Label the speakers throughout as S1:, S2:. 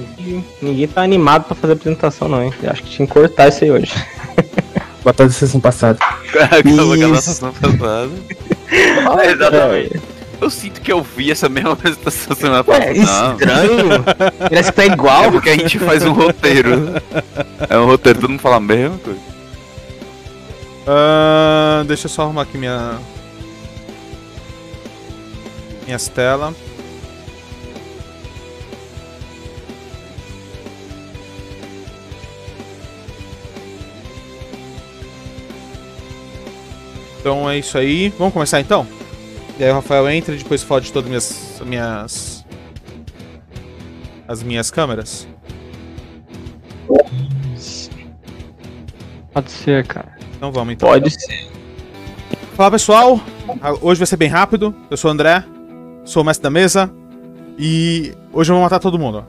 S1: que ninguém tá animado pra fazer apresentação, não, hein? Eu acho que tinha que cortar isso aí hoje.
S2: Botar de sessão passada.
S3: Acabou aquela sessão passada. É, exatamente.
S1: Não,
S3: Eu sinto que eu vi essa mesma apresentação semana
S1: Ué,
S3: passada. Não,
S1: É, estranho. Parece que tá igual.
S3: é porque a gente faz um roteiro. É um roteiro, todo mundo fala a mesma coisa.
S4: Ahn, deixa eu só arrumar aqui minha. Minhas telas. Então é isso aí. Vamos começar então? E aí o Rafael entra e depois fode todas minhas. minhas. As minhas câmeras.
S1: Pode ser, cara.
S4: Então vamos então.
S1: Pode ser.
S4: Fala pessoal, Ah, hoje vai ser bem rápido. Eu sou o André, sou o mestre da mesa e hoje eu vou matar todo mundo.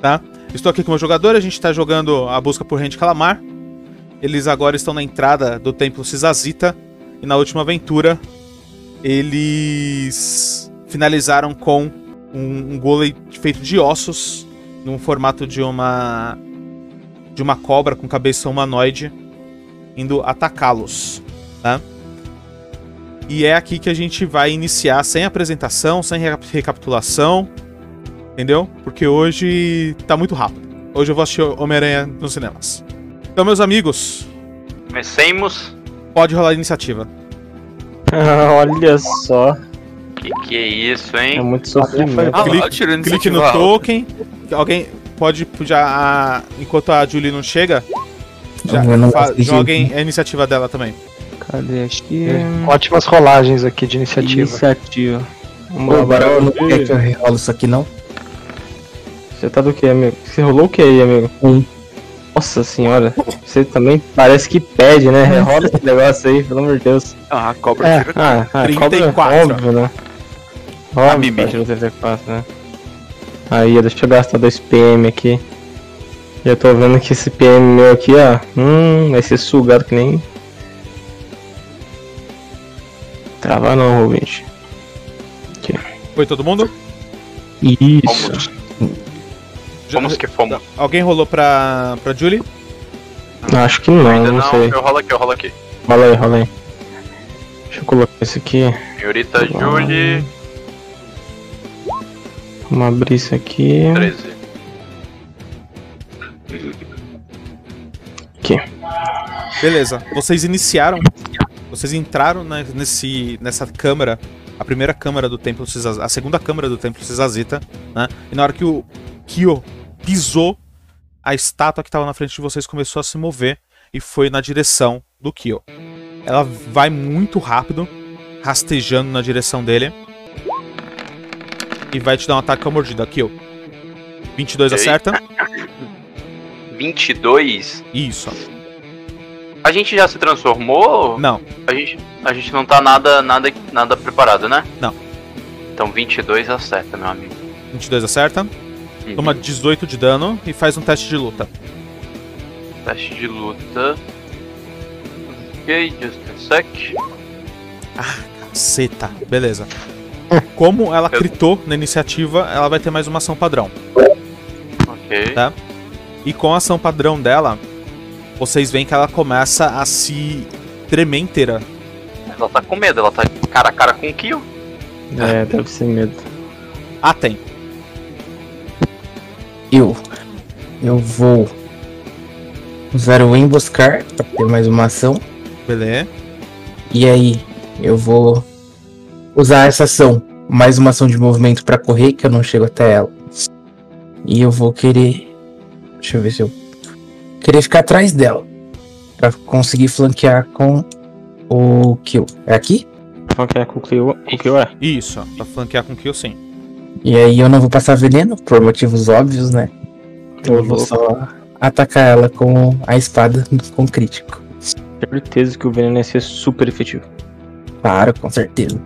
S4: Tá? Estou aqui com o meu jogador, a gente está jogando a busca por Rende Calamar. Eles agora estão na entrada do templo Cisazita e na última aventura eles finalizaram com um, um golem feito de ossos num formato de uma de uma cobra com cabeça humanoide indo atacá-los tá? e é aqui que a gente vai iniciar sem apresentação, sem reca- recapitulação, entendeu? Porque hoje tá muito rápido. Hoje eu vou assistir Homem-Aranha nos cinemas. Então, meus amigos,
S5: Comecemos.
S4: pode rolar a iniciativa.
S1: Olha só.
S5: Que que é isso,
S1: É
S5: hein?
S1: muito sofrimento.
S3: Ah,
S4: Clique-
S3: lá, tirando
S4: Clique no
S3: iniciativa alta.
S4: token. Alguém pode já. a- enquanto a Julie não chega, já
S2: Eu não
S4: fa-
S2: consegui.
S4: joguem a iniciativa dela também.
S1: Cadê aqui?
S6: Ótimas rolagens aqui de iniciativa.
S1: Iniciativa. Vamos
S2: Pô,
S1: lá,
S2: agora eu não
S1: bora.
S2: quer que eu rerolo isso aqui, não.
S1: Você tá do que, amigo? Você rolou o que aí, amigo?
S2: Um.
S1: Nossa senhora, você também parece que pede, né? Rola esse negócio aí, pelo amor de Deus.
S3: Ah, a cobra
S1: É,
S3: tira.
S5: tá
S1: ah, ah,
S4: 34.
S1: cobra, óbvio, né?
S3: Ah,
S1: Óbvio,
S3: mimi.
S1: que tirou 34, né? Aí, deixa eu gastar 2 PM aqui. Já tô vendo que esse PM meu aqui, ó. Hum, vai ser sugado que nem. Travar não, ouvinte.
S4: Foi todo mundo?
S1: Isso.
S4: Já-
S5: Fomos que fomos.
S4: Alguém rolou pra, pra Julie?
S1: Acho que não,
S5: Ainda
S1: não,
S5: não,
S1: sei.
S5: eu rolo aqui, eu rolo aqui.
S1: Rola aí, rola aí. Deixa eu colocar isso aqui.
S5: Senhorita
S1: Bom.
S5: Julie,
S1: Vamos abrir isso aqui.
S5: 13.
S4: Beleza, vocês iniciaram, vocês entraram na- nesse, nessa câmara, a primeira câmara do templo Cisazita, a segunda câmara do templo Cisazita, né? E na hora que o Kyo pisou, a estátua que estava na frente de vocês começou a se mover e foi na direção do Kyo. Ela vai muito rápido, rastejando na direção dele. E vai te dar um ataque com a mordida, Kyo. 22
S5: Ei.
S4: acerta?
S5: 22.
S4: Isso.
S5: A gente já se transformou?
S4: Não,
S5: A gente, a gente não tá nada, nada, nada preparado, né?
S4: Não.
S5: Então 22 acerta, meu amigo.
S4: 22 acerta.
S5: Uhum.
S4: Toma 18 de dano e faz um teste de luta.
S5: Teste de luta. Ok, just a sec.
S4: Caceta. Beleza. Como ela critou na iniciativa, ela vai ter mais uma ação padrão.
S5: Ok.
S4: Tá. E com a ação padrão dela, vocês veem que ela começa a se tremer inteira.
S5: Ela tá com medo, ela tá cara a cara com o Kill.
S1: É, deve ser medo.
S4: Ah, tem.
S2: Eu. Eu vou usar o emboscar pra ter mais uma ação.
S4: Beleza.
S2: E aí, eu vou usar essa ação, mais uma ação de movimento pra correr, que eu não chego até ela. E eu vou querer. Deixa eu ver se eu. Querer ficar atrás dela. Pra conseguir flanquear com o Kill. É aqui?
S1: Qual que é? Com o Clio? Com o Clio é?
S4: Isso. Pra flanquear com o Kill, sim.
S2: E aí eu não vou passar veneno, por motivos óbvios, né? Então eu vou
S1: louco.
S2: só atacar ela com a espada com crítico.
S1: Certeza que o veneno ia ser super efetivo.
S2: Claro, com certeza.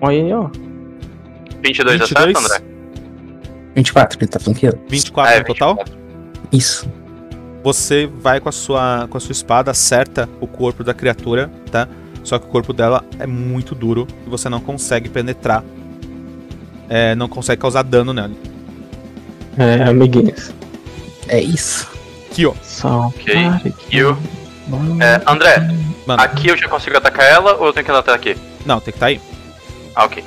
S1: Olha aí, ó.
S5: 22,
S4: 22?
S5: acerta, é
S4: Tá
S5: André?
S2: 24 que ele tá flanqueando.
S4: 24
S5: É,
S4: no total.
S5: 24.
S2: Isso.
S4: Você vai com a sua com a sua espada, acerta o corpo da criatura, tá? Só que o corpo dela é muito duro e você não consegue penetrar é, não consegue causar dano nela.
S1: É, amiguinhos.
S2: É isso.
S4: Aqui, ó.
S1: Só um
S5: E eu? É, André,
S4: Mano.
S5: aqui eu já consigo atacar ela ou eu tenho que ela até aqui?
S4: Não, tem que estar aí.
S5: Ah, ok.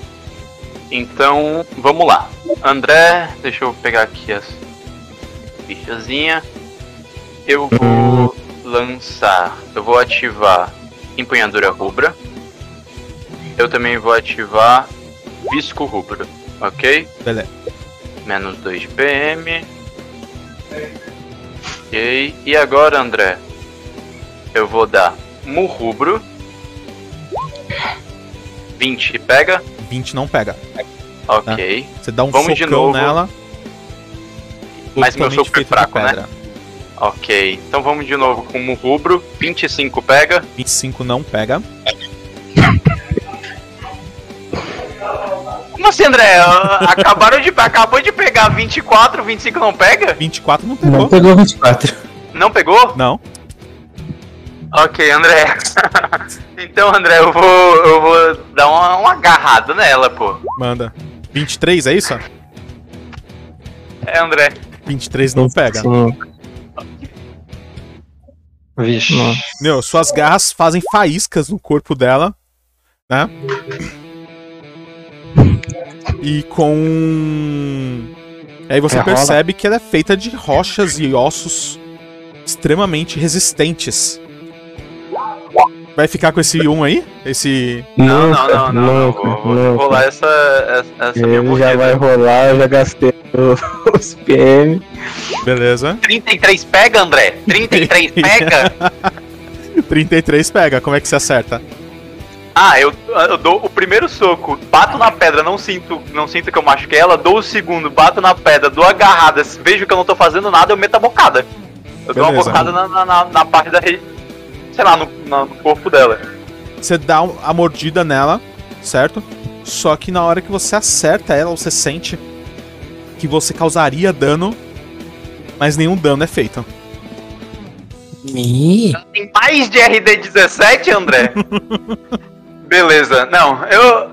S5: Então, vamos lá. André, deixa eu pegar aqui as fichazinha. Eu vou lançar, eu vou ativar empunhadura rubra. Eu também vou ativar visco rubro, ok?
S4: Beleza.
S5: Menos 2 PM. Ok. E agora, André, eu vou dar murrubro. 20 pega.
S4: 20 não pega.
S5: Ok.
S4: Você dá um
S5: Vamos de
S4: socão
S5: novo.
S4: nela.
S5: Mas meu
S4: totalmente
S5: soco foi
S4: feito de
S5: fraco, né?
S4: pedra.
S5: Ok. Então vamos de novo com o rubro. 25 pega.
S4: 25 não pega.
S5: Como assim, André? Ah, Acabaram de, acabou de pegar 24, 25 não pega?
S1: Tá
S4: 24 não pegou.
S2: Não pegou 24.
S5: Não pegou?
S4: Não.
S5: Ok, André. então, André, eu vou, eu vou dar uma, uma agarrada nela, pô.
S4: Manda. 23, é isso?
S5: É, André.
S4: 23 não pega.
S6: Vixe.
S1: Nossa.
S4: Meu, suas garras fazem faíscas no corpo dela, né? E com. Aí você
S6: É, rola.
S4: percebe que ela é feita de rochas e ossos extremamente resistentes. Vai ficar com esse 1 aí? Esse.
S5: Não, não, não, não. não,
S1: Nunca,
S5: Vou, vou
S1: nunca.
S5: rolar essa, essa, essa minha
S1: Ele já
S5: corrida.
S1: vai rolar, eu já gastei os PM.
S4: Beleza.
S5: 33 pega, André. 33 pega.
S4: 33 pega, como é que você acerta?
S5: Ah, eu, eu dou o primeiro soco, bato na pedra, não sinto, não sinto que eu machuquei ela, dou o segundo, bato na pedra, dou agarrada, vejo que eu não tô fazendo nada, eu meto a bocada. Eu dou uma
S4: Beleza.
S5: bocada na, na- na- na parte da. re- sei lá, no, na- no corpo dela.
S4: Você dá um- a mordida nela, certo? Só que na hora que você acerta ela, você sente que você causaria dano, mas nenhum dano é feito.
S2: Ih,
S5: Tem mais de RD17, André? Beleza, não, eu.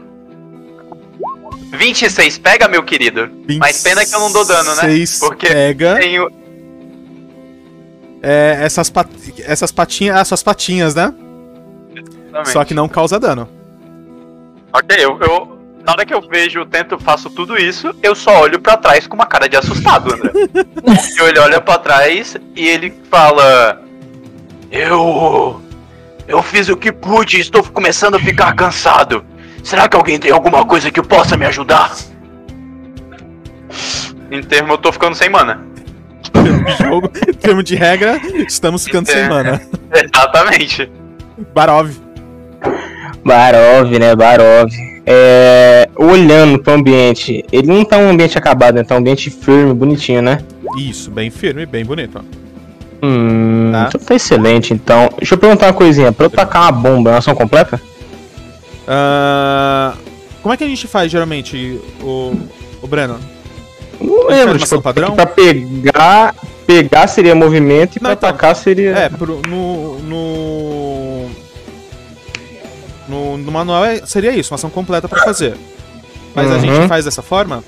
S5: 26 pega, meu querido. Mas pena que eu não dou dano, né?
S4: 26
S5: Porque
S4: pega
S5: Tenho.
S4: é, essas, pat- essas patinhas. Ah, suas patinhas, né? Só que não causa dano.
S5: Ok, eu, eu- Na hora que eu vejo, eu tento, faço tudo isso, eu só olho pra trás com uma cara de assustado, André. Eu- ele olha pra trás e ele fala: Eu. Eu fiz o que pude e estou começando a ficar cansado. Será que alguém tem alguma coisa que possa me ajudar? Em termo, eu tô ficando sem mana.
S4: Jogo, em termos de regra, estamos ficando sem
S5: É.
S4: mana.
S5: Exatamente.
S4: Barov.
S1: Barov, né? Barov. É, olhando pro ambiente, ele não tá um ambiente acabado, né? Tá um ambiente firme, bonitinho, né?
S4: Isso, bem firme, bem bonito. ó.
S1: Hum,
S4: Tá.
S1: então tá excelente. Então, deixa eu perguntar uma coisinha. Pra eu tacar uma bomba, é uma ação completa?
S4: Ah, como é que a gente faz geralmente, o, o Breno?
S1: Não
S4: Ele
S1: lembro,
S4: faz uma ação
S1: tipo,
S4: padrão?
S1: pra pegar, pegar seria movimento e
S4: Não,
S1: pra
S4: então.
S1: atacar seria...
S4: É, pro, no, no. No. no manual é- seria isso, uma ação completa pra fazer. Mas a
S1: Uhum.
S4: gente faz dessa forma?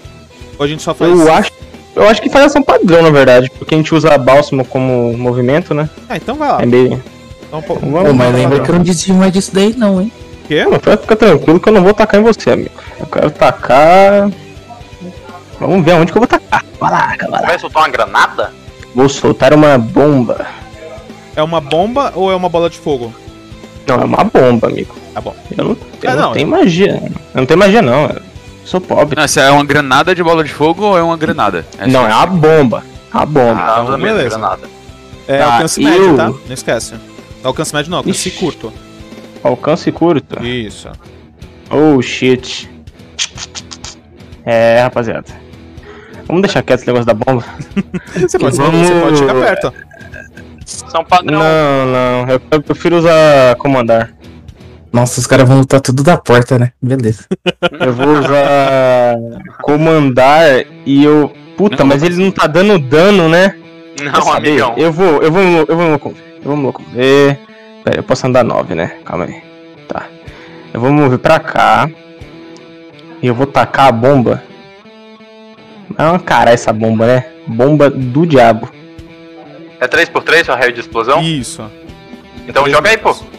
S4: Ou a gente só faz. assim?
S1: Eu acho, eu acho que faz ação padrão, na verdade, porque a gente usa bálsamo como movimento, né?
S4: Ah, então vai lá.
S1: É meio...
S4: Então, pô,
S1: Vamos,
S2: pô, mas lembra
S1: padrão.
S2: que eu não desvio mais disso daí, não, hein?
S4: quê?
S1: Não, vai ficar tranquilo que eu não vou tacar em você, amigo. Eu quero tacar... Vamos ver aonde que eu vou tacar. Vai lá, vai lá.
S5: Vai soltar uma granada?
S1: Vou soltar uma bomba.
S4: É uma bomba ou é uma bola de fogo?
S1: Não, é uma bomba, amigo.
S4: Tá bom.
S1: Eu não, eu
S4: Ah,
S1: não,
S4: não.
S1: tenho magia. Eu não tenho magia, não. Eu sou pobre.
S3: Não, essa é uma granada de bola de fogo ou é uma granada? Essa-
S1: não, é uma bomba. A bomba.
S5: Ah,
S4: então,
S5: mesmo,
S4: beleza.
S5: granada.
S4: É
S1: Tá,
S4: alcance
S1: e
S4: médio,
S1: eu?
S4: tá? Não esquece. Alcance médio não, alcance
S1: Ixi. Tá.
S4: curto.
S1: Alcance curto.
S4: Isso.
S1: Oh, shit. É, rapaziada. Vamos deixar quieto esse negócio da bomba?
S4: Você pode,
S1: Vamos-
S4: você pode chegar perto.
S5: Então- São padrão.
S1: Não, não. Eu, eu prefiro usar comandar.
S2: Nossa, os caras vão lutar tudo da porta, né? Beleza.
S1: Eu vou usar comandar e eu... Puta, mas ele não tá dando dano, né? Quer
S4: é
S5: Não,
S1: saber?
S5: amigão.
S1: Eu vou, eu vou, no- eu vou no locomover. Eu vou no locomover. Pera, eu posso andar 9, né? Calma aí. Tá. Eu vou mover pra cá. E eu vou tacar a bomba É uma cara essa bomba, né? Bomba do diabo.
S5: É 3x3 seu raio de explosão?
S4: Isso.
S5: Então
S4: Três
S5: joga aí, pô.
S4: minutos.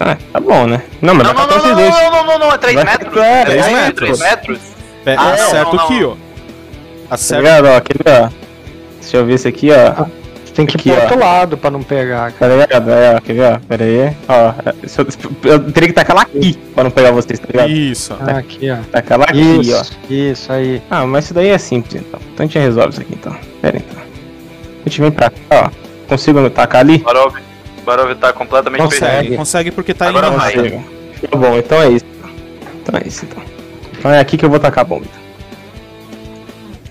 S1: Ah, tá bom, né? Não, mas vai
S5: Não, não,
S1: matar
S5: não,
S1: esses
S5: não,
S1: dois.
S5: não, não, não, não, é 3
S1: Vai-
S5: metros.
S1: É,
S5: É
S4: três
S5: 3 metros.
S4: metros.
S5: 3 metros.
S4: Pe-
S5: Ah, não,
S4: É, acerta
S5: não, não.
S4: o Kyo.
S1: Tá
S4: Acerta.
S1: ligado? Ó, aquele, ó. Deixa eu ver esse aqui, ó.
S6: Você Ah, tem que
S1: Aqui,
S6: ir pro
S1: ó.
S6: outro lado pra não pegar, cara.
S1: Tá ligado? É, ó, quer ver, ó? Pera aí. Ó, é, se eu, eu teria que tacar lá aqui pra não pegar vocês, tá ligado?
S4: Isso.
S6: Ah, aqui, ó.
S1: Tacar lá aqui, ó.
S6: Isso, isso aí.
S1: Ah, mas isso daí é simples, então. Então a gente resolve isso aqui, então. Pera aí, então. A gente vem pra cá, ó. Consigo tacar ali?
S5: Barov. Barov tá completamente perdido.
S4: Consegue, consegue porque tá
S5: Agora
S4: indo.
S5: vai.
S1: Consigo. Tá bom, então é isso. Então é isso, então. Então é aqui que eu vou tacar a bomba, então.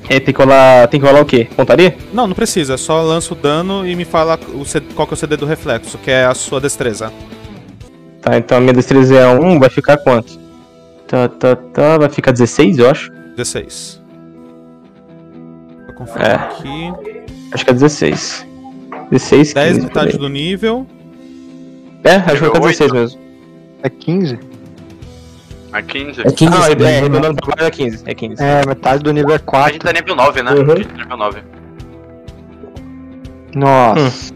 S1: E aí tem que rolar... Tem que rolar o quê? Pontaria?
S4: Não, não precisa. Só lança o dano e me fala o C- qual que é o CD do reflexo, que é a sua destreza.
S1: Tá, então a minha destreza é 1, vai ficar quanto? Tá, tá, tá, vai ficar 16, eu acho.
S4: 16. Vou conferir
S1: É.
S4: aqui.
S1: Acho que é 16. 16,
S4: 10
S1: 15,
S4: metade
S1: por
S4: do nível.
S1: aí. É, acho que vai ficar
S5: Oito.
S1: 16 mesmo.
S6: É 15?
S5: A 15.
S2: É 15
S1: Ah, é, é,
S2: segundos, né?
S1: arredondando pra baixo é 15. É 15.
S6: É, metade do nível é
S5: A gente
S6: 4.
S5: tá nível 9, né?
S1: Uhum.
S5: A gente tá nível 9.
S6: Nossa.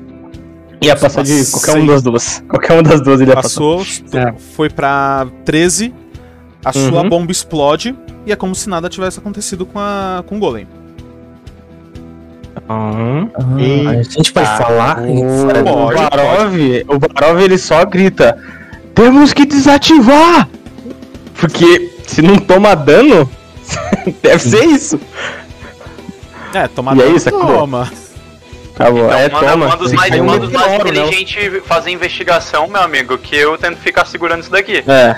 S1: Ia passar de
S4: Nossa,
S1: qualquer
S4: sim.
S1: uma das duas. Qualquer uma das duas ele ia passar.
S4: Passou, tu-
S6: É.
S4: foi pra 13. A sua
S1: Uhum.
S4: bomba explode e é como se nada tivesse acontecido com, a, com o Golem.
S1: Aham.
S2: Ah, a gente pode falar
S1: Hum,
S2: fora do-
S1: Ah, O
S4: Pode,
S1: Barov, o Barov ele só grita: Temos que desativar! Porque se não toma dano, deve ser isso.
S4: É, toma
S1: E é
S4: dano,
S1: isso, acabou.
S4: toma.
S1: Acabou, é,
S5: Então, manda,
S1: toma.
S5: manda os
S1: Ele
S5: mais,
S1: caiu
S5: manda os mais
S1: meteoro, né?
S5: inteligentes fazer investigação, meu amigo, que eu tento ficar segurando isso daqui.
S1: É,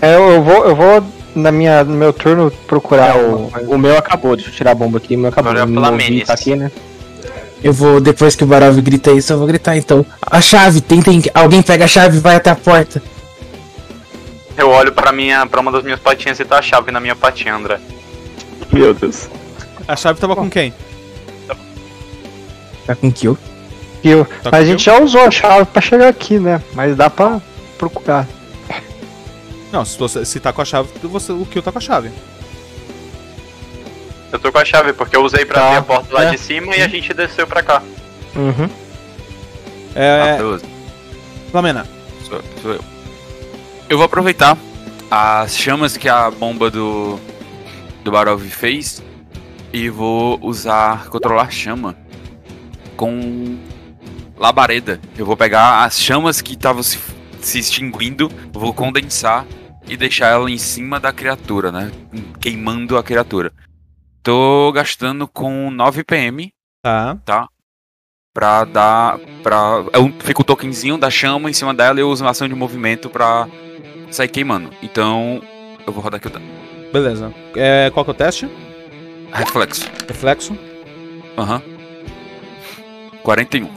S6: É, eu, eu vou, eu vou na minha, no meu turno procurar
S1: é,
S6: o.
S1: o, o meu acabou, deixa eu tirar a bomba aqui, o meu acabou.
S5: Agora é
S1: Não
S5: pela
S1: ouvi,
S5: Menes.
S1: tá aqui, né?
S2: Eu vou, depois que o Barov grita isso, eu vou gritar então. A chave, tentem. Alguém pega a chave e vai até a porta.
S5: Eu olho pra, minha, pra uma das minhas patinhas e tá a chave na minha patinha, André.
S1: Meu Deus.
S4: A chave tava com quem?
S2: Tá com kill.
S6: que eu-
S4: Tá
S6: Mas a
S4: com
S6: gente já usou a chave pra chegar aqui, né? Mas dá pra procurar.
S4: Não, se, você, se tá com a chave, você, o Kill tá com a chave.
S5: Eu tô com a chave, porque eu usei pra
S1: Tá.
S5: abrir a porta lá
S1: É.
S5: de cima e a gente desceu pra cá.
S1: Uhum.
S4: É,
S3: Ah, eu-
S4: Flamena,
S3: sou- sou eu. Eu vou aproveitar as chamas que a bomba do, do Barov fez e vou usar controlar chama com labareda. Eu vou pegar as chamas que estavam se, se extinguindo, vou condensar e deixar ela em cima da criatura, né? Queimando a criatura. Tô gastando com 9 PM
S4: tá.
S3: pra dar. Pra, é um, fica o tokenzinho da chama em cima dela e eu uso uma ação de movimento pra sair queimando. Então, eu vou rodar aqui o dano.
S4: Beleza. É, qual que é o teste?
S3: Reflexo.
S4: Reflexo.
S3: Aham. 41.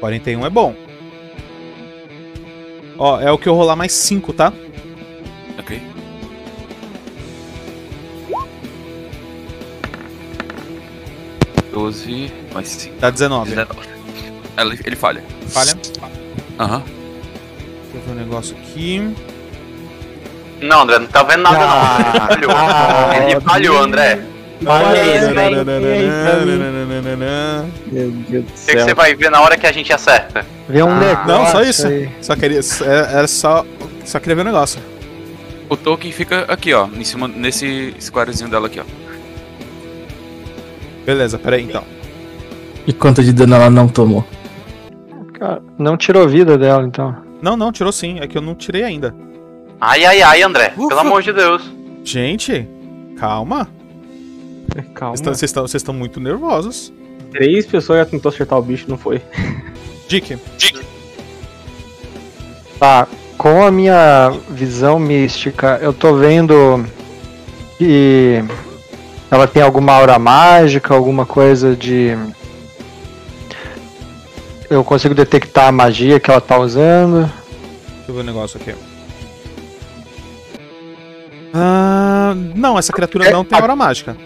S4: 41 é bom. Ó, é o que eu rolar mais 5, tá?
S3: Ok. Doze, mais 5.
S4: Dá 19.
S3: Ele, ele falha.
S4: Falha.
S3: Aham.
S4: Deixa eu ver um negócio aqui.
S5: Não, André, não tá vendo nada não.
S1: Ah.
S5: Ele falhou. Ele falhou, André.
S1: Meu Deus do
S5: O que, que
S1: céu.
S5: você vai ver na hora que a gente acerta?
S6: Ver um
S1: Ah,
S6: negócio.
S4: não, só isso.
S6: aí.
S4: Só queria. é- Era só. Só queria ver um negócio.
S3: O token fica aqui, ó. Em cima, nesse squarezinho dela aqui, ó.
S4: Beleza, peraí então.
S2: E quanto de dano ela não tomou?
S6: Cara, não tirou vida dela, então.
S4: Não, não, tirou sim. É que eu não tirei ainda.
S5: Ai, ai, ai, André. Pelo
S3: Ufa.
S5: amor de Deus.
S4: Gente, calma.
S1: Calma.
S4: Vocês estão- Vocês estão- vocês estão muito nervosos.
S1: Três pessoas já tentou acertar o bicho, não foi?
S4: Dick,
S6: Tá, com a minha visão mística, eu tô vendo que ela tem alguma aura mágica, alguma coisa de. Eu consigo detectar a magia que ela tá usando.
S4: Deixa eu ver um negócio aqui. Ah, não, essa criatura não tem aura mágica.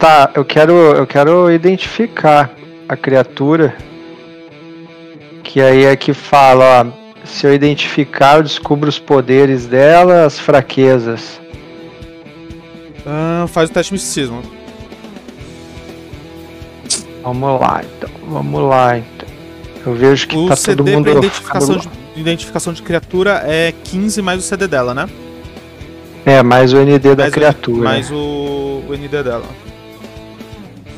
S6: Tá, eu quero, eu quero identificar a criatura. Que aí é que fala, ó, se eu identificar, eu descubro os poderes dela, as fraquezas.
S4: Ah, faz o teste de misticismo.
S6: Vamos lá, então. Vamos lá, então. Eu vejo que
S4: O
S6: tá todo
S4: CD
S6: mundo.
S4: pra identificação
S6: ficando-
S4: de, identificação de criatura é 15 mais o CD dela, né?
S6: É, mais o ND da
S4: Mais o-
S6: criatura.
S4: Mais o, o ND dela.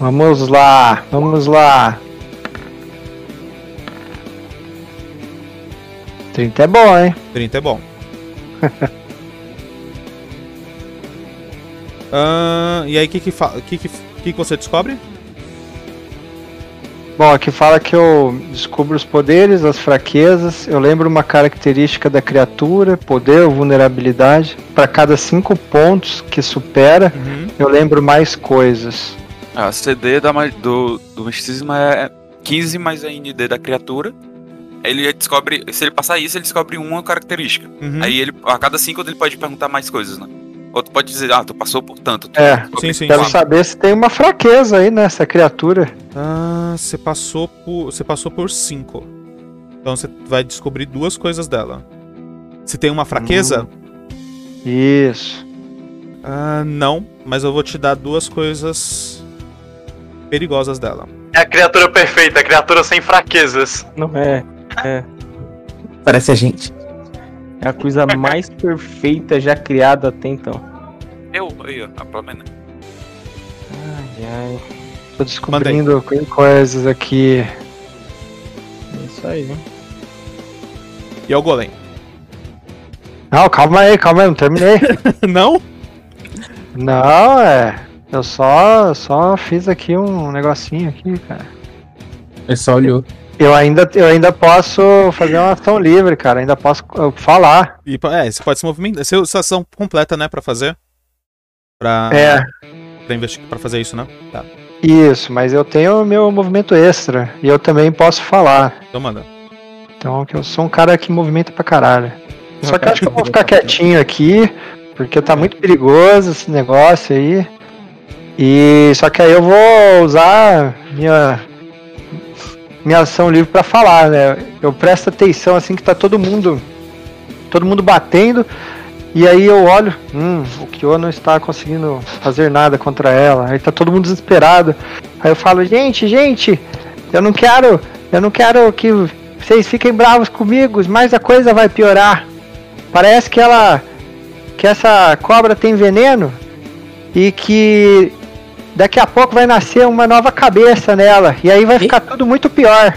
S6: Vamos lá, vamos lá. 30 é bom, hein?
S4: 30 é bom. Ahn, Ah, e aí, o que que, fa- que, que, que que você descobre?
S6: Bom, aqui fala que eu descubro os poderes, as fraquezas. Eu lembro uma característica da criatura, poder ou vulnerabilidade. Para cada cinco pontos que supera,
S4: Uhum.
S6: eu lembro mais coisas.
S3: Ah, A CD da, ma- do, do misticismo é 15 mais a ND da criatura. Ele descobre, se ele passar isso, ele descobre uma característica.
S4: Uhum.
S3: Aí ele, a cada cinco ele pode perguntar mais coisas, né? Ou tu pode dizer, ah, tu passou por tanto. tu
S6: É,
S3: descobre-
S4: sim, sim.
S6: Quero
S4: sim.
S6: saber se tem uma fraqueza aí nessa criatura.
S4: Ah, você passou por. Você passou por 5. Então você vai descobrir duas coisas dela. Se tem uma
S6: Hum.
S4: fraqueza?
S6: Isso.
S4: Ah, não, mas eu vou te dar duas coisas perigosas dela.
S5: É a criatura perfeita, a criatura sem fraquezas.
S1: Não é. É.
S2: Parece a gente.
S1: É a coisa mais perfeita já criada até então.
S3: Eu, aí, ó, a é Plamena.
S1: Ai, ai.
S6: Tô descobrindo coisas aqui.
S1: É isso aí, né?
S4: E é o Golem.
S6: Não, calma aí, calma aí, não terminei.
S4: não?
S6: não, é. Eu só, só fiz aqui um negocinho aqui, cara.
S4: É
S2: Ele só olhou.
S6: Eu ainda, eu ainda posso fazer uma ação livre, cara. Ainda posso uh, falar.
S4: E, pa- é, você pode se movimentar. Seu- Sua ação completa, né, pra fazer? Pra,
S6: É,
S4: pra, investi- pra fazer isso, né? Tá,
S6: isso, mas eu tenho o meu movimento extra. E eu também posso falar.
S4: então manda.
S6: Então, que eu sou um cara que movimenta pra caralho. Só que eu acho que eu vou ficar quietinho aqui, porque tá muito perigoso esse negócio aí. E só que aí eu vou usar minha minha ação livre pra falar, né? Eu presto atenção assim que tá todo mundo todo mundo batendo e aí eu olho, hum, o Kyo não está conseguindo fazer nada contra ela. Aí tá todo mundo desesperado. Aí eu falo, gente, gente, eu não quero, eu não quero que vocês fiquem bravos comigo, mas a coisa vai piorar. Parece que ela. que essa cobra tem veneno e que daqui a pouco vai nascer uma nova cabeça nela. E aí vai ficar tudo muito pior.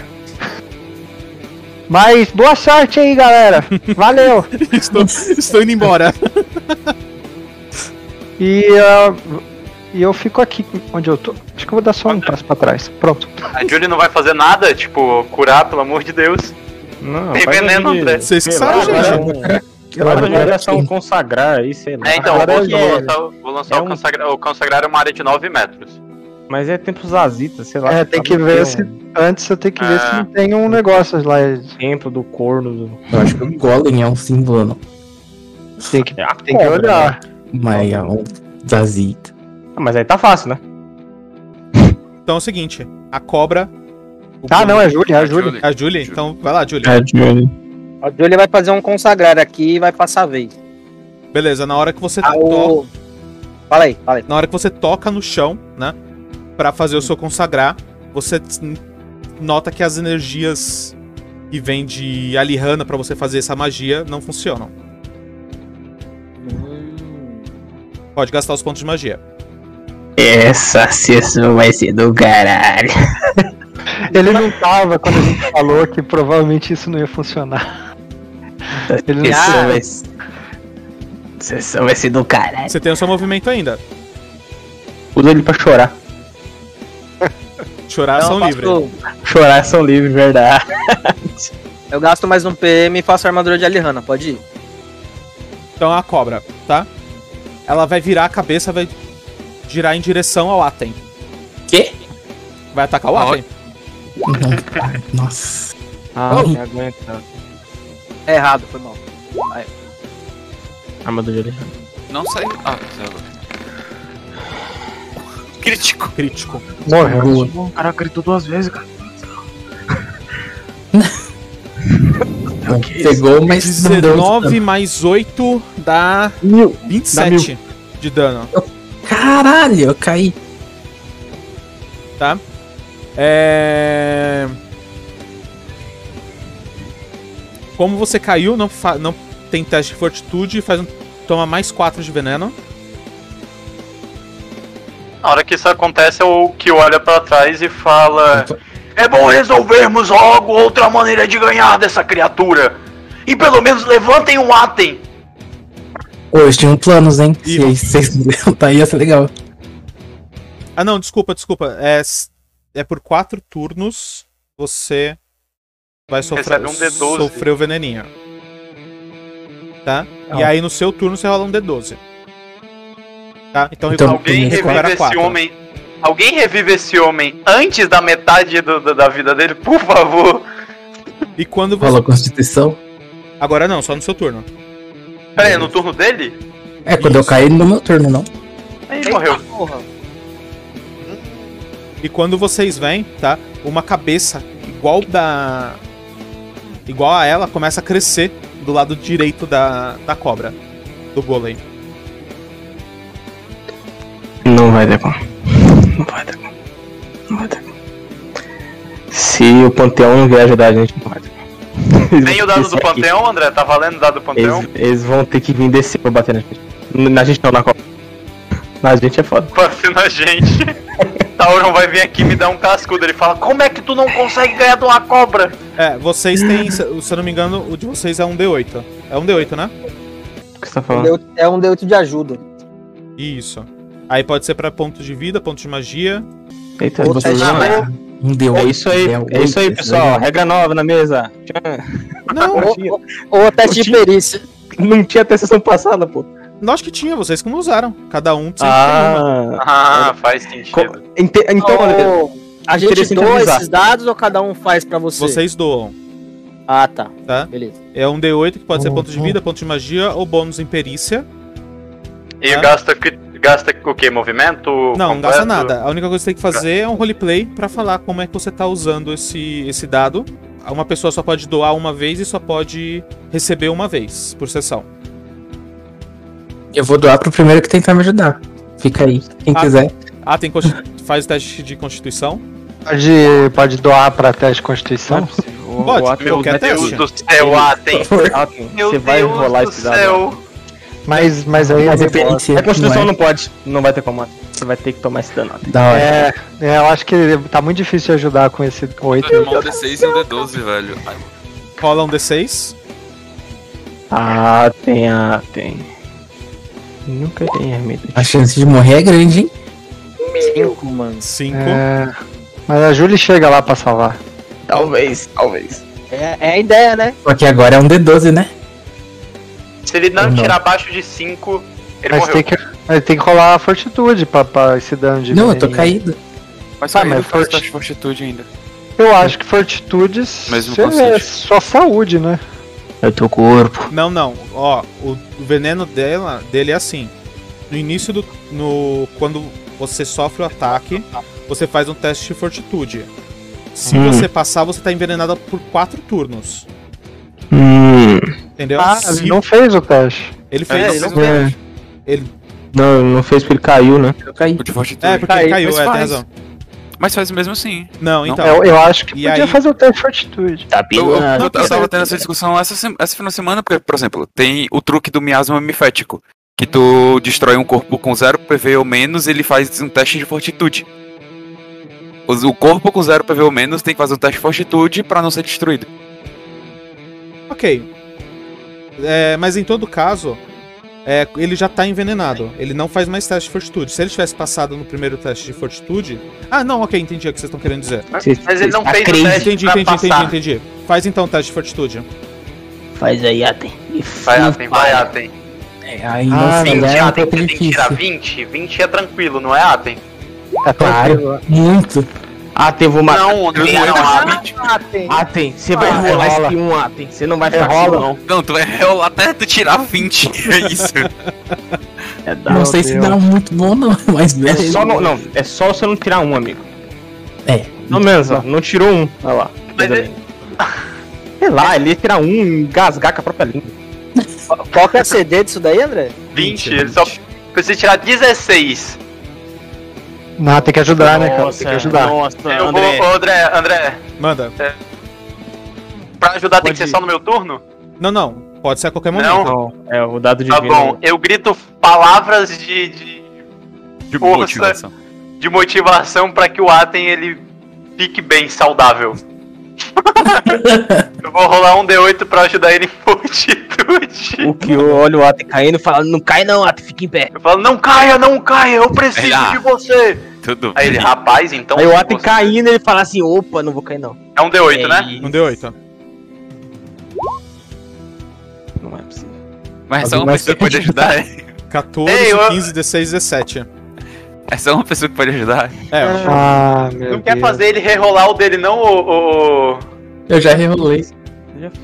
S6: Mas boa sorte aí, galera. Valeu!
S4: estou, estou indo embora.
S6: E, ah, e eu fico aqui onde eu tô. Acho que eu vou dar só um passo pra trás. Pronto.
S5: A Julie não vai fazer nada, tipo, curar, pelo amor de Deus.
S1: Não,
S5: Tem
S1: faz
S5: veneno,
S1: ali-
S5: André.
S4: Vocês que
S1: sei lá,
S4: sabem, gente.
S1: agora- Agora já era só um consagrar aí, sei lá.
S5: É, então,
S1: Agora
S5: eu vou
S1: é-
S5: lançar, o- vou lançar
S1: é
S5: o,
S1: um-
S5: consagra, o consagrar é uma área de 9 metros.
S1: Mas é tempo zazita, sei lá.
S6: É, tem que ver se- Antes eu tenho que ver
S1: Ah.
S6: se não tem um negócio lá.
S1: Tempo do corno. Do...
S2: Eu acho que o Golem é um símbolo, não.
S6: Tem que,
S1: É a
S6: tem que
S1: cobra, né?
S6: olhar.
S2: Mas é um Zazita.
S1: Ah, Mas aí tá fácil, né?
S4: Então é o seguinte: a cobra. o
S6: Ah, não, é Júlia, é
S3: A
S6: Júlia.
S3: Julie.
S4: A Julie? Então vai lá, Julie.
S7: A Julia vai fazer um consagrar aqui e vai passar a vez.
S4: Beleza, na hora que você
S7: Ah,
S4: toca,
S7: o... Fala aí, fala aí.
S4: na hora que você toca no chão, né, Pra fazer o seu consagrar, você t- n- nota que as energias que vem de Alihanna pra você fazer essa magia não funcionam. Pode gastar os pontos de magia.
S2: Essa sessão vai ser do caralho.
S6: Ele não tava quando a gente falou que provavelmente isso não ia funcionar. Ele não
S7: Ah,
S2: Sessão vai ser do caralho.
S4: Você tem o seu movimento ainda.
S1: Usa ele pra chorar.
S4: Chorar
S7: então
S4: são
S7: eu
S4: livre.
S7: faço-
S1: Chorar são livres, verdade.
S7: Eu gasto mais um PM e faço a armadura de Alihanna, pode ir?
S4: Então é a cobra, tá? Ela vai virar a cabeça, vai girar em direção ao Atem.
S2: Quê?
S4: Vai atacar o
S3: Ah,
S4: Atem.
S2: Nossa.
S1: Ah,
S2: Oh.
S1: não aguenta.
S7: É errado, foi mal.
S1: Armadura de Alejandro.
S3: Não saiu. Ah, saiu agora. Crítico.
S4: Crítico.
S6: morreu.
S1: O cara gritou duas vezes, cara.
S2: Pegou, mas não deu
S4: 19 mais 8 dá
S1: Mil.
S4: 27 de dano.
S2: tanto. Caralho, eu caí.
S4: É... Como você caiu, não, fa- não tem teste de fortitude, faz um... toma mais 4 de veneno.
S5: Na hora que isso acontece, é o que olha pra trás e fala: É bom resolvermos logo outra maneira de ganhar dessa criatura. E pelo menos levantem um atem.
S2: Hoje tinha um planos, hein? Se
S4: Ih.
S2: vocês levantam aí, ia ser legal.
S4: Ah, não, desculpa, desculpa. É, s- é por 4 turnos você vai sofrer,
S5: Recebe um D12.
S4: sofrer o veneninho. Tá? E aí no seu turno você rola um D12. Tá? Então,
S2: Então,
S5: Alguém
S2: Recupera
S5: revive esse
S4: quatro.
S5: homem. Alguém revive esse homem antes da metade do- do- da vida dele, por favor.
S4: E quando você.
S2: Rola a constituição.
S4: Agora não, só no seu turno.
S5: Pera aí, no turno dele?
S2: É, quando eu caí no meu turno, não.
S5: Ele morreu.
S7: Porra.
S4: E quando vocês vêm, tá? Uma cabeça igual da. Igual a ela, começa a crescer do lado direito da, da cobra. Do golem.
S1: Não vai dar bom. Não vai dar bom. Não vai dar bom. Se o Panteão não vier ajudar a gente, não vai dar bom. Eles
S5: Tem o
S1: vão
S5: dado
S1: ter
S5: do
S1: que sair.
S5: Panteão, André? Tá valendo o dado do Panteão?
S1: Eles, eles vão ter que vir descer pra bater na gente. Na gente não, na Copa. Na gente é foda.
S5: Batendo a gente. Tauron vai vir aqui me dar um cascudo. Ele fala: Como é que tu não consegue ganhar de uma cobra?
S4: É, vocês têm. Se se eu não me engano, o de vocês é um D8. É um D8, né?
S1: O que você tá
S7: É um
S1: falando?
S7: D8 É um D8 de ajuda.
S4: Isso. Aí pode ser pra ponto de vida, ponto de magia.
S1: Eita,
S2: Outra
S7: tá
S1: vocês
S2: já
S1: não
S2: é. Um deu.
S1: É isso aí, é isso aí, pessoal. Regra nova na mesa.
S4: Não,
S1: Não
S7: Ou,
S1: tinha,
S7: ou, ou até de
S1: tinha.
S7: perícia.
S1: não tinha até sessão passada, pô.
S4: nós que tinha, vocês que não usaram. Cada um sempre tem uma.
S1: Ah,
S5: Ah, faz sentido.
S1: co- ente- então, André,
S7: Então, a gente
S1: interessante
S7: doa
S1: avisar.
S7: esses dados ou cada um faz pra você?
S4: Vocês doam.
S7: Ah, tá.
S4: Tá.
S7: Beleza.
S4: É um D8 que pode ser
S2: Bom,
S4: ponto de
S2: bom.
S4: vida, ponto de magia ou bônus em perícia.
S5: E
S4: Ah.
S5: gasta, que- gasta o que? Movimento?
S4: Não, não
S5: completo?
S4: gasta nada. A única coisa que você tem que fazer é um roleplay pra falar como é que você tá usando esse, esse dado. Uma pessoa só pode doar uma vez e só pode receber uma vez por sessão.
S2: Eu vou doar pro primeiro que tentar me ajudar. Fica aí, quem
S4: Ah.
S2: quiser.
S4: Ah, tem consti- faz o teste de constituição.
S6: Pode, pode doar pra teste de
S1: não é
S6: constituição?
S1: possível. O-
S4: Pode,
S1: o Atem-
S4: meu
S1: o
S4: quer
S1: Atem-
S5: Deus
S4: teste.
S5: do céu, Atem.
S1: o Atem,
S5: Meu
S1: Você vai
S5: Deus
S1: rolar
S5: do
S1: esse dado.
S5: céu.
S6: Mas, mas aí.
S2: Mas é perícia.
S1: A Constituição
S2: não
S1: não pode, não vai ter como. Você vai ter que tomar esse dano.
S2: é? Da hora.
S6: É, é, eu acho que tá muito difícil de ajudar com esse 8.
S3: Vai tomar um D6 e um D12, velho. Ai,
S4: Rola um D6.
S1: Ah, tem, ah, tem. Nunca tem remédio.
S2: A chance de morrer é grande, hein?
S7: 5, mano.
S4: 5.
S6: É, mas a Julie chega lá pra salvar.
S1: Talvez, talvez.
S7: É, é a ideia, né?
S2: Só que agora é um D12, né?
S5: Se ele não,
S2: Não.
S5: tirar abaixo de 5, ele
S6: Mas
S5: morreu.
S6: tem, que, mas tem que rolar a fortitude pra, pra esse dano de.
S2: não, eu tô
S6: veneno.
S2: caído.
S3: Mas
S6: Ah,
S3: ah,
S6: mas
S3: mas faz
S6: forte.
S3: teste de fortitude ainda.
S6: Eu acho que fortitude
S3: Mesmo
S6: cê-
S3: conceito.
S6: é só saúde, né?
S1: É o teu corpo.
S4: Não, não. Ó, o, o veneno dela, dele é assim. No início do. No, quando você sofre o ataque, você faz um teste de fortitude. Se
S1: Hum.
S4: você passar, você tá envenenada por 4 turnos.
S1: Hum.
S4: Entendeu?
S6: Ah,
S4: Se-
S6: ele não fez o teste.
S4: ele
S3: É,
S4: fez.
S3: ele não
S1: Não, não fez porque ele caiu, né?
S2: Eu caí.
S3: O de fortitude.
S4: É, porque ele caiu,
S3: mas
S4: é, tem
S3: faz.
S4: razão.
S3: Mas faz mesmo assim.
S4: Não,
S3: Não?
S4: então.
S6: É, eu, eu acho que
S4: E
S6: podia
S4: aí-
S6: fazer o teste de fortitude.
S1: Tá
S3: Eu, eu,
S4: tá
S3: eu tava
S4: certo.
S3: tendo essa discussão essa, sem- essa final de semana, porque, por exemplo, tem o truque do miasma mifético. Que tu destrói um corpo com zero PV ou menos, ele faz um teste de fortitude. Os- O corpo com zero PV ou menos tem que fazer um teste de fortitude pra não ser destruído.
S4: Ok. É, mas em todo caso, é, ele já tá envenenado. Ele não faz mais teste de fortitude. Se ele tivesse passado no primeiro teste de fortitude. Ah, não, ok, entendi o que vocês estão querendo dizer.
S5: Mas ele não fez o
S4: Entendi,
S5: teste
S4: entendi,
S5: pra
S4: entendi,
S5: passar.
S4: entendi, entendi. Faz então o teste de fortitude.
S2: Faz aí, Atem.
S5: Vai, Atem, vai, Atem.
S2: É, aí não
S6: Ah,
S2: ah,
S6: tem
S2: falha,
S5: 20,
S2: é um
S5: Atem,
S2: pouco
S5: você tem que tirar
S2: difícil.
S5: 20. 20 é tranquilo, não é, Atem?
S6: Tá
S2: Claro. Muito.
S1: Ah, tem, vou matar.
S5: Não, André,
S3: Não,
S5: não, Atem.
S7: Ah, tem.
S1: Atem, você vai
S6: Ah,
S1: rolar
S6: rola.
S1: mais que um Atem. Você não vai ficar com
S6: rola.
S1: um, não.
S3: Não, tu vai rolar até tu tirar 20. É isso.
S1: É
S2: Não sei se dá muito bom, não, mas assim.
S1: É
S2: beleza.
S1: só, não, não, é só você não tirar um, amigo.
S2: É.
S1: Pelo menos, ó, não tirou um. Olha lá.
S5: Mas
S1: Coisa bem. Sei lá, ele ia tirar um e engasgar com a própria língua.
S7: Qual que é a CD disso daí, André?
S5: 20, ele só precisa tirar 16.
S6: Não, tem que ajudar, né, cara?
S5: é.
S6: Tem que ajudar.
S8: Nossa,
S5: Eu
S8: André.
S5: vou, ô, André, André,
S4: Manda.
S5: pra ajudar tem que ser
S8: Pode ir.
S5: só no meu turno?
S4: Não, não. Pode ser a qualquer momento.
S5: Não?
S8: Não, é o dado de
S5: Tá
S8: vida.
S5: bom, eu grito palavras de, de,
S3: De
S5: Força.
S3: motivação.
S5: de motivação pra que o Atem ele fique bem saudável. eu vou rolar um D8 pra ajudar ele em fortitude.
S7: O que eu olho o Atem caindo e falo, não cai não, Atem, fica em pé.
S5: Eu falo, não caia, não caia, eu preciso
S3: Aí, ah.
S5: de você.
S3: Tudo
S5: Aí ele, rapaz, então.
S7: Aí o Atem
S5: você-
S7: caindo, ele fala assim, opa, não vou cair não.
S5: É um D8, né?
S4: Não deu oito.
S7: Não é possível.
S3: Mas só uma
S2: Mas-
S3: pessoa que pode ajudar, é?
S4: 14,
S5: Ei, eu-
S4: 15, 16, 17.
S3: É só uma pessoa que pode ajudar.
S4: É, ó.
S6: Ah, meu
S5: Não quer
S6: Deus.
S5: fazer ele rerolar o dele, não, ô. ô-
S2: Eu já revolei.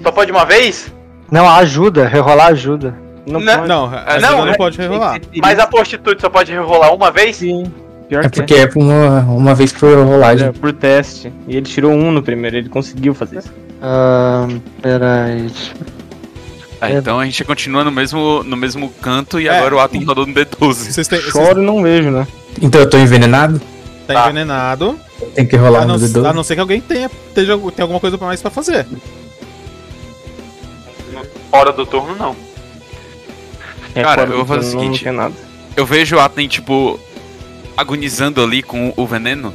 S5: Só pode uma vez?
S6: Não, ajuda, rerolar ajuda.
S8: Não,
S1: Né?
S5: Não,
S8: pode.
S4: Não, essa
S5: não,
S4: não, não
S5: é-
S4: pode rerolar.
S5: Mas a fortitude só pode rerolar uma vez?
S8: Sim, pior
S2: É
S8: que
S2: porque é por uma, uma vez por rolagem.
S8: é. pro teste. E ele tirou um no primeiro, ele conseguiu fazer isso.
S6: Ahn, peraí. deixa-
S3: Ah,
S6: É.
S3: então a gente continua no mesmo, no mesmo canto e
S4: É.
S3: agora o Atem rodou no D12.
S4: Vocês têm. Vocês
S8: Choro e não vejo, né?
S2: Então eu tô envenenado?
S4: tá
S5: Tá.
S4: envenenado.
S2: Tem que
S4: A
S2: rolar um
S4: não,
S2: Tá no
S4: a
S2: dedo.
S4: não ser que alguém tenha, tenha, tenha alguma coisa pra mais pra fazer.
S5: Fora do turno, não.
S8: É
S3: Cara,
S8: fora
S3: eu vou
S8: do
S3: fazer o
S8: plano,
S3: seguinte.
S8: Não tem nada.
S3: Eu vejo o Atem, tipo, agonizando ali com o veneno.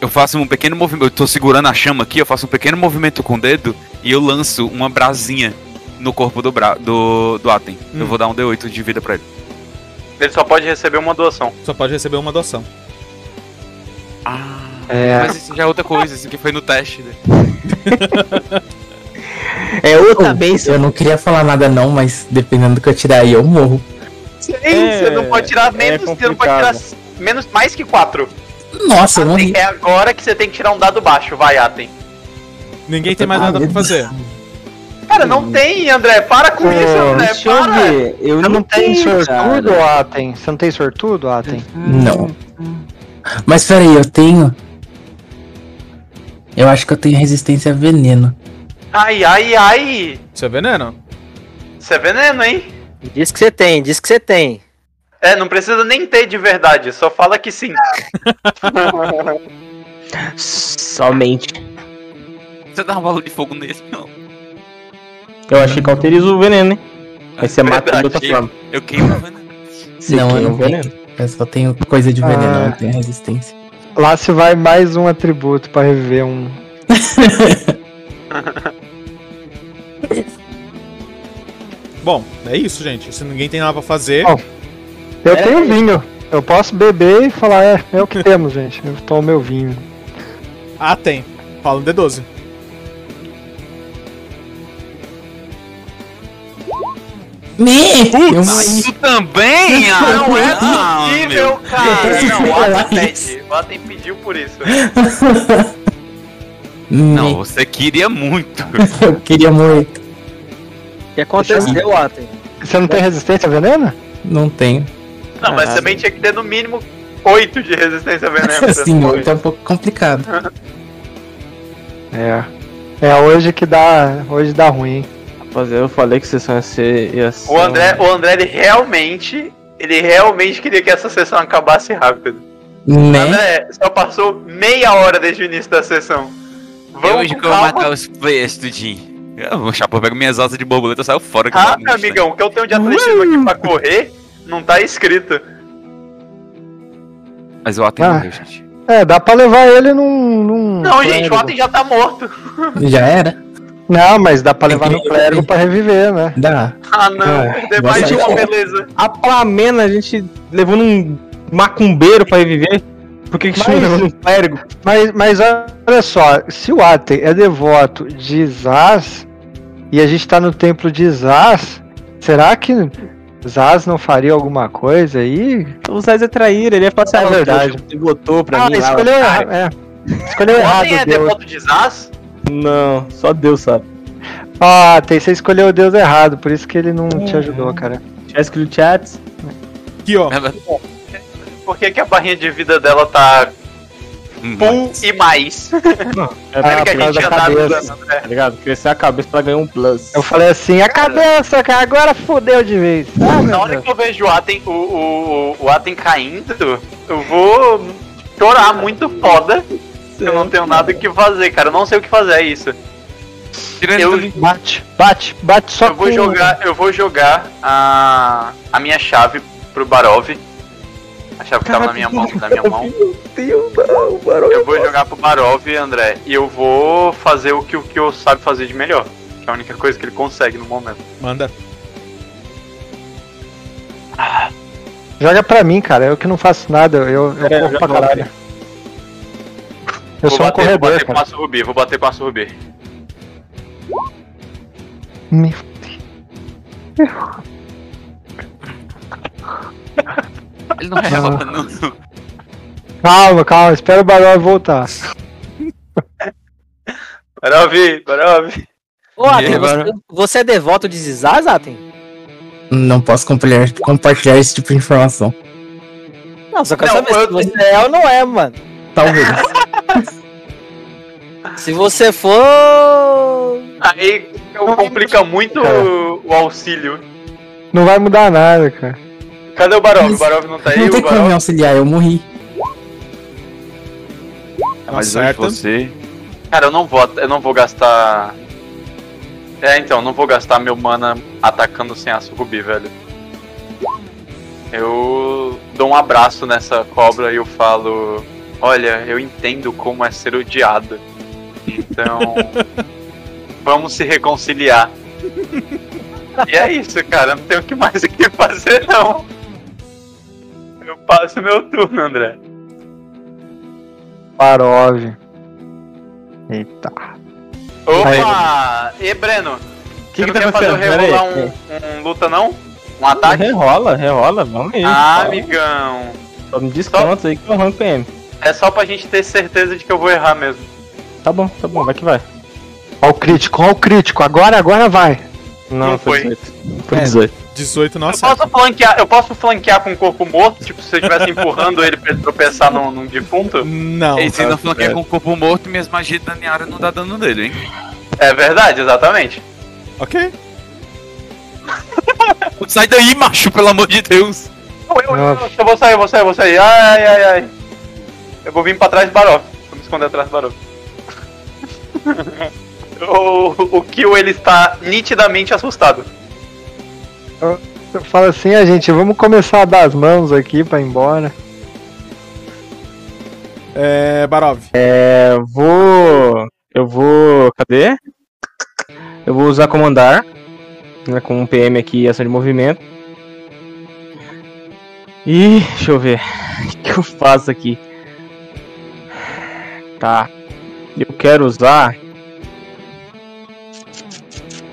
S3: Eu faço um pequeno movimento. Eu tô segurando a chama aqui, eu faço um pequeno movimento com o dedo e eu lanço uma brasinha no corpo do, bra do, do Atem. Eu
S4: Hum.
S3: vou dar um D8 de vida pra ele.
S5: Ele só pode receber uma doação.
S4: Só pode receber uma doação.
S3: Ah,
S6: É,
S3: mas isso já é outra coisa, isso aqui foi no teste. Né?
S7: É outra bênção.
S2: Eu não queria falar nada não, mas dependendo do que eu tirar aí eu morro.
S5: Sim, você não pode tirar menos, você não pode tirar
S8: É, complicado.
S5: menos mais que 4.
S2: Nossa, eu morri.
S5: É agora que você tem que tirar um dado baixo, vai, Atem.
S4: Ninguém tem mais
S8: Ah,
S4: nada pra
S8: meu
S4: fazer.
S5: Cara, não tem, André. Para com isso, André.
S8: Hum. É, Deixa eu
S5: Para.
S8: ver. Eu
S6: Você
S8: não,
S6: não tem
S8: tenho,
S6: sortudo,
S8: cara.
S6: Atem? Você não tem sortudo, Atem?
S2: Não. Mas peraí, eu tenho. Eu acho que eu tenho resistência a veneno.
S5: Ai, ai, ai.
S4: Isso é veneno.
S5: Isso é veneno, hein?
S7: Diz que você tem, diz que você tem.
S5: É, não precisa nem ter de verdade, só fala que sim.
S7: Somente.
S3: Você dá uma bola de fogo nesse, não.
S8: Eu achei que cauteriza o veneno, hein? Aí você mata de outra
S3: Verdade.
S8: forma.
S3: Eu queimo o veneno.
S8: Você
S2: não, eu
S8: queima
S2: não
S8: o veneno.
S2: tenho. Eu só tenho coisa de veneno,
S6: Ah.
S2: eu não tenho resistência.
S6: Lá se vai mais um atributo pra reviver um.
S4: Bom, é isso, gente. Se ninguém tem nada pra fazer.
S6: Ó. Eu tenho vinho. Eu posso beber e falar, é, é o que temos, gente. Eu tomo meu vinho.
S4: Ah, tem. Fala um D12.
S2: Me! Eu morri.
S3: Isso também? Ah, não é possível.
S5: Incrível, cara.
S2: Eu
S5: Não, o
S2: falar
S5: Atem
S2: isso.
S5: pede. O Atem pediu por isso.
S2: Me.
S3: Não, você queria muito.
S2: Eu queria muito.
S7: O que aconteceu, Atem?
S6: Você não tem resistência a veneno?
S2: Não tenho.
S5: Não, mas também tinha que ter no mínimo 8 de resistência a veneno.
S2: Assim, oito é um pouco complicado.
S6: É. É hoje que dá. Hoje dá ruim, hein?
S8: Rapaziada, eu falei que vocês são ia ser. ia ser
S5: O André,
S8: um-
S5: o André ele realmente, ele realmente queria que essa sessão acabasse rápido.
S2: Né?
S5: André, só passou meia hora desde o início da sessão.
S3: Eu
S5: Vamos
S3: hoje
S5: com
S3: que eu vou
S5: calma.
S6: tá
S3: matar os players, tudinho. Eu vou chapar, eu pego minhas asas de borboleta e saio fora. que eu
S5: Ah,
S3: vou
S5: meu
S3: mostrar.
S5: amigão, o que eu tenho de atletismo aqui pra correr não tá escrito.
S3: Mas o Atem
S6: Ah.
S3: morreu, gente.
S6: É, dá pra levar ele num. num
S5: Não, gente, o
S6: clérigo.
S5: Atem já tá morto.
S2: Já era?
S6: Não, mas dá pra
S2: Tem
S6: levar
S2: que
S6: no
S2: ver.
S6: clérigo pra reviver, né?
S2: Dá.
S5: Ah, não,
S6: É,
S5: perder mais de
S2: vai
S5: uma
S2: sair.
S5: beleza.
S8: A Plamena a gente levou num macumbeiro pra reviver. Por que, que a gente não
S6: Mas-
S8: levou num clérigo?
S6: Mas, mas olha só, se o Aten é devoto de Zaz e a gente tá no templo de Zaz, será que Zaz não faria alguma coisa aí?
S8: O Zaz é traíra, ele ia passar
S6: É
S8: a
S6: verdade.
S8: verdade. Você botou pra
S6: ah,
S8: mim. lá,
S6: escolheu
S8: otário.
S6: errado. É. Escolheu
S5: O
S6: errado,
S5: Atem é
S6: Deus.
S5: devoto de Zaz?
S8: Ah, Não, só Deus sabe.
S6: Ó, Aten, você escolheu o Deus errado, por isso que ele não
S5: Hum.
S6: te ajudou, cara.
S8: Já escolhi o chats.
S4: Aqui, ó.
S5: Por que, que a barrinha de vida dela tá
S3: Hum,
S5: full e mais?
S8: É
S6: Uhum. Ah,
S5: Era que a
S6: por causa
S5: gente já
S6: da
S5: tá
S6: cabeça.
S5: usando, André.
S8: tá ligado? Crescer a cabeça pra ganhar um plus.
S6: Eu falei assim, a cabeça, cara, agora fodeu de vez. Ah, meu
S5: Na hora
S6: Deus.
S5: que eu vejo o Atem, o, o, o Atem caindo, eu vou chorar muito foda. Eu não tenho nada o que fazer, cara. Eu não sei o que fazer, é isso.
S3: Tirando
S5: Eu-
S3: tudo-
S6: Bate, bate, bate só
S5: eu vou
S6: com- um.
S5: jogar, eu vou jogar a, a minha chave pro Barov. A chave que tava na minha mão, na minha mão. Eu vou jogar pro Barov, André, e eu vou fazer o que o Kyo sabe fazer de melhor. Que é a única coisa que ele consegue no momento.
S4: Manda.
S6: Joga pra mim, cara. Eu que não faço nada. Eu, eu corro pra É, caralho. Eu
S5: vou
S6: sou
S5: bater,
S6: um
S5: vou
S6: corredor,
S5: bater com
S6: cara.
S5: aço rubi, vou bater com aço rubi.
S6: Me
S3: Ele não revela, não. não.
S6: Calma, calma, espera o Barol voltar.
S5: Barov, Barov.
S7: Ô, Aten,
S3: E
S7: você, você é devoto de Zizaz, Aten?
S2: Não posso compartilhar, compartilhar esse tipo de informação.
S7: Não, só quero
S5: Não,
S7: saber
S5: eu-
S7: se você é ou não é, mano.
S2: Talvez.
S7: Se você for.
S5: Aí Tá, eu complica muito o, o auxílio.
S6: Não vai mudar nada, cara.
S5: Cadê o Barov? O Barov não tá aí,
S2: não
S5: o
S2: tem como me
S5: Barov.
S2: auxiliar, eu morri.
S3: Mas hoje
S4: Acerta.
S3: você.
S5: Cara, eu não vou, at- eu não vou gastar. É, então, eu não vou gastar meu mana atacando sem aço rubi, velho. Eu dou um abraço nessa cobra e eu falo: Olha, eu entendo como é ser odiado. Então, vamos se reconciliar. E é isso, cara. Não tenho o que mais o que fazer, não. Eu passo meu turno, André.
S6: Barov. Eita.
S5: Opa! E Breno?
S1: que
S5: Você
S1: que
S5: não
S1: tá
S5: quer fazer eu
S1: acontecendo?
S5: rerolar
S1: Pera aí. Uhum.
S5: um, um luta, não? Um ataque?
S1: Rerola, rerola, vamos aí.
S5: Ah, amigão.
S1: Só me desconta aí que eu arranco PM.
S5: É só pra gente ter certeza de que eu vou errar mesmo.
S1: Tá bom, tá bom, vai que vai.
S6: Ó o crítico, ó o crítico. Agora, agora vai.
S5: Não foi.
S1: 18. Foi 18.
S4: 18 não
S5: Eu
S4: acerta.
S5: posso, flanquear, eu posso flanquear com o corpo morto? Tipo, se eu estivesse empurrando ele pra ele tropeçar num, num defunto?
S4: Não.
S3: Ei, se
S1: tá
S3: não flanqueia
S1: certo.
S3: é com o corpo morto, minhas magias daneadas não dá dano nele, hein?
S5: É verdade, exatamente.
S4: Ok.
S3: Sai daí, macho, pelo amor de Deus!
S5: Não, eu, eu,
S6: Nossa.
S5: eu, vou sair, eu vou sair, eu vou sair. Ai, ai, ai. Eu vou vir pra trás do Baró. Vou me esconder atrás do Baró. o, o Kill, ele está nitidamente assustado.
S6: Eu falo assim, a gente, vamos começar a dar as mãos aqui pra ir embora.
S4: É, Barov.
S1: É, eu vou. Eu vou. Cadê? Eu vou usar comandar. Né, com um PM aqui e ação de movimento. E deixa eu ver. O que eu faço aqui? Tá. Eu quero usar.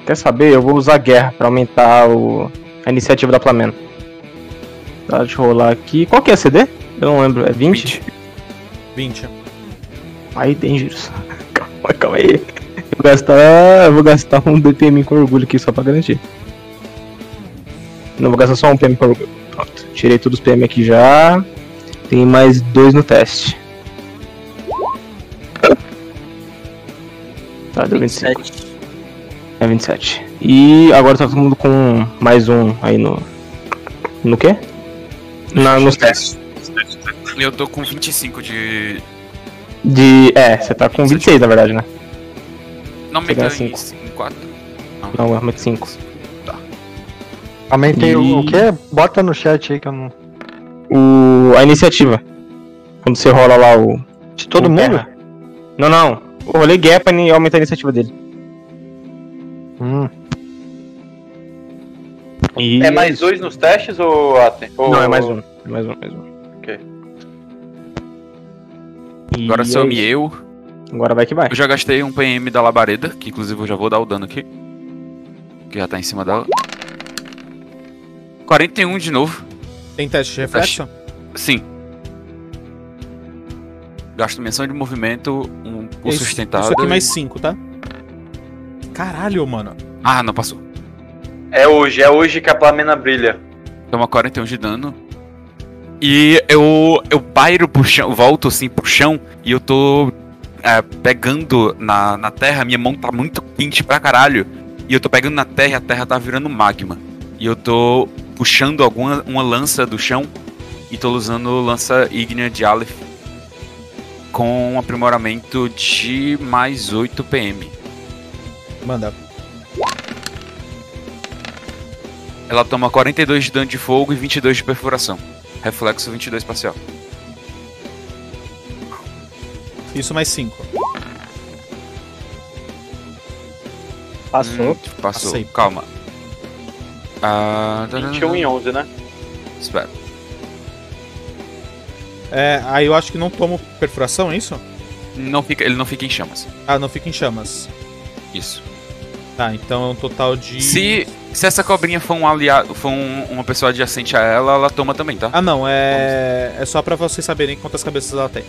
S1: Quer saber? Eu vou usar guerra pra aumentar o... a iniciativa da Flamengo. Tá, deixa eu rolar aqui. Qual que é a CD? Eu não lembro. É 20?
S4: 20.
S1: Aí tem giros. Calma, calma aí. Eu vou gastar. Eu vou gastar um DPM com orgulho aqui só pra garantir. Não, vou gastar só um PM com orgulho. Pronto. Tirei todos os PM aqui já. Tem mais dois no teste. Tá, deu 25. É 27. E agora tá todo mundo com mais um aí no. No quê? Na, nos testes.
S3: E eu tô com 25 de.
S1: De. É, você tá com 26 na verdade, né?
S3: Não me
S1: Você ganha
S3: ganha em 4.
S1: Não, é, arma de 5.
S6: Aumentei
S1: E-
S6: o, o quê? Bota no chat aí que eu não.
S1: O... A iniciativa. Quando você rola lá o.
S6: De todo
S1: o
S6: mundo?
S1: guerra. Não, não. Eu rolei guerra pra ni- aumentar a iniciativa dele.
S6: Hum.
S1: E-
S5: É mais dois nos testes ou Aten? Ou-
S1: Não, é mais um. É mais um, mais um.
S5: Ok.
S1: E
S3: Agora
S1: é
S3: sou
S1: isso.
S3: eu.
S1: Agora vai que vai.
S3: Eu já gastei um PM da labareda, que inclusive eu já vou dar o dano aqui. Que já tá em cima dela. 41 de novo.
S4: Tem teste de reflexo?
S3: Sim. Gasto menção de movimento, um pulso
S4: Isso-
S3: sustentado.
S4: Isso aqui
S3: e-
S4: mais 5, tá? Caralho, mano.
S3: Ah, não passou.
S5: É hoje, é hoje que a Plamena brilha.
S3: Toma 41 de dano. E eu, eu pairo pro chão, volto assim pro chão e eu tô é, pegando na, na terra, minha mão tá muito quente pra caralho. E eu tô pegando na terra e a terra tá virando magma. E eu tô puxando alguma uma lança do chão e tô usando lança ígnea de Aleph com um aprimoramento de mais 8 PM.
S4: Manda.
S3: Ela toma 42 de dano de fogo e 22 de perfuração. Reflexo 22 parcial.
S4: Isso mais 5.
S3: Hum, passou.
S4: Passei.
S3: Calma. Ah,
S5: 21 e 11, né?
S3: Espera.
S4: É, aí eu acho que não tomo perfuração, é isso?
S3: Não fica, ele não fica em chamas.
S4: Ah, não fica em chamas.
S3: Isso.
S4: Tá, então é um total de.
S3: Se, se essa cobrinha for um aliado, for um- uma pessoa adjacente a ela, ela toma também, tá?
S4: Ah, não, é. É só pra vocês saberem quantas cabeças ela tem.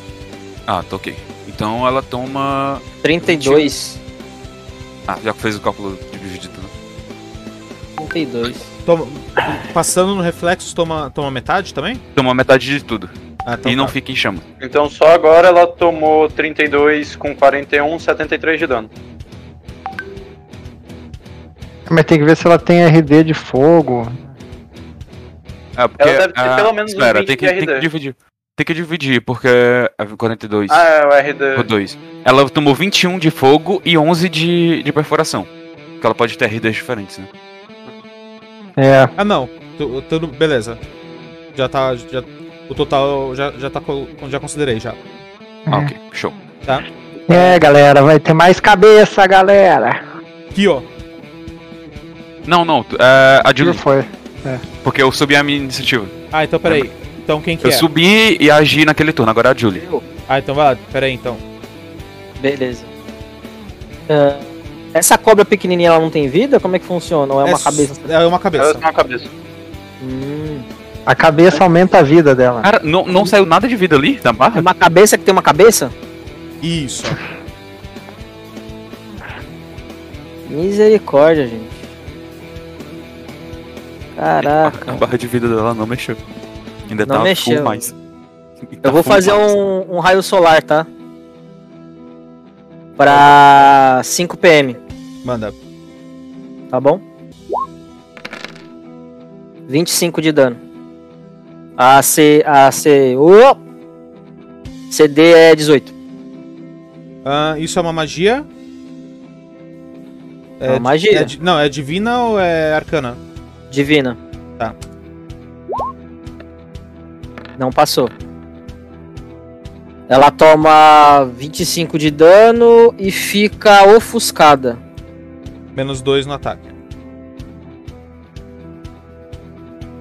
S3: Ah, tá ok. Então ela toma.
S7: 32.
S3: Ah, já fez o cálculo de bicho de tudo.
S7: 32.
S4: Toma- Passando no reflexo, toma, toma metade também?
S3: Toma metade de tudo.
S4: Ah, então
S3: e não
S4: tá.
S3: fica em chamas.
S5: Então só agora ela tomou 32 com 41, 73 de dano.
S6: Mas tem que ver se ela tem RD de fogo.
S3: Ah, porque,
S5: Ela deve ter
S3: ah,
S5: pelo menos uns
S3: Espera,
S5: 20
S3: tem que,
S5: de
S3: tem que
S5: RD.
S3: dividir. Tem que dividir, porque. é 42.
S5: Ah, é, o R da.
S3: 2. Ela tomou 21 de fogo e 11 de, de perfuração. Porque ela pode ter RDs diferentes, né?
S6: É,
S4: Ah, não. Tu- Tudo. Beleza. Já tá. Já... O total já, já tá. co- Já considerei já.
S5: Uhum.
S3: Ah,
S6: É.
S3: ok. Show.
S6: é, galera, vai ter mais cabeça, galera.
S4: Aqui, ó.
S3: Não, não. tu- É, a
S6: Já
S3: Julie,
S6: foi.
S3: porque eu subi a minha iniciativa.
S4: Ah, então peraí. Então quem que
S3: Eu
S4: é?
S3: subi e agi naquele turno, agora é a Julie.
S4: Ah, então vai lá. Peraí, então.
S7: Beleza. Ah, essa cobra pequenininha, ela não tem vida? Como é que funciona? Ou é uma
S4: s-
S7: cabeça?
S4: É uma
S5: Ela
S4: cabeça.
S3: Ah.
S5: tem uma cabeça.
S7: Hum,
S6: A cabeça aumenta a vida dela.
S3: Cara, não, não saiu nada de vida ali da
S7: é
S3: barra?
S7: uma cabeça que tem uma cabeça?
S4: Isso.
S7: Misericórdia, gente. Caraca.
S3: A barra de vida dela não mexeu. Ainda
S7: Não
S3: tá full
S7: mexeu.
S3: mais. Tá
S7: Eu vou
S3: full
S7: fazer
S3: mais.
S7: um, um raio solar, tá? Pra 5 pm,
S4: Manda.
S7: tá bom? 25 de dano. A C. A C. ô! CD é 18.
S4: Ah, isso é uma magia?
S7: É uma magia.
S4: é di- não, é divina ou é arcana?
S7: Divina.
S4: Tá.
S7: Não passou. Ela toma 25 de dano e fica ofuscada.
S4: Menos dois no ataque.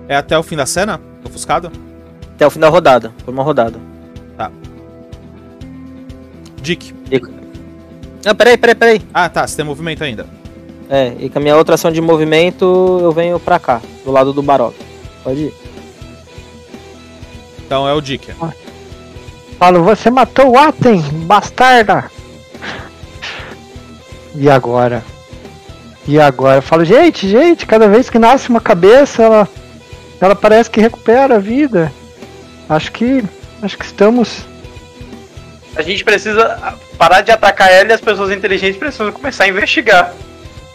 S4: É até o fim da cena? Ofuscado?
S7: Até o fim da rodada. Por uma rodada.
S4: Dick.
S7: Ah, peraí, peraí, peraí.
S4: Ah, tá. Você tem movimento ainda.
S7: É, e com a minha outra ação de movimento, eu venho pra cá, do lado do Barok. Pode ir.
S4: Então é o Dick.
S6: Falo, você matou o Atem, bastarda. E agora? E agora? Eu falo, gente, gente, cada vez que nasce uma cabeça, ela, ela parece que recupera a vida. Acho que. Acho que estamos.
S5: A gente precisa ah, parar de atacar ela e as pessoas inteligentes precisam começar a investigar.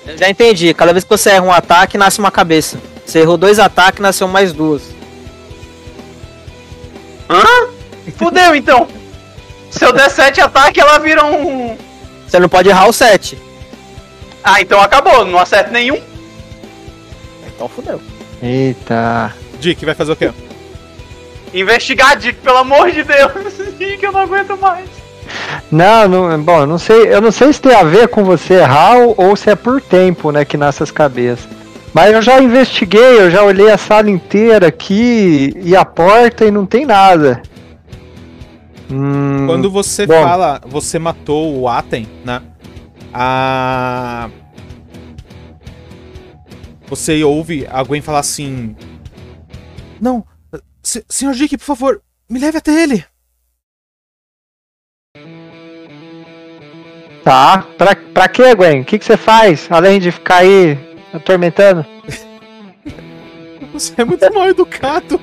S7: Eu já entendi. Cada vez que você erra um ataque, nasce uma cabeça. Você errou dois ataques, nasceu mais duas.
S5: Fudeu então! Se eu der 7 ataque, ela vira um.
S7: Você não pode errar o sete.
S5: Ah, então acabou, não acerta nenhum.
S7: Então fudeu.
S6: Eita.
S4: Dick vai fazer o quê?
S5: Investigar, Dick, pelo amor de Deus! Dick, eu não aguento mais.
S6: Não, não, é, bom, eu não sei, eu não sei se tem a ver com você errar ou, ou se é por tempo, né, que nasce as cabeças. Mas eu já investiguei, eu já olhei a sala inteira aqui e a porta e não tem nada. Hum,
S4: Quando você
S6: Bom.
S4: fala, você matou o Aten, né? A. Você ouve a Gwen falar assim: Não, se- senhor Dick, por favor, me leve até ele.
S6: Tá, pra, pra quê, Gwen? O que, que você faz, além de ficar aí atormentando?
S4: Você é muito mal educado.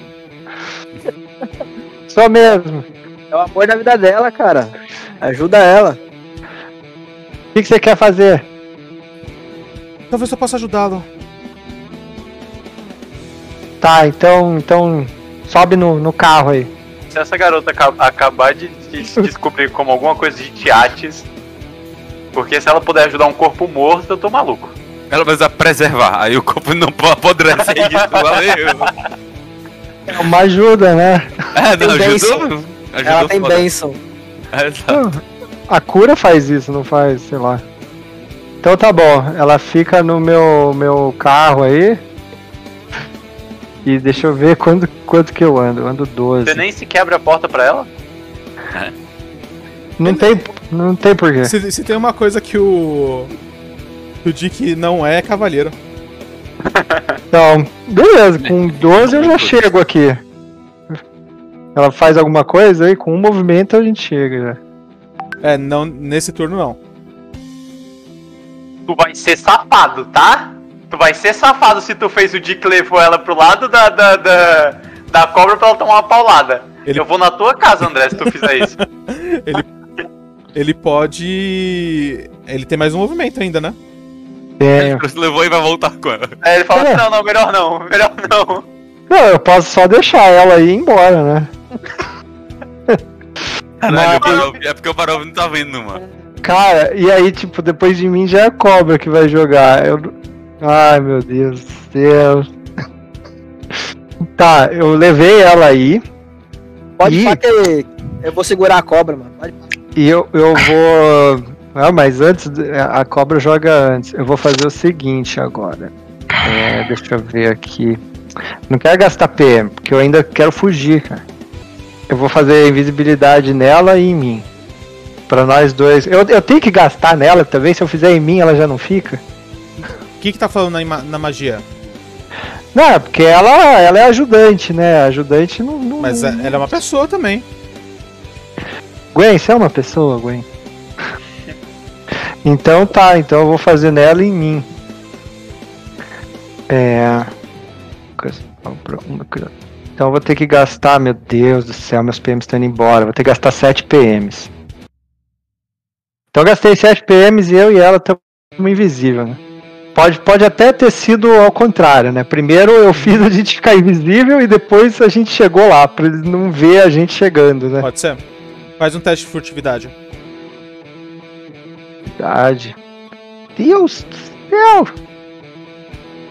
S6: Só mesmo.
S7: É o amor da vida dela, cara. Ajuda ela.
S6: O que, que você quer fazer?
S4: Talvez eu possa ajudá-lo.
S6: Tá, então, então sobe no, no carro aí.
S5: Se essa garota aca- acabar de de- descobrir como alguma coisa de tiates, porque se ela puder ajudar um corpo morto, eu tô maluco.
S3: Ela precisa preservar, aí o corpo não po- apodrece é isso, valeu.
S6: É uma ajuda, né?
S3: É, não,
S7: Tem
S3: ajudou. Ajudou
S7: Ela tem
S3: foda.
S7: bênção.
S3: É, tá.
S6: A cura faz isso, não faz, sei lá. Então tá bom, ela fica no meu, meu carro aí. E deixa eu ver quando, quanto que eu ando. Eu ando 12.
S3: Assim.
S5: Você nem se quebra a porta pra ela?
S6: Não tem, não tem porquê.
S4: Se, se tem uma coisa que o. que o Dick não é, é cavalheiro.
S6: Então, beleza, com 12 eu já chego aqui. Ela faz alguma coisa aí, com um movimento a gente chega já.
S4: É, não, nesse turno não.
S5: Tu vai ser safado, tá? Tu vai ser safado se tu fez o Dick levou ela pro lado da, da, da, da cobra pra ela tomar uma paulada.
S4: Ele-
S5: Eu vou na tua casa, André, se tu fizer isso.
S4: Ele pode. Ele tem mais um movimento ainda, né?
S6: Tenho.
S3: Ele levou e vai voltar com ela.
S5: Aí ele fala,
S6: É.
S5: não, não, melhor não, melhor não.
S6: Não, eu posso só deixar ela aí e ir embora, né?
S3: Caralho,
S6: Mas-
S3: o Barov- é porque o Barov não tá vendo, mano.
S6: Cara, e aí, tipo, depois de mim já é a cobra que vai jogar. Eu... não- Ai, meu Deus do céu. Tá, eu levei ela aí
S7: Pode
S6: Ih.
S7: falar que eu vou segurar a cobra, mano. Pode
S6: e eu, eu vou. Ah, mas antes, a cobra joga antes. Eu vou fazer o seguinte agora. É, deixa eu ver aqui. Não quero gastar PM, porque eu ainda quero fugir, cara. Eu vou fazer invisibilidade nela e em mim. Pra nós dois. Eu, eu tenho que gastar nela também. Se eu fizer em mim, ela já não fica.
S4: O que que tá falando na, ima- na magia?
S6: Não, é porque ela, ela é ajudante, né? Ajudante não. não...
S4: Mas é- ela é uma pessoa também.
S6: Gwen, você é uma pessoa, Gwen. então tá, então eu vou fazer nela e em mim. É. coisa- uma coisa- Então eu vou ter que gastar, meu Deus do céu, meus PMs estão indo embora. Vou ter que gastar 7 PMs. Então eu gastei 7 PMs e eu e ela estamos invisível, né? Pode, pode até ter sido ao contrário, né? Primeiro eu fiz a gente ficar invisível e depois a gente chegou lá, pra eles não ver a gente chegando, né?
S4: Pode ser. Faz um teste de furtividade.
S6: Atividade. Deus do céu!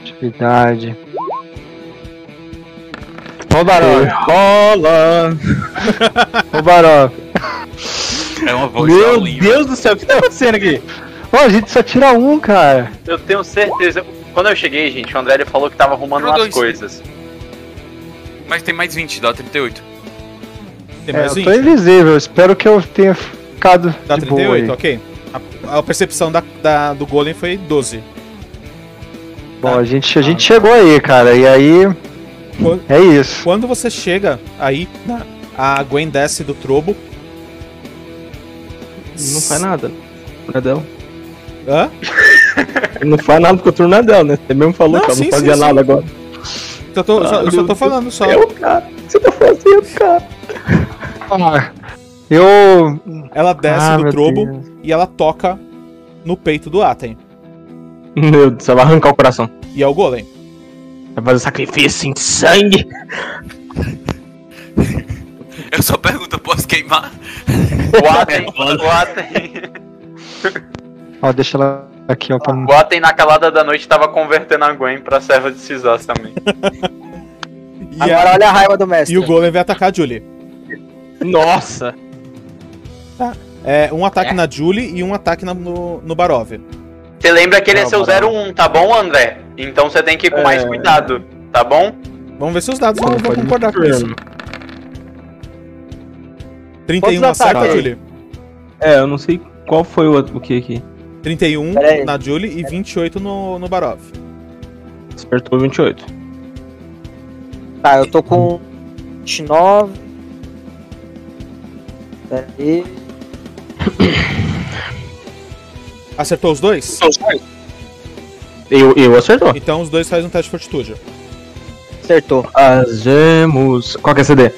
S6: Atividade. Ô Baró,
S1: É. Rola!
S6: ô Baró.
S3: É uma voz
S1: Meu
S3: da Olinda.
S1: Deus do céu, o que tá acontecendo aqui?
S6: Ô, a gente só tira um, cara.
S5: Eu tenho certeza. Quando eu cheguei, gente, o André ele falou que tava arrumando
S3: Rodou
S5: umas
S3: isso.
S5: coisas.
S3: Mas tem mais 20, dá 38.
S4: Tem
S6: É,
S4: mais um Tá 20.
S6: eu tô invisível, espero que eu tenha ficado
S4: Dá
S6: de boa aí.
S4: 38, ok. A, a percepção da, da- do Golem foi 12.
S6: Bom, a gente, a gente chegou aí, cara, e aí...
S4: Quando-
S6: É isso.
S4: Quando você chega aí, na- a Gwen desce do trobo.
S8: Não faz nada. Nadel.
S4: Hã?
S8: Não faz nada porque o turno é dela, né? Você mesmo falou
S4: Não,
S8: que ela
S4: sim,
S8: não fazia
S4: sim,
S8: nada agora.
S4: Só tô, só- eu só tô falando só.
S8: Eu, cara. O que você tá fazendo, cara?
S6: Ah, Eu...
S4: Ela desce
S6: Ah,
S4: do
S6: meu
S4: trobo
S6: Deus.
S4: e ela toca no peito do Aten.
S8: Meu Deus, ela vai arrancar o coração.
S4: E é o Golem.
S8: Vai fazer sacrifício em sangue.
S3: Eu só pergunto, eu posso queimar?
S5: O Atem, o Atem,
S6: Ó, deixa ela aqui, ó, pra...
S5: o Atem na calada da noite tava convertendo a Gwen pra serva de Cisas também.
S4: E, a-
S7: Agora olha a raiva do
S4: e
S7: mestre.
S4: o Golem vai atacar a Julie.
S8: Nossa.
S4: É, um ataque na Julie e um ataque na- no, no Barov.
S5: Você lembra que ele é
S8: Não,
S5: seu
S8: bora.
S5: 01, tá bom, André? Então você tem que ir com
S1: É.
S5: mais cuidado, tá bom?
S4: Vamos ver se os dados vão, vão
S8: Pode
S4: concordar com
S8: ser.
S4: isso. 31
S7: Quantos
S4: acerta a
S7: ataques?
S4: Julie.
S8: É, eu não sei qual foi o, outro- o que aqui.
S4: 31
S7: Pera aí.
S4: na Julie e 28 no, no Barov.
S8: Acertou 28.
S7: Tá, eu tô com 29. Pera aí.
S4: Acertou os dois?
S8: Eu, eu acertou.
S4: Então os dois fazem um teste de fortitude.
S7: Acertou.
S8: Fazemos. Qual que é a CD?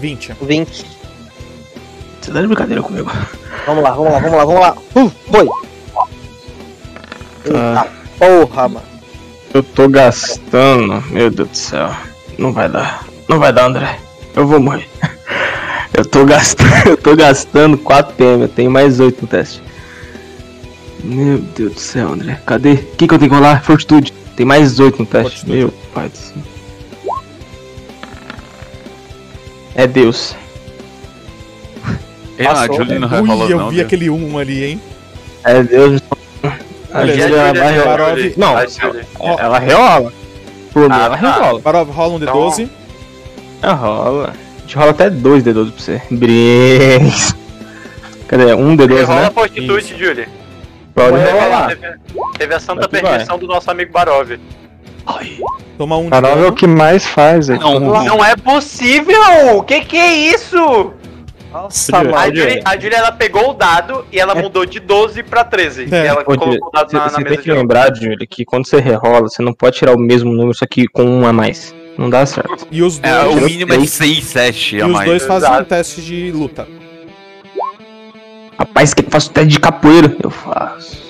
S4: 20.
S7: 20.
S8: Você tá de brincadeira comigo.
S7: Vamos lá, vamos lá, vamos lá, vamos lá. Uh, foi.
S8: Tá.
S7: Eita porra, mano.
S8: Eu tô gastando. Meu Deus do céu. Não vai dar. Não vai dar, André. Eu vou morrer.
S1: Eu tô gastando, eu tô gastando 4 PM, eu tenho mais 8 no teste. Meu Deus do céu, André. Cadê? O que, que eu tenho que rolar? Fortitude. Tem mais 8 no teste.
S4: Fortitude.
S1: Meu pai do céu. É Deus.
S3: Ei, Ah, a Julie não vai
S4: Ui,
S3: rolando,
S4: eu
S3: não.
S4: vi
S3: viu?
S4: aquele um ali, hein?
S1: É Deus. A
S4: Beleza,
S1: Júlia
S4: Júlia,
S1: vai rolar.
S4: Barov-
S1: é Não,
S5: A Júlia.
S1: Ela reola. Por mim,
S5: Ah,
S1: ela
S5: tá.
S1: reola.
S4: Barov, rola um de
S5: Então-
S4: 12.
S1: Ela rola. tá. A gente rola até 2 D12 pra você. Bris. Cadê? 1 um D12,
S5: Rola a
S1: né?
S5: fortitude, Julie.
S1: Pode
S5: Teve-
S1: rolar.
S5: Teve, teve a santa
S1: Vai que vai.
S5: perdição do nosso amigo Barov.
S4: Toma um de
S6: Carol é o
S4: dano.
S6: que mais faz. Aí.
S3: Não,
S5: Não, é possível! O que que é isso?
S7: Nossa,
S5: A
S7: mano.
S5: Julie, a Julie, ela pegou o dado e
S1: É.
S5: ela mudou de 12 pra 13.
S4: É.
S5: E ela
S1: Ô, Júlia,
S5: colocou o dado
S1: Você
S5: na, na
S1: você tem
S5: mesa
S1: que
S5: de jogo.
S1: lembrar, Júlia, que quando você rerola, você não pode tirar o mesmo número, só que com um a mais. Não dá certo.
S4: E os dois,
S3: É, o
S1: Tirou
S3: mínimo é
S1: três.
S3: 6, 7
S4: e
S3: a
S4: os dois
S3: mais.
S4: fazem um
S5: Exato.
S4: teste de luta.
S1: Rapaz, que eu faço teste de capoeira. Eu faço.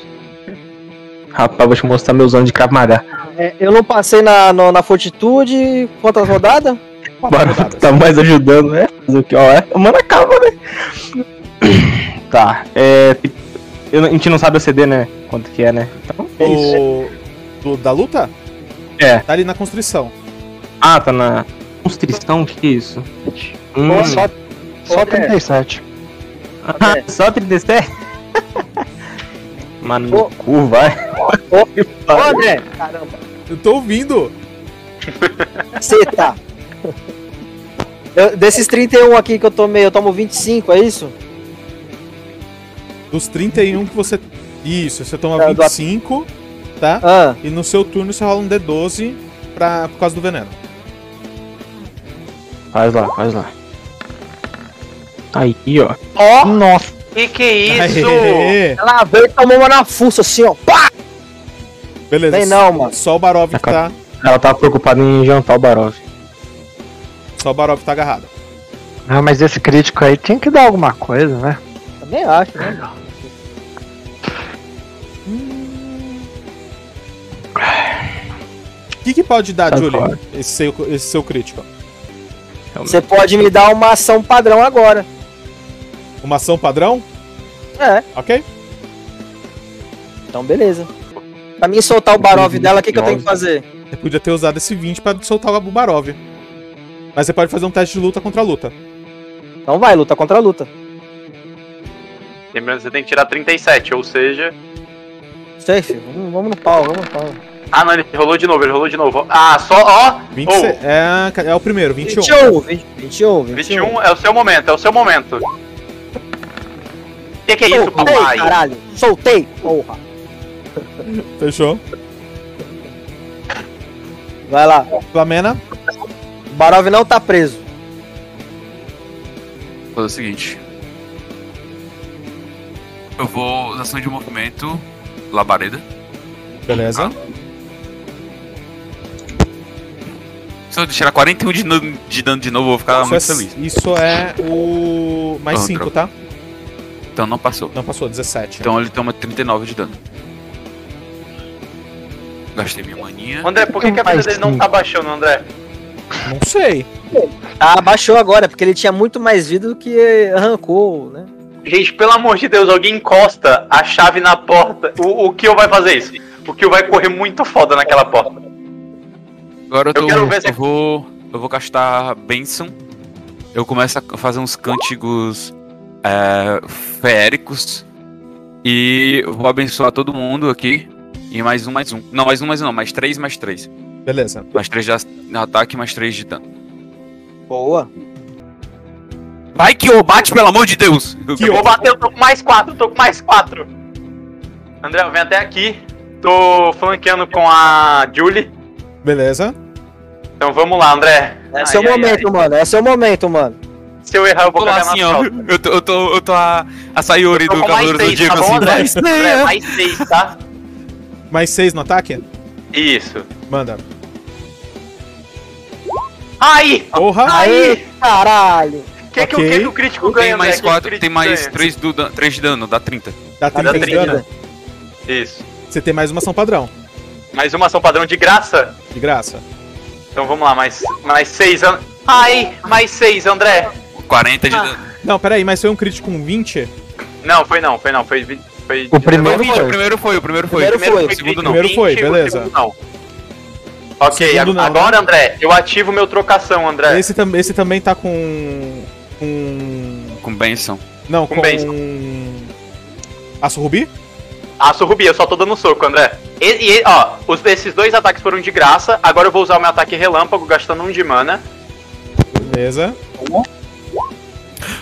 S1: Rapaz, vou te mostrar meus anos de Krav Maga.
S7: É, eu não passei na, no- na fortitude. Quantas rodadas?
S1: Bora,
S4: rodadas.
S5: assim.
S1: tá mais ajudando, né? Fazer o que, ó, é. Mano, acaba, né? Tá, é. eu não- a gente não sabe a CD, né? Quanto que é, né? Então, é isso.
S4: O, do- da luta?
S1: É.
S4: Tá ali na constrição.
S1: Ah, tá na. Constrição? O que, que é isso? Hum,
S6: Pô, só, só 37.
S1: ah, só 37? Mano, no
S7: Ô.
S1: cu, vai.
S7: Ô, André, caramba,
S4: Eu tô ouvindo.
S7: você tá. Eu- desses 31 aqui que eu tomei, eu tomo 25, é isso?
S4: Dos 31 que você. Isso, você toma
S7: É, do-
S4: 25, tá?
S7: Ah,
S4: E no seu turno você rola um D12 pra, por causa do veneno.
S1: Faz lá, faz lá. Aí, ó.
S7: ó,
S6: Nossa,
S5: Que que é isso?
S7: ela veio e tomou uma na fuça assim, ó. Pá!
S4: Beleza.
S7: Vem não, mano.
S4: Só o Barov que tá.
S1: Ela tava preocupada em jantar o Barov.
S4: Só o Barov que tá agarrado.
S6: ah, mas esse crítico aí tinha que dar alguma coisa, né?
S7: Eu nem acho, né? mano?
S4: O que, que pode dar,
S1: Tá
S4: Julie?
S1: claro.
S4: Esse seu, esse seu crítico.
S7: Você pode me dar uma ação padrão agora.
S4: Uma ação padrão?
S7: É,
S4: Ok?
S7: então beleza. Pra mim soltar o Barov dela, o que, que eu tenho que fazer?
S4: Você podia ter usado esse 20 pra soltar o Barov. Mas você pode fazer um teste de luta contra a luta.
S7: Então vai, luta contra a luta.
S5: Lembrando, que você tem que tirar 37, ou seja...
S7: Sei, filho. Vamos, vamos no pau, vamos no pau.
S5: Ah, não, ele rolou de novo, ele rolou de novo. Ah, só, ó,
S4: 20
S5: Oh.
S4: é, é o primeiro, 21.
S7: 21, 21, 21.
S5: 21 é o seu momento, é o seu momento. Que que é isso,
S7: Soltei,
S5: papai?
S7: caralho. Soltei, porra.
S4: Fechou.
S7: Vai lá.
S4: Flamena,
S7: Barov não tá preso.
S3: Vou fazer o seguinte. Eu vou usar ação de movimento, labareda.
S4: beleza.
S3: Se eu tirar 41 de, no- de dano de novo, eu vou ficar muito
S4: isso, é,
S3: feliz.
S4: isso é o. Mais
S3: Ah,
S4: 5, tá?
S3: droga. Então não passou.
S4: Não passou, 17.
S3: Então ele toma 39 de dano. Gastei minha maninha.
S5: André, por que, que a vida
S6: Mais
S5: dele não
S6: cinco.
S5: tá baixando, André?
S4: Não sei.
S7: Ah, baixou agora, porque ele tinha muito mais vida do que arrancou, né?
S5: Gente, pelo amor de Deus, alguém encosta a chave na porta. O, o Kyo vai fazer isso. O Kyo vai correr muito foda naquela porta.
S3: Agora eu tô.
S5: Eu
S3: Eu,
S5: quero ver se-
S3: vou. Eu vou gastar Benson. Eu começo a fazer uns cânticos é, feéricos. E vou abençoar todo mundo aqui. E mais um, mais um. Não, mais um, mais um, não. Mais três, mais três.
S4: Beleza.
S3: Mais três de a- ataque, mais três de dano.
S7: Boa.
S3: Vai que eu bate, pelo amor de Deus!
S5: Eu vou bater, eu tô com mais quatro, eu tô com mais quatro. André, vem até aqui. Tô flanqueando com a Julie.
S4: Beleza.
S5: Então vamos lá, André.
S7: Esse
S5: Ai,
S7: é o
S5: ai,
S7: momento, mano. Esse é o momento, mano.
S5: ai. Se eu errar, eu
S3: Eu
S5: vou
S3: tô lá
S5: cagar na
S3: assim, ó.
S5: fralda.
S3: Eu tô, eu tô, eu tô a, a Sayori
S5: Tô
S3: do
S5: com mais
S3: Cavaleiro do
S5: seis,
S3: Diego
S5: tá bom,
S3: assim.
S5: André?
S3: vai,
S5: André, mais seis, tá?
S4: Mais 6 no ataque?
S5: Isso.
S4: Manda.
S5: Aí!
S4: Porra!
S7: Aí, caralho.
S5: O que, que, o-
S4: Ok.
S5: que que o crítico
S3: Tem
S5: ganha, André?
S3: mais
S5: Que que o
S3: quatro,
S5: crítico
S3: tem mais
S5: ganha?
S3: três, do, dan- três de dano, dá 30.
S4: Dá 30 de
S5: trinta.
S4: dano.
S5: Isso.
S4: Você tem mais uma ação padrão.
S5: Mais uma ação padrão de graça.
S4: De graça.
S5: Então vamos lá, mais, mais seis. An... Ai, mais seis, André.
S3: 40 de dano.
S4: Não, peraí, mas foi um crítico com 20?
S5: Não, foi não, foi não, foi. vi- foi
S6: O
S3: Foi
S6: primeiro
S3: 20, o
S6: foi.
S3: primeiro foi, o primeiro foi.
S7: Primeiro foi,
S3: o segundo não.
S4: primeiro foi,
S5: o
S4: beleza.
S5: segundo não. Ok,
S4: segundo
S5: ag-
S4: não, né?
S5: agora, André, eu ativo meu trocação, André.
S4: Esse, tam- esse também tá com. Com.
S3: Com benção.
S4: Não,
S5: Com
S4: com. um
S5: bênção.
S4: Aço Rubi?
S5: Aço Rubi, eu só tô dando soco, André. E, e- ó, os- esses dois ataques foram de graça, agora eu vou usar o meu ataque relâmpago, gastando um de mana.
S4: Beleza.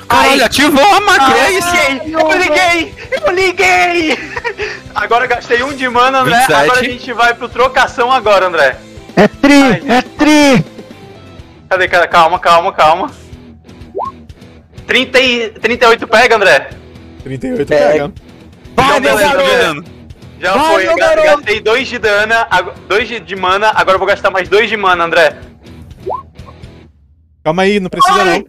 S3: Caralho, ativou a é
S5: Ah,
S3: magreza!
S5: eu liguei! Eu liguei! Agora eu gastei um de mana, André.
S3: 27.
S5: Agora a gente vai pro trocação agora, André.
S6: É tri,
S5: Ai.
S6: é tri.
S5: Cadê, cara? Calma, calma, calma. 30 e... 38 pega, André.
S4: 38 pega.
S5: Vai,
S3: meu garoto.
S5: Já
S7: Vai,
S5: foi,
S7: meu
S5: ga-
S7: garoto.
S5: gastei 2 de dana, 2 de, de mana, agora eu vou gastar mais 2 de mana, André.
S4: Calma aí, não precisa não.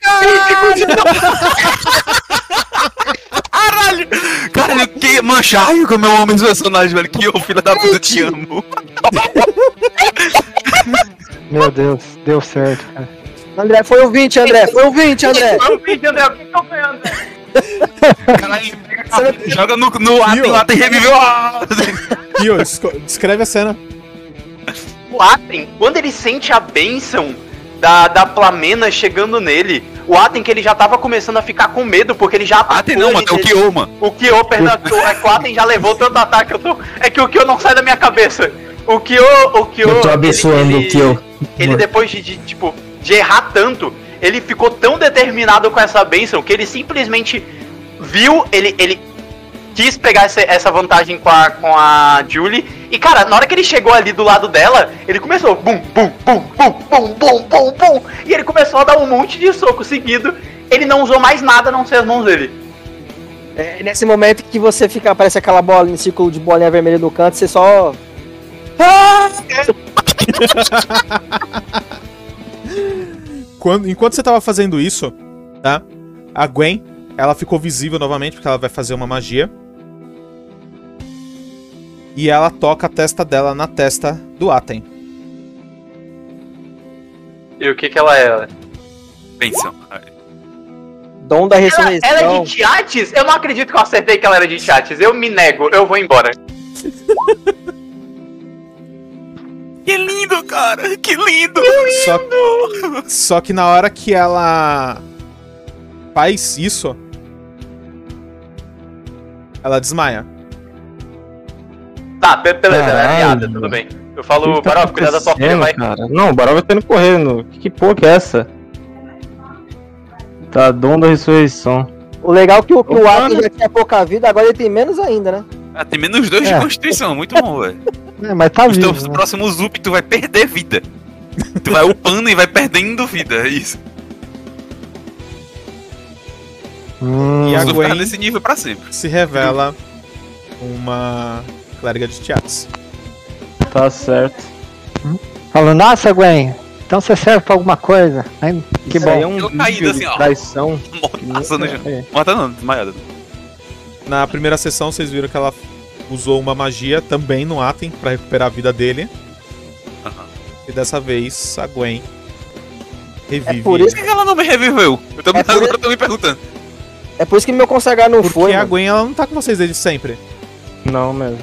S3: Caralho! Caralho, que manchaio com o meu homem dos personagens, velho. Que eu, filho da puta, te amo.
S6: Meu Deus, deu certo, cara.
S7: André, foi o 20, André. Foi o 20,
S6: É.
S7: André.
S5: Eu fiz, um André, por que que eu fui, André?
S3: Caralho, pega a cabeça, joga no, no ato e
S4: Viu?
S3: o ato reviveu. Ah!
S4: Kio, desco- descreve a cena.
S5: O Aten, quando ele sente a bênção da, da Plamena chegando nele, o Aten que ele já tava começando a ficar com medo, porque ele já
S3: Ah, tem não, mano, é o
S5: ele-
S3: Kyo, mano.
S5: O Kyo, perdão, é que o Aten já levou tanto ataque, eu tô... é que o Kyo não sai da minha cabeça. O Kyo, o Kyo...
S2: Eu tô
S5: ele-
S2: abençoando
S5: ele-
S2: o Kyo.
S5: Ele depois de, de, tipo, de errar tanto, ele ficou tão determinado com essa bênção que ele simplesmente viu, ele, ele quis pegar essa, essa vantagem com a, com a Julie. E, cara, na hora que ele chegou ali do lado dela, ele começou bum, bum, bum, bum, bum, bum, bum, bum. E ele começou a dar um monte de soco seguido. Ele não usou mais nada a não ser as mãos dele.
S7: É nesse momento que você fica, parece aquela bola, um círculo de bolinha vermelha no canto, você só.
S4: Quando- enquanto você tava fazendo isso, tá? A Gwen, ela ficou visível novamente, porque ela vai fazer uma magia. E ela toca a testa dela na testa do Aten.
S5: E o que que ela é?
S3: Benção.
S7: Dom um da
S5: Ela,
S7: ressurreição.
S5: ela é de Tiates? Eu não acredito que eu acertei que ela era de Tiates. Eu me nego, eu vou embora.
S3: Que lindo, cara. Que lindo.
S4: Só, só que na hora que ela faz isso, ela desmaia.
S5: Tá, be- beleza, é
S8: Caralho.
S5: piada, tudo bem. Eu falo,
S8: que tá
S5: Baró, cuidado da sua filha,
S8: acontecendo,
S5: vai.
S8: cara? Não, o Barão
S1: tá
S8: vai tendo correndo. Que, que porra que é essa? Tá, dom da ressurreição.
S7: O legal é que o, que o Atos já tinha pouca vida, agora ele tem menos ainda, né?
S3: Ah, tem menos dois de
S6: É.
S3: constituição. Muito bom, velho.
S6: É, mas tá
S3: Os
S6: vivo,
S3: teus
S6: né?
S3: próximos up, tu vai perder vida. Tu vai upando e vai perdendo vida. É isso.
S6: Hum.
S4: E a
S6: Tá
S3: Tu vai ficar
S4: Gwen
S3: nesse nível pra sempre.
S4: se revela uma clériga de Tiatis.
S8: Tá certo.
S6: Falou, nossa, Gwen, então você serve pra alguma coisa. Aí, que
S8: Isso
S6: bom.
S8: aí é um
S3: Eu caído
S8: nível
S3: assim,
S8: de
S3: ó. né,
S8: Traição.
S3: Mortaça no chão.
S8: É.
S3: Morta não, desmaiada.
S4: Na primeira sessão, vocês viram que ela usou uma magia também no Aten pra recuperar a vida dele.
S3: Aham.
S4: E dessa vez a Gwen revive.
S7: É por
S3: Por que que ela não me reviveu? Eu tô, me-
S7: É por-
S3: agora eu tô me perguntando.
S7: É por isso que meu consagrar não
S4: Porque
S7: foi.
S4: a
S7: mano.
S4: Gwen ela não tá com vocês desde sempre.
S1: É,
S8: Não, mesmo.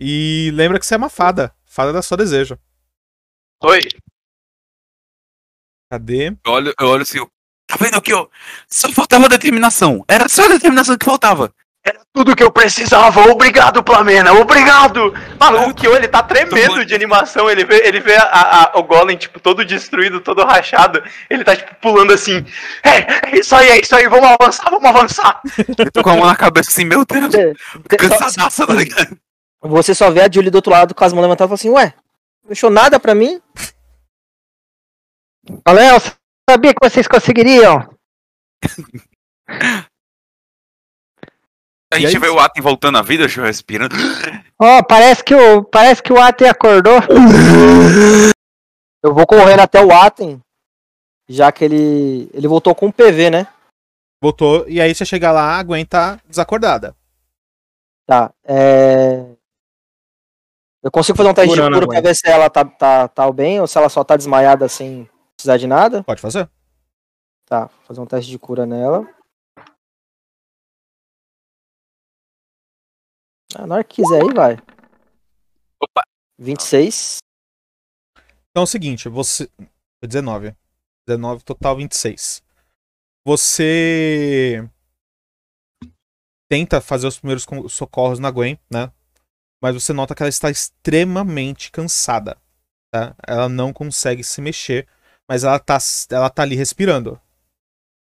S4: E lembra que você é uma fada. Fada da só desejo.
S5: Oi.
S4: Cadê?
S3: Eu olho, eu olho assim, eu- tá vendo que eu... Só faltava determinação. Era só a determinação que faltava.
S5: Tudo que eu precisava, obrigado, Plamena, obrigado! Mano, o Kyo, ele tá
S3: Tô
S5: tremendo
S3: muito-
S5: de animação, ele vê, ele vê a- a- o Golem, tipo, todo destruído, todo rachado, ele tá, tipo, pulando assim, é, é isso aí, é isso aí, vamos avançar, vamos avançar!
S3: Eu tô com a mão na cabeça assim, meu
S1: É,
S3: Deus,
S7: Você- só-
S3: cansadaça, tá ligado?
S7: Você só vê a Julie do outro lado com as mãos levantadas e fala assim: Ué, não deixou nada pra mim?
S6: Falou, eu sabia que vocês conseguiriam.
S3: A
S4: E
S3: gente
S4: aí?
S3: vê o Atem voltando à vida, eu respirando.
S6: Ó, parece que o parece que o Atem acordou.
S7: Eu vou correndo até o Atem, já que ele. Ele voltou com um PV, né?
S4: Botou. E aí você chega lá, a Gwen tá desacordada.
S7: Tá. É. Eu consigo fazer um teste
S1: Curando
S7: de cura pra
S1: agora.
S7: ver se ela tá, tá, tá bem ou se ela só tá desmaiada sem precisar de nada.
S4: Pode fazer.
S7: Tá, vou fazer um teste de cura nela. Ah, na hora que quiser aí, vai.
S3: Opa.
S7: 26.
S4: Então é o seguinte, você. 19. 19, total 26. Você. Tenta fazer os primeiros con- socorros na Gwen, né? Mas você nota que ela está extremamente cansada. Tá? Ela não consegue se mexer, mas ela tá, ela tá ali respirando.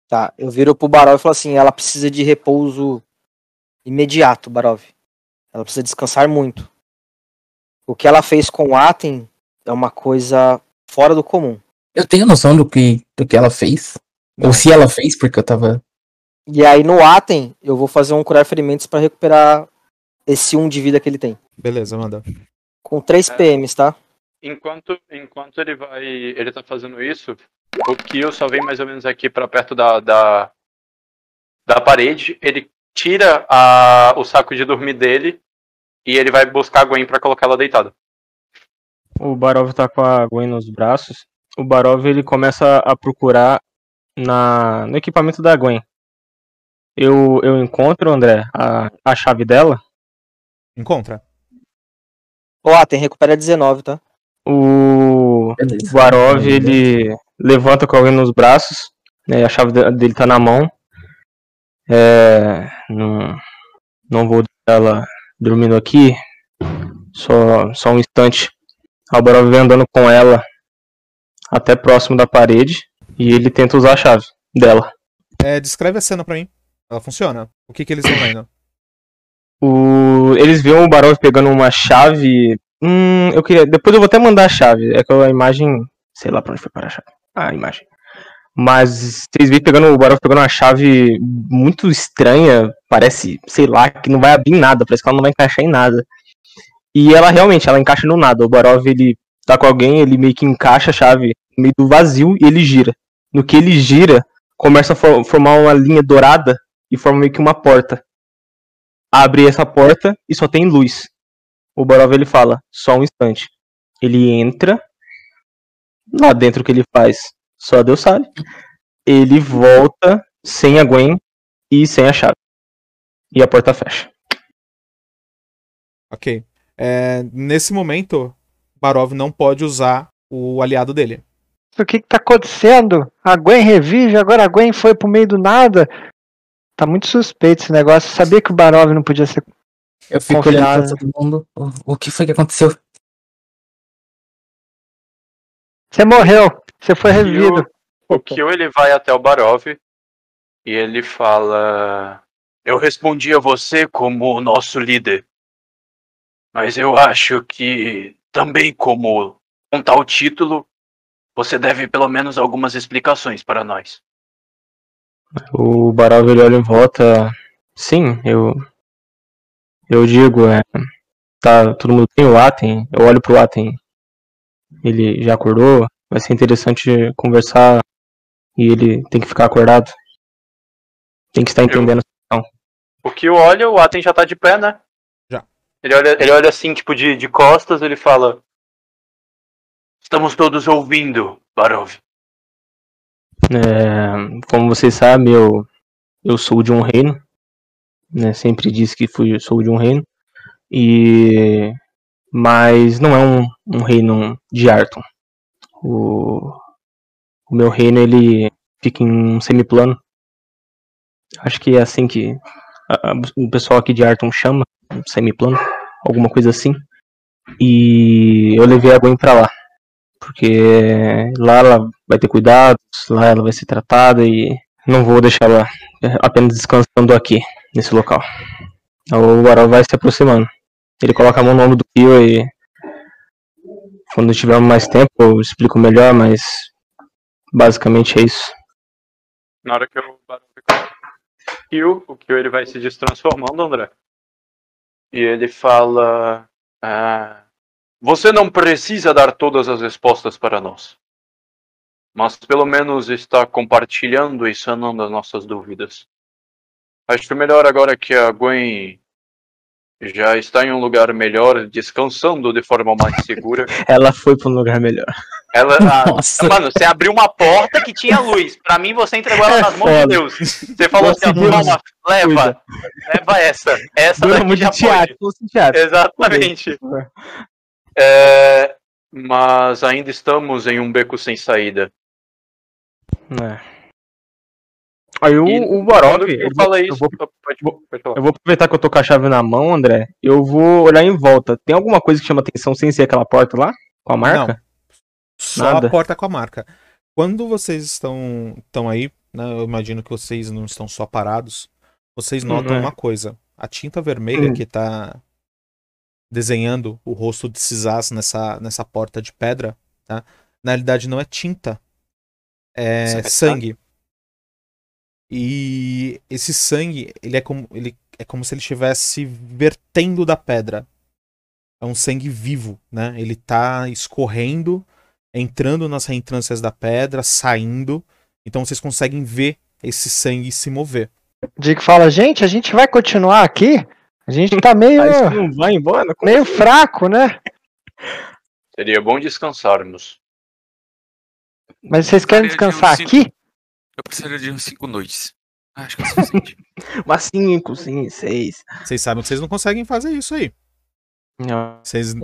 S7: Tá, eu viro pro Barov e falo assim, ela precisa de repouso imediato, Barov. Ela precisa descansar muito. O que ela fez com o Aten é uma coisa fora do comum.
S2: Eu tenho noção do que, do que ela fez. Ou se ela fez, porque eu tava.
S7: E aí no Aten, eu vou fazer um curar ferimentos pra recuperar esse 1 de vida que ele tem.
S4: Beleza, manda.
S7: Com 3
S5: É.
S7: PMs, tá?
S5: Enquanto, enquanto ele vai. ele tá fazendo isso, o Kyo só vem mais ou menos aqui pra perto da. da, da parede. Ele tira a, o saco de dormir dele e ele vai buscar a Gwen pra colocar ela deitada.
S1: O Barov tá com a Gwen nos braços. O Barov ele começa a procurar na no equipamento da Gwen. Eu, eu encontro, André, a, a chave dela.
S4: Encontra.
S7: O Aten, recupera 19, tá?
S1: O
S2: Beleza.
S1: Barov
S2: Uhum.
S1: ele levanta com a Gwen nos braços. né, a chave de- dele tá na mão. É, não, não vou deixar ela dormindo aqui. Só, só um instante. O Barov vem andando com ela até próximo da parede. E ele tenta usar a chave dela.
S4: É, descreve a cena pra mim. Ela funciona. O que, que eles estão vendo?
S1: O... Eles viram o Barov pegando uma chave. Hum, eu queria. Depois eu vou até mandar a chave. É que a imagem. Sei lá pra onde foi parar a chave. Ah, A imagem. Mas vocês viram pegando o Barov pegando uma chave muito estranha. Parece, sei lá, que não vai abrir em nada. Parece que ela não vai encaixar em nada. E ela realmente, ela encaixa no nada. O Barov, ele tá com alguém, ele meio que encaixa a chave no meio do vazio e ele gira. No que ele gira, começa a for- formar uma linha dourada e forma meio que uma porta abre essa porta e só tem luz. O Borov ele fala, só um instante. Ele entra. Lá dentro o que ele faz, só Deus sabe. Ele volta sem a Gwen e sem a chave. E a porta fecha.
S4: Ok. É, nesse momento, Barov não pode usar o aliado dele.
S6: O que que tá acontecendo? A Gwen revive, agora a Gwen foi pro meio do nada. Tá muito suspeito esse negócio. Eu sabia que o Barov não podia ser.
S2: Eu fico
S6: Confiado.
S2: olhando pra todo mundo. O, o que foi que aconteceu?
S6: Você morreu, você foi revivido.
S5: O Kyo ele vai até o Barov e ele fala: Eu respondi a você como o nosso líder, mas eu acho que também como um tal título, você deve pelo menos algumas explicações para nós.
S1: O Barov ele olha em volta. Sim, eu. Eu digo, é. Tá, todo mundo tem o Aten. Eu olho pro Aten. Ele já acordou. Vai ser interessante conversar. E ele tem que ficar acordado. Tem que estar entendendo.
S5: O Kyo olha, o Aten já tá de pé, né?
S4: Já.
S5: Ele olha, ele olha assim, tipo de, de costas, ele fala: Estamos todos ouvindo, Barov.
S1: É, como vocês sabem, eu, eu sou de um reino. Né, sempre disse que fui, sou de um reino. E. Mas não é um, um reino de Arton. O, o meu reino ele fica em um semiplano. Acho que é assim que a- a- o pessoal aqui de Arton chama, um semiplano, alguma coisa assim. E eu levei a Gwen pra lá. Porque lá ela vai ter cuidados, lá ela vai ser tratada e não vou deixar ela é, apenas descansando aqui, nesse local. Então, O Barol vai se aproximando. Ele coloca a mão no ombro do Kyo e. Quando tiver mais tempo eu explico melhor, mas. Basicamente é isso.
S5: Na hora que eu bato o Kyo, o Kyo ele vai se destransformando, André. E ele fala: "Ah, Você não precisa dar todas as respostas para nós. Mas pelo menos está compartilhando e sanando as nossas dúvidas. Acho melhor agora que a é Gwen Já está em um lugar melhor, descansando de forma mais segura.
S1: Ela foi pra um lugar melhor.
S5: Ela. ah, a-
S2: Nossa.
S5: Mano, você abriu uma porta que tinha luz. Pra mim, você entregou ela nas mãos de
S1: Foda.
S5: Deus. Você falou assim:
S1: Nossa,
S5: ó,
S1: Deus.
S5: toma, leva.
S1: Cuida.
S5: Leva essa. Essa
S1: Dura
S5: daqui
S1: muito
S5: já
S1: de
S5: pode.
S1: teatro, fosse teatro.
S5: Exatamente.
S1: Fudeu.
S5: É, mas ainda estamos em um beco sem saída.
S1: É. Aí
S5: E
S1: o, o Barov,
S5: Quando
S1: eu
S5: eu
S1: vou-
S5: falei
S1: eu
S5: isso,
S1: vou-
S5: pode, pode falar.
S1: Eu vou aproveitar que eu tô com a chave na mão, André. Eu vou olhar em volta. Tem alguma coisa que chama atenção sem ser aquela porta lá? Com a marca?
S4: Só
S1: Nada.
S4: a porta com a marca. Quando vocês estão, estão aí, né, eu imagino que vocês não estão só parados, vocês notam
S1: é.
S4: uma coisa. A tinta vermelha
S1: Hum.
S4: que tá desenhando o rosto de Cisas nessa, nessa porta de pedra, tá? Na realidade não é tinta, é sangue. E esse sangue, ele é como, ele é como se ele estivesse vertendo da pedra. É um sangue vivo, né? Ele tá escorrendo entrando nas reentrâncias da pedra, saindo. Então vocês conseguem ver esse sangue se mover.
S6: Dick fala, gente, a gente vai continuar aqui? A gente tá meio,
S1: Ah, isso não vai embora? Como-
S6: meio fraco, né?
S5: Seria bom descansarmos.
S6: Mas vocês querem
S3: Precisaria de
S6: descansar
S3: uns cinco-
S6: aqui?
S3: Eu precisaria de uns cinco noites. Acho que é o suficiente.
S1: Umas 5, sim, 6.
S4: Vocês sabem que vocês não conseguem fazer isso aí. Vocês-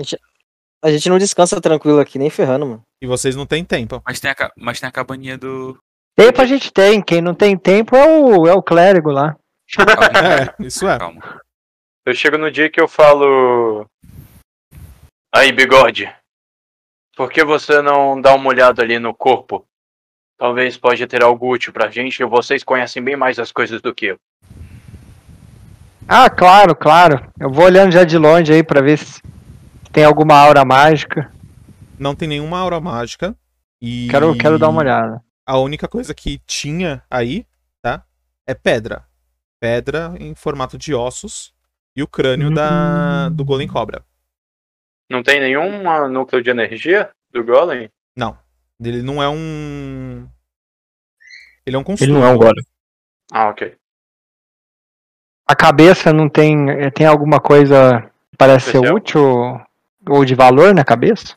S7: A gente não descansa tranquilo aqui, nem ferrando, mano.
S4: E vocês não têm tempo.
S3: mas, tem a, ca- mas tem a cabaninha do.
S6: Tempo a gente tem, quem não tem tempo é o, é o clérigo lá.
S4: É, isso é.
S3: Calma.
S5: Eu chego no dia que eu falo. Aí, bigode. Por que você não dá uma olhada ali no corpo? Talvez pode ter algo útil pra gente e vocês conhecem bem mais as coisas do que eu.
S6: Ah, claro, claro. Eu vou olhando já de longe aí pra ver se tem alguma aura mágica.
S4: Não tem nenhuma aura mágica. E
S6: Quero, quero dar uma olhada.
S4: A única coisa que tinha aí, tá? É pedra. Pedra em formato de ossos e o crânio da do Golem Cobra.
S5: Não tem nenhum ah, núcleo de energia do Golem?
S4: Ele não é um. Ele é um
S1: Ele
S4: construto.
S1: não é um golem.
S5: Ah, ok.
S6: A cabeça não tem. eh, Tem alguma coisa que parece ser
S5: Especial?
S6: útil ou de valor na cabeça?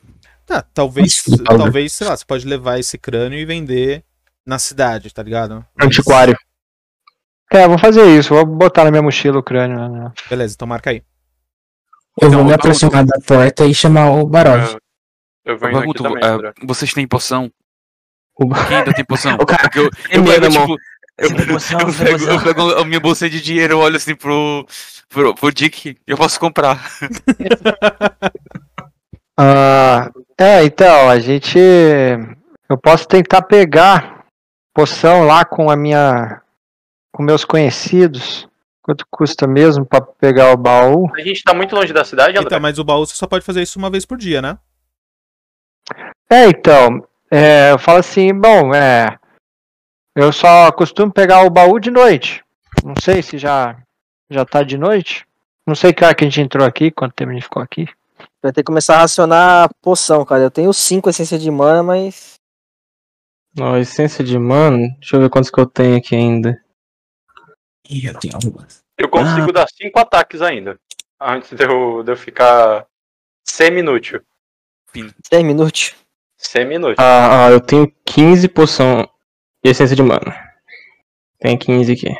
S4: Ah, talvez,
S2: Sim, talvez.
S4: talvez, sei lá, você pode levar esse crânio e vender na cidade, tá ligado?
S1: Antiquário.
S6: É, eu vou fazer isso, vou botar na minha mochila o crânio. né, né?
S4: Beleza, então marca aí.
S2: Eu
S3: Então,
S2: vou me
S3: eu-
S2: aproximar da porta e chamar o Barov.
S5: Eu, eu venho aqui
S3: Pergunto,
S5: também,
S3: ah,
S5: André.
S3: vocês têm poção?
S1: O Ba-
S3: Quem ainda tem poção?
S1: O cara-
S3: Porque eu,
S1: Tem
S3: eu
S1: medo,
S3: pego,
S1: irmão.
S3: tipo, eu,
S1: Tem poção,
S3: eu
S1: tem
S3: pego, eu
S1: poção.
S3: pego a minha bolsa de dinheiro, eu olho assim pro, pro, pro Dick, eu posso comprar.
S6: Ah, é, então, a gente. Eu posso tentar pegar poção lá com a minha. com meus conhecidos. Quanto custa mesmo pra pegar o baú?
S5: A gente tá muito longe da cidade, André?
S4: Então, mas o baú você só pode fazer isso uma vez por dia, né?
S6: É, então, é, eu falo assim, bom, é, eu só costumo pegar o baú de noite. Não sei se já já tá de noite. Não sei que hora que a gente entrou aqui, quanto tempo a gente ficou aqui.
S7: Vai ter que começar a racionar a poção, cara. Eu tenho 5 essência de mana, mas.
S1: Ó, essência de mano. Deixa eu ver quantos que eu tenho aqui ainda.
S2: Ih, eu tenho algumas.
S5: Eu consigo dar cinco ataques ainda. Antes de eu, de eu ficar semi-inútil.
S7: Três minutos.
S5: Semi-inútil.
S1: Ah, ah, eu tenho 15 poção de essência de mano. Tem 15 aqui.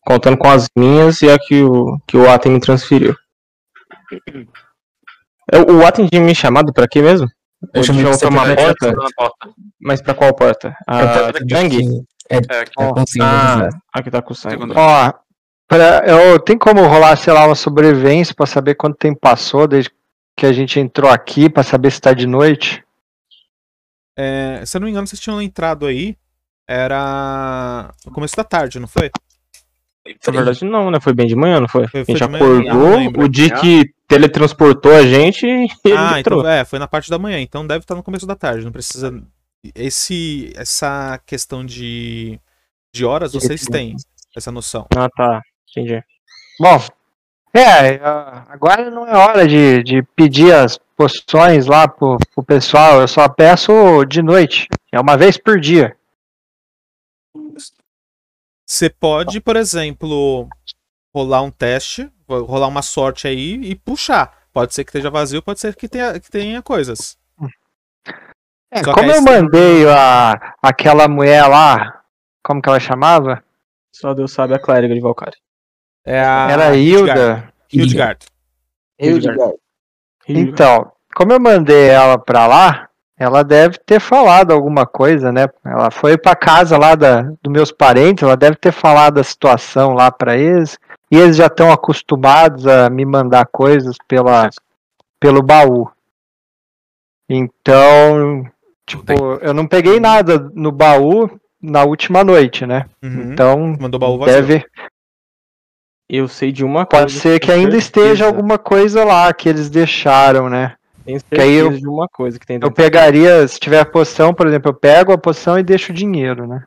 S1: Contando com as minhas e a que o, que o Atem me transferiu. É, O Atem tinha me chamado pra quê mesmo?
S2: Eu
S1: Ou
S2: chamei
S1: tinha
S2: você
S1: uma
S2: pra-
S1: porta?
S5: Na porta.
S1: Mas pra qual porta?
S4: Ah,
S1: A
S2: pra-
S1: Gang?
S5: É, aqui.
S2: Eu consigo,
S1: Ah,
S2: exato.
S1: a que tá com sangue.
S3: Segundo-
S6: Ó, pra, eu, tem como rolar, sei lá, uma sobrevivência pra saber quanto tempo passou desde que a gente entrou aqui, pra saber se tá de noite?
S4: É, se eu não me engano, vocês tinham entrado aí. Era. No começo da tarde, não foi?
S1: Na
S5: tá
S1: verdade, não, né? Foi bem de manhã, não foi?
S4: Foi-
S1: a
S4: foi
S1: gente
S4: de manhã, eu não lembro.
S1: acordou, o Dick teletransportou a gente e ele
S4: ah,
S1: entrou.
S4: então, é, foi na parte da manhã, então deve estar no começo da tarde, não precisa. Esse, essa questão de, de horas vocês têm essa noção.
S1: Ah, tá. Entendi.
S6: Bom, é, a- agora não é hora de, de pedir as poções lá pro, pro pessoal, eu só peço de noite, é uma vez por dia.
S4: Você pode, por exemplo, rolar um teste, vou rolar uma sorte aí e puxar. Pode ser que esteja vazio, pode ser que tenha, que tenha coisas.
S6: É,
S4: Só que
S6: como
S4: aí
S6: eu
S4: você-
S6: mandei a, aquela mulher lá, como que ela chamava?
S1: Só Deus sabe a clériga de Valkyrie.
S4: É
S1: Ah,
S4: a
S6: Era a Hilda.
S4: Hildgard.
S1: É
S7: Eu de
S6: Então, como eu mandei ela pra lá, ela deve ter falado alguma coisa, né? Ela foi pra casa lá da, dos meus parentes, ela deve ter falado a situação lá pra eles. E eles já estão acostumados a me mandar coisas pela, pelo baú. Então, tipo, eu não peguei nada no baú na última noite, né?
S4: Uhum.
S6: Então,
S4: Mandou baú vazio.
S6: deve,
S1: Eu sei de uma coisa.
S6: pode ser que ainda esteja alguma coisa lá que eles deixaram, né?
S1: Tenho
S6: que aí
S1: certeza
S6: eu-
S1: de uma coisa que tem
S6: Eu
S1: dentro.
S6: pegaria, se tiver poção, por exemplo, eu pego a poção e deixo o dinheiro, né?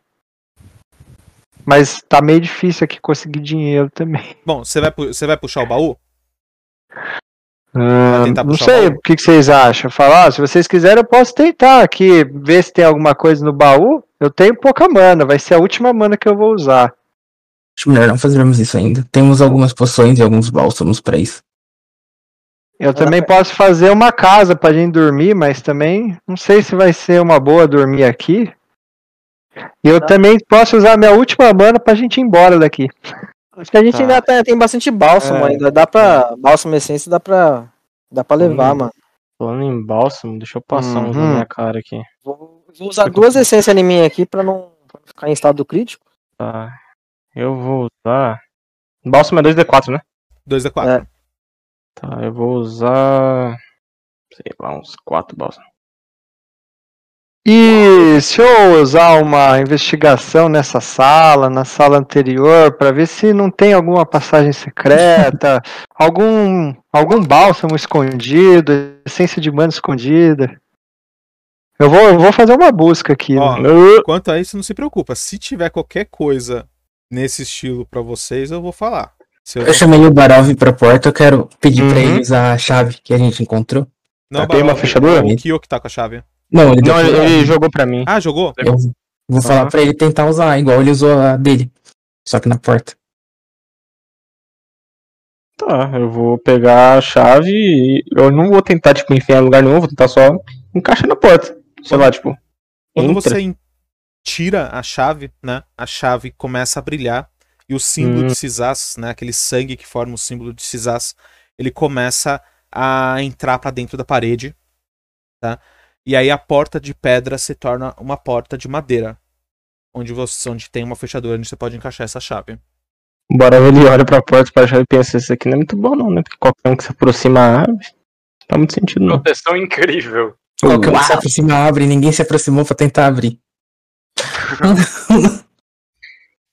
S6: Mas tá meio difícil aqui conseguir dinheiro também.
S4: Bom, você vai, pu- você vai puxar o baú?
S6: Ah,
S4: tentar
S6: não
S4: puxar
S6: sei,
S4: o baú?
S6: o que, que vocês acham? Falar, ah, se vocês quiserem, eu posso tentar aqui, ver se tem alguma coisa no baú. Eu tenho pouca mana, vai ser a última mana que eu vou usar.
S2: Acho melhor não fazermos isso ainda. Temos algumas poções e alguns bálsamos pra isso.
S6: Eu também posso fazer uma casa pra gente dormir, mas também não sei se vai ser uma boa dormir aqui. E eu também posso usar minha última mana pra gente ir embora daqui.
S7: Acho que a gente
S1: Tá.
S7: ainda tá- tem bastante bálsamo
S1: É.
S7: ainda. Dá pra. Bálsamo essência dá pra. Dá pra levar,
S1: Hum.
S7: mano.
S1: Falando em bálsamo, deixa eu passar um na
S6: Uhum.
S1: minha cara aqui.
S7: Vou, vou usar duas essências em mim aqui pra não pra não ficar em estado crítico.
S1: Tá. Eu vou usar. Bálsamo é 2D4, né?
S4: 2d4.
S7: É.
S1: Tá, eu vou usar. Sei lá, uns 4 bálsamos.
S6: E se eu usar uma investigação nessa sala, na sala anterior, pra ver se não tem alguma passagem secreta, algum algum bálsamo escondido, essência de mana escondida. Eu vou, eu vou fazer uma busca aqui.
S4: Ó,
S6: né?
S4: Quanto a isso, não se preocupa. Se tiver qualquer coisa nesse estilo pra vocês, eu vou falar. Se eu
S2: Eu chamei o Barov pra porta, eu quero pedir pra
S1: Uhum.
S2: ele usar a chave que a gente encontrou.
S4: não,
S1: tem uma
S4: Barão,
S1: fechadura?
S4: O Kyo que tá com a chave.
S2: Não, ele
S1: Não,
S2: deu-
S1: ele, tá ele jogou pra mim.
S4: Ah, jogou?
S2: Eu vou falar pra ele tentar usar, igual ele usou a dele. Só que na porta.
S1: Tá, eu vou pegar a chave e eu não vou tentar, tipo, enfiar em lugar nenhum, vou tentar só encaixar na porta. Sei lá, tipo.
S4: Quando
S1: entra.
S4: você en- tira a chave, né? A chave começa a brilhar e o símbolo
S1: Hum.
S4: de Cisás, né? Aquele sangue que forma o símbolo de Cisás, ele começa a entrar pra dentro da parede, tá? E aí a porta de pedra se torna uma porta de madeira, onde você, onde tem uma fechadura onde você pode encaixar essa chave.
S1: Bora ele olha pra porta pra chave e pensa, isso aqui não é muito bom não, né? Porque qualquer um que se aproxima a ave, não faz muito sentido não.
S5: Proteção incrível.
S2: Qualquer um que se aproxima abre, ninguém se aproximou pra tentar abrir.
S5: Não,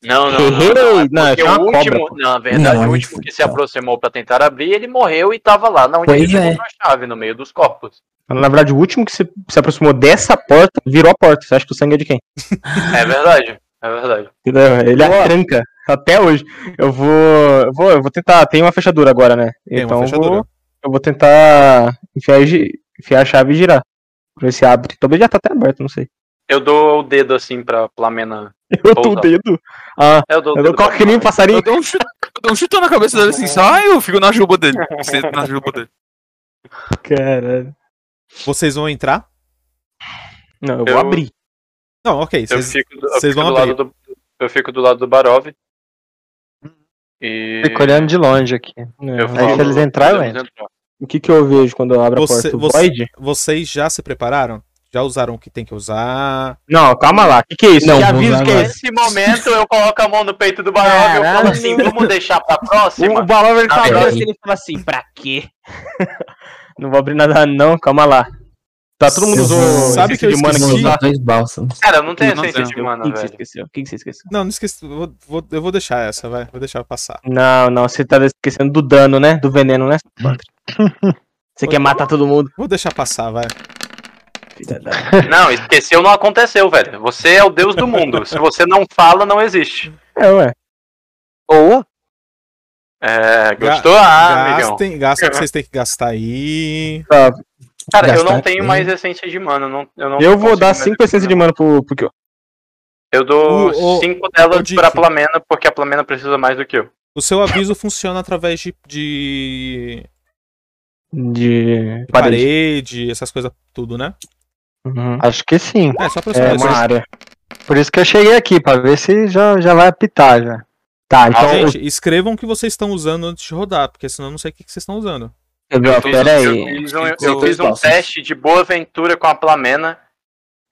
S5: não, não.
S1: Errei!
S5: não,
S1: Não,
S5: é porque
S1: é uma
S5: o
S1: cobra,
S5: último,
S1: pô.
S5: na verdade,
S2: Não,
S5: o
S2: ele
S5: último
S2: foi,
S5: que se
S2: tá.
S5: aproximou pra tentar abrir, ele morreu e tava lá na onde
S2: Pois
S5: ele
S2: é.
S5: encontrou a chave, no meio dos corpos.
S1: Na verdade, o último que se, se aproximou dessa porta virou a porta. Você acha que o sangue é de quem?
S5: É verdade, é verdade.
S1: Entendeu? Ele atranca até hoje. Eu vou. Eu vou, eu vou tentar. Tem uma fechadura agora, né?
S4: Tem
S1: então
S4: uma
S1: eu
S4: fechadura.
S1: vou, eu vou tentar enfiar, e gi- enfiar é a chave e girar. Pra ver se abre. Talvez já tá até aberto, não sei.
S5: Eu dou o dedo assim pra Plamena.
S1: Eu
S5: Vou
S1: tô o
S5: usar.
S1: dedo. Ah,
S5: Eu dou o
S1: eu
S5: dedo
S1: dou coque que nem um
S5: Plamena.
S1: passarinho.
S3: Eu dou um chute, eu dou um chutão na cabeça dele assim,
S1: É.
S3: só "Ai, eu fico na juba dele. Sento na juba dele.
S1: Caralho.
S4: Vocês vão entrar?
S1: Não, eu,
S5: Eu-
S1: vou abrir.
S4: Não, ok.
S5: Eu
S4: Vocês...
S5: fico, do- eu,
S4: vocês
S5: fico
S4: vão
S5: do lado do, eu fico do lado do Barov. E.
S6: Fico olhando de longe aqui.
S5: Eu
S1: Aí,
S6: se
S5: falo,
S6: né? eles entrarem, eu
S5: "Podemos
S6: entro."
S5: entrar.
S1: O que que eu vejo quando eu abro
S4: Você-
S1: a porta? O
S4: você-
S1: Void?
S4: Vocês já se prepararam? Já usaram o que tem que usar?
S1: Não, calma lá. O que que é isso?
S2: Não,
S1: que
S2: vou
S1: aviso
S2: usar
S1: que é
S2: agora.
S1: isso?
S5: Nesse momento eu coloco a mão no peito do Barov e eu falo
S1: Caralho.
S5: assim, vamos deixar pra
S1: O,
S5: próxima.
S1: o balão ele tá
S5: Ah,
S1: abrindo
S2: peraí.
S1: assim, ele fala assim, pra quê? não vou abrir nada não, calma lá. Tá, todo mundo
S2: Eu
S1: usou
S2: vou-
S4: Sabe
S1: esse tipo
S4: que eu
S1: de mana
S2: Vou
S4: esqueci?
S1: usava?
S2: usar dois bálsamos.
S5: Cara, não tem
S3: Não
S5: essência
S3: tem.
S5: tipo de
S1: O que
S5: mana,
S1: que você
S5: velho.
S1: esqueceu? O que que você esqueceu?
S4: Não, não esqueci. eu Vou, vou- eu vou deixar essa, vai. Vou deixar passar.
S1: Não, não, você tá esquecendo do dano, né? Do veneno, né? seu padre? você quer matar todo mundo.
S4: Vou deixar passar, vai.
S1: Filha da-
S5: Não, esqueceu não aconteceu, velho. Você é o deus do mundo. Se você não fala, não existe.
S1: É, ué.
S7: Boa.
S5: É,
S4: Ga-
S5: gostou? Ah, amigão.
S4: Gastem, gastem o que vocês têm que gastar aí.
S1: Tá,
S5: Cara, eu não
S2: Gastar
S5: tenho
S2: aqui.
S5: mais essência de mana. Não, eu, não
S1: eu vou
S5: consigo
S1: dar
S5: mais
S1: 5 essências de mana pro, pro Kyo.
S5: Eu dou
S4: O- o-
S5: 5
S4: o
S5: delas
S4: Dick.
S5: pra Plamena, porque a Plamena precisa mais do que eu.
S4: O seu aviso funciona através de, de
S1: De parede.
S4: parede, essas coisas tudo, né?
S1: Uhum.
S6: Acho que sim.
S4: É, só pra
S1: É
S4: saber.
S1: uma área.
S6: Por isso que eu cheguei aqui, pra ver se já, já vai apitar já.
S1: Tá, então.
S4: Ah, Gente, escrevam o que vocês estão usando antes de rodar, porque senão eu não sei o que que vocês estão usando.
S1: eu- eu-
S5: fiz-
S1: Pera
S5: eu
S1: aí.
S5: fiz um, eu
S1: Ficou
S5: fiz um
S1: próximo.
S5: teste de boa aventura com a Plamena.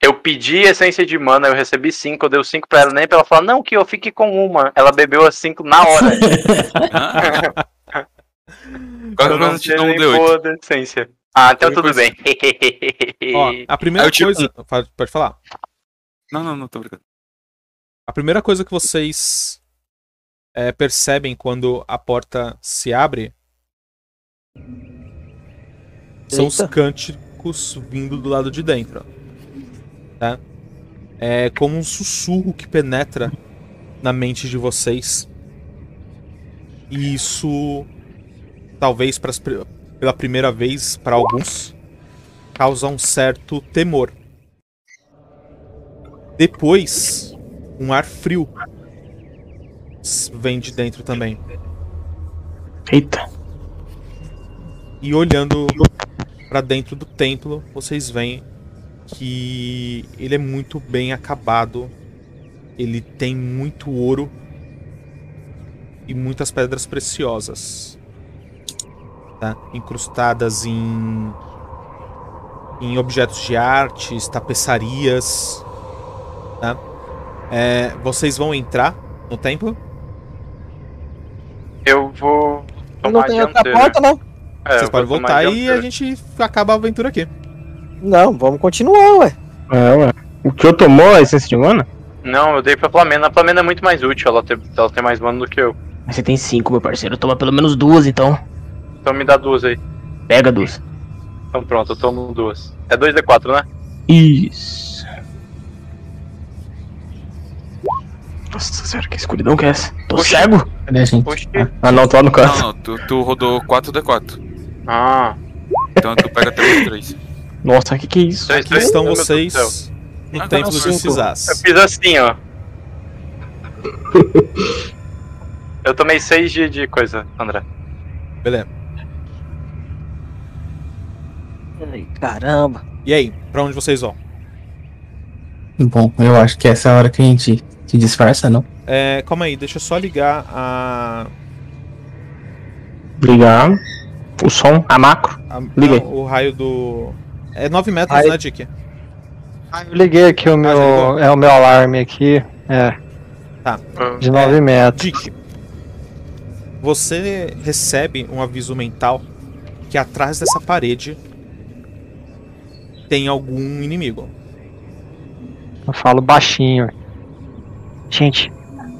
S5: Eu pedi essência de mana, eu recebi 5, eu dei 5 pra ela nem pra ela falar, não, que eu fique com uma. Ela bebeu as 5 na hora.
S3: Ah,
S5: eu
S3: Qualquer
S5: não
S3: coisa te
S5: tirei
S3: dá um
S5: nem
S3: D8.
S5: boa da essência. Ah, então
S4: Qualquer
S5: tudo bem.
S4: Ó, a primeira
S3: Aí eu tiro
S4: coisa. Pode- Pode falar.
S3: Não, não, não, tô brincando.
S4: A primeira coisa que vocês é, percebem quando a porta se abre são os
S7: Eita.
S4: cânticos vindo do lado de dentro. ó. Tá? É como um sussurro que penetra na mente de vocês. E isso, talvez pras pri- pela primeira vez para alguns, causa um certo temor. Depois, um ar frio s- vem de dentro também.
S1: Eita.
S4: E olhando pra dentro do templo, vocês veem que ele é muito bem acabado. Ele tem muito ouro e muitas pedras preciosas. Tá? Incrustadas em em objetos de artes, tapeçarias, tá? É, vocês vão entrar no templo?
S5: eu vou
S7: Não
S5: tomar
S7: tem outra
S5: dianteira.
S7: porta, não?
S5: É, eu
S4: vocês
S5: vou
S4: podem
S5: tomar
S4: voltar e
S5: dianteira.
S4: a gente acaba a aventura aqui.
S7: Não, vamos continuar, ué.
S1: É, ué. O que eu tomou é essência de mana?
S5: Não, eu dei pra Plamena. A Plamena é muito mais útil, ela tem, ela tem mais mana do que eu.
S1: Mas você tem cinco, meu parceiro. Toma pelo menos duas, então.
S5: Então me dá duas aí.
S1: Pega duas.
S5: Então pronto, eu tomo duas. É 2D4, né?
S1: Isso. Nossa senhora, que escuridão que é essa? Tô
S5: Poxa.
S1: cego?
S2: Cadê a gente?
S5: Oxi.
S1: Ah, não, tô lá no canto.
S3: Não, não, tu, tu rodou 4D4.
S5: Ah,
S3: Então tu pega 3D3.
S1: Nossa, que que é isso?
S5: três,
S4: Aqui
S5: três.
S4: estão
S5: Meu Deus do
S4: vocês
S5: céu.
S4: no
S3: Ah,
S4: templo
S3: tá,
S4: dos
S3: cinco.
S5: Eu
S4: Incisás.
S5: fiz assim, ó. Eu tomei 6 de, de coisa, André.
S4: Beleza.
S7: Ai, caramba.
S4: E aí, pra onde vocês vão?
S2: Bom, eu acho que essa é a hora que a gente se disfarça, não?
S4: É, calma aí, deixa eu só ligar a.
S1: Obrigado. O som, a macro.
S4: a-
S1: Liga aí.
S4: não, o raio do. É 9 metros,
S6: Raio-
S4: né, Dick?
S6: Ah, eu liguei aqui o meu.
S4: ligou? Tá.
S6: É o meu alarme aqui. É, de 9 metros.
S4: Dick, você recebe um aviso mental que atrás dessa parede tem algum inimigo.
S6: Eu falo baixinho. Gente,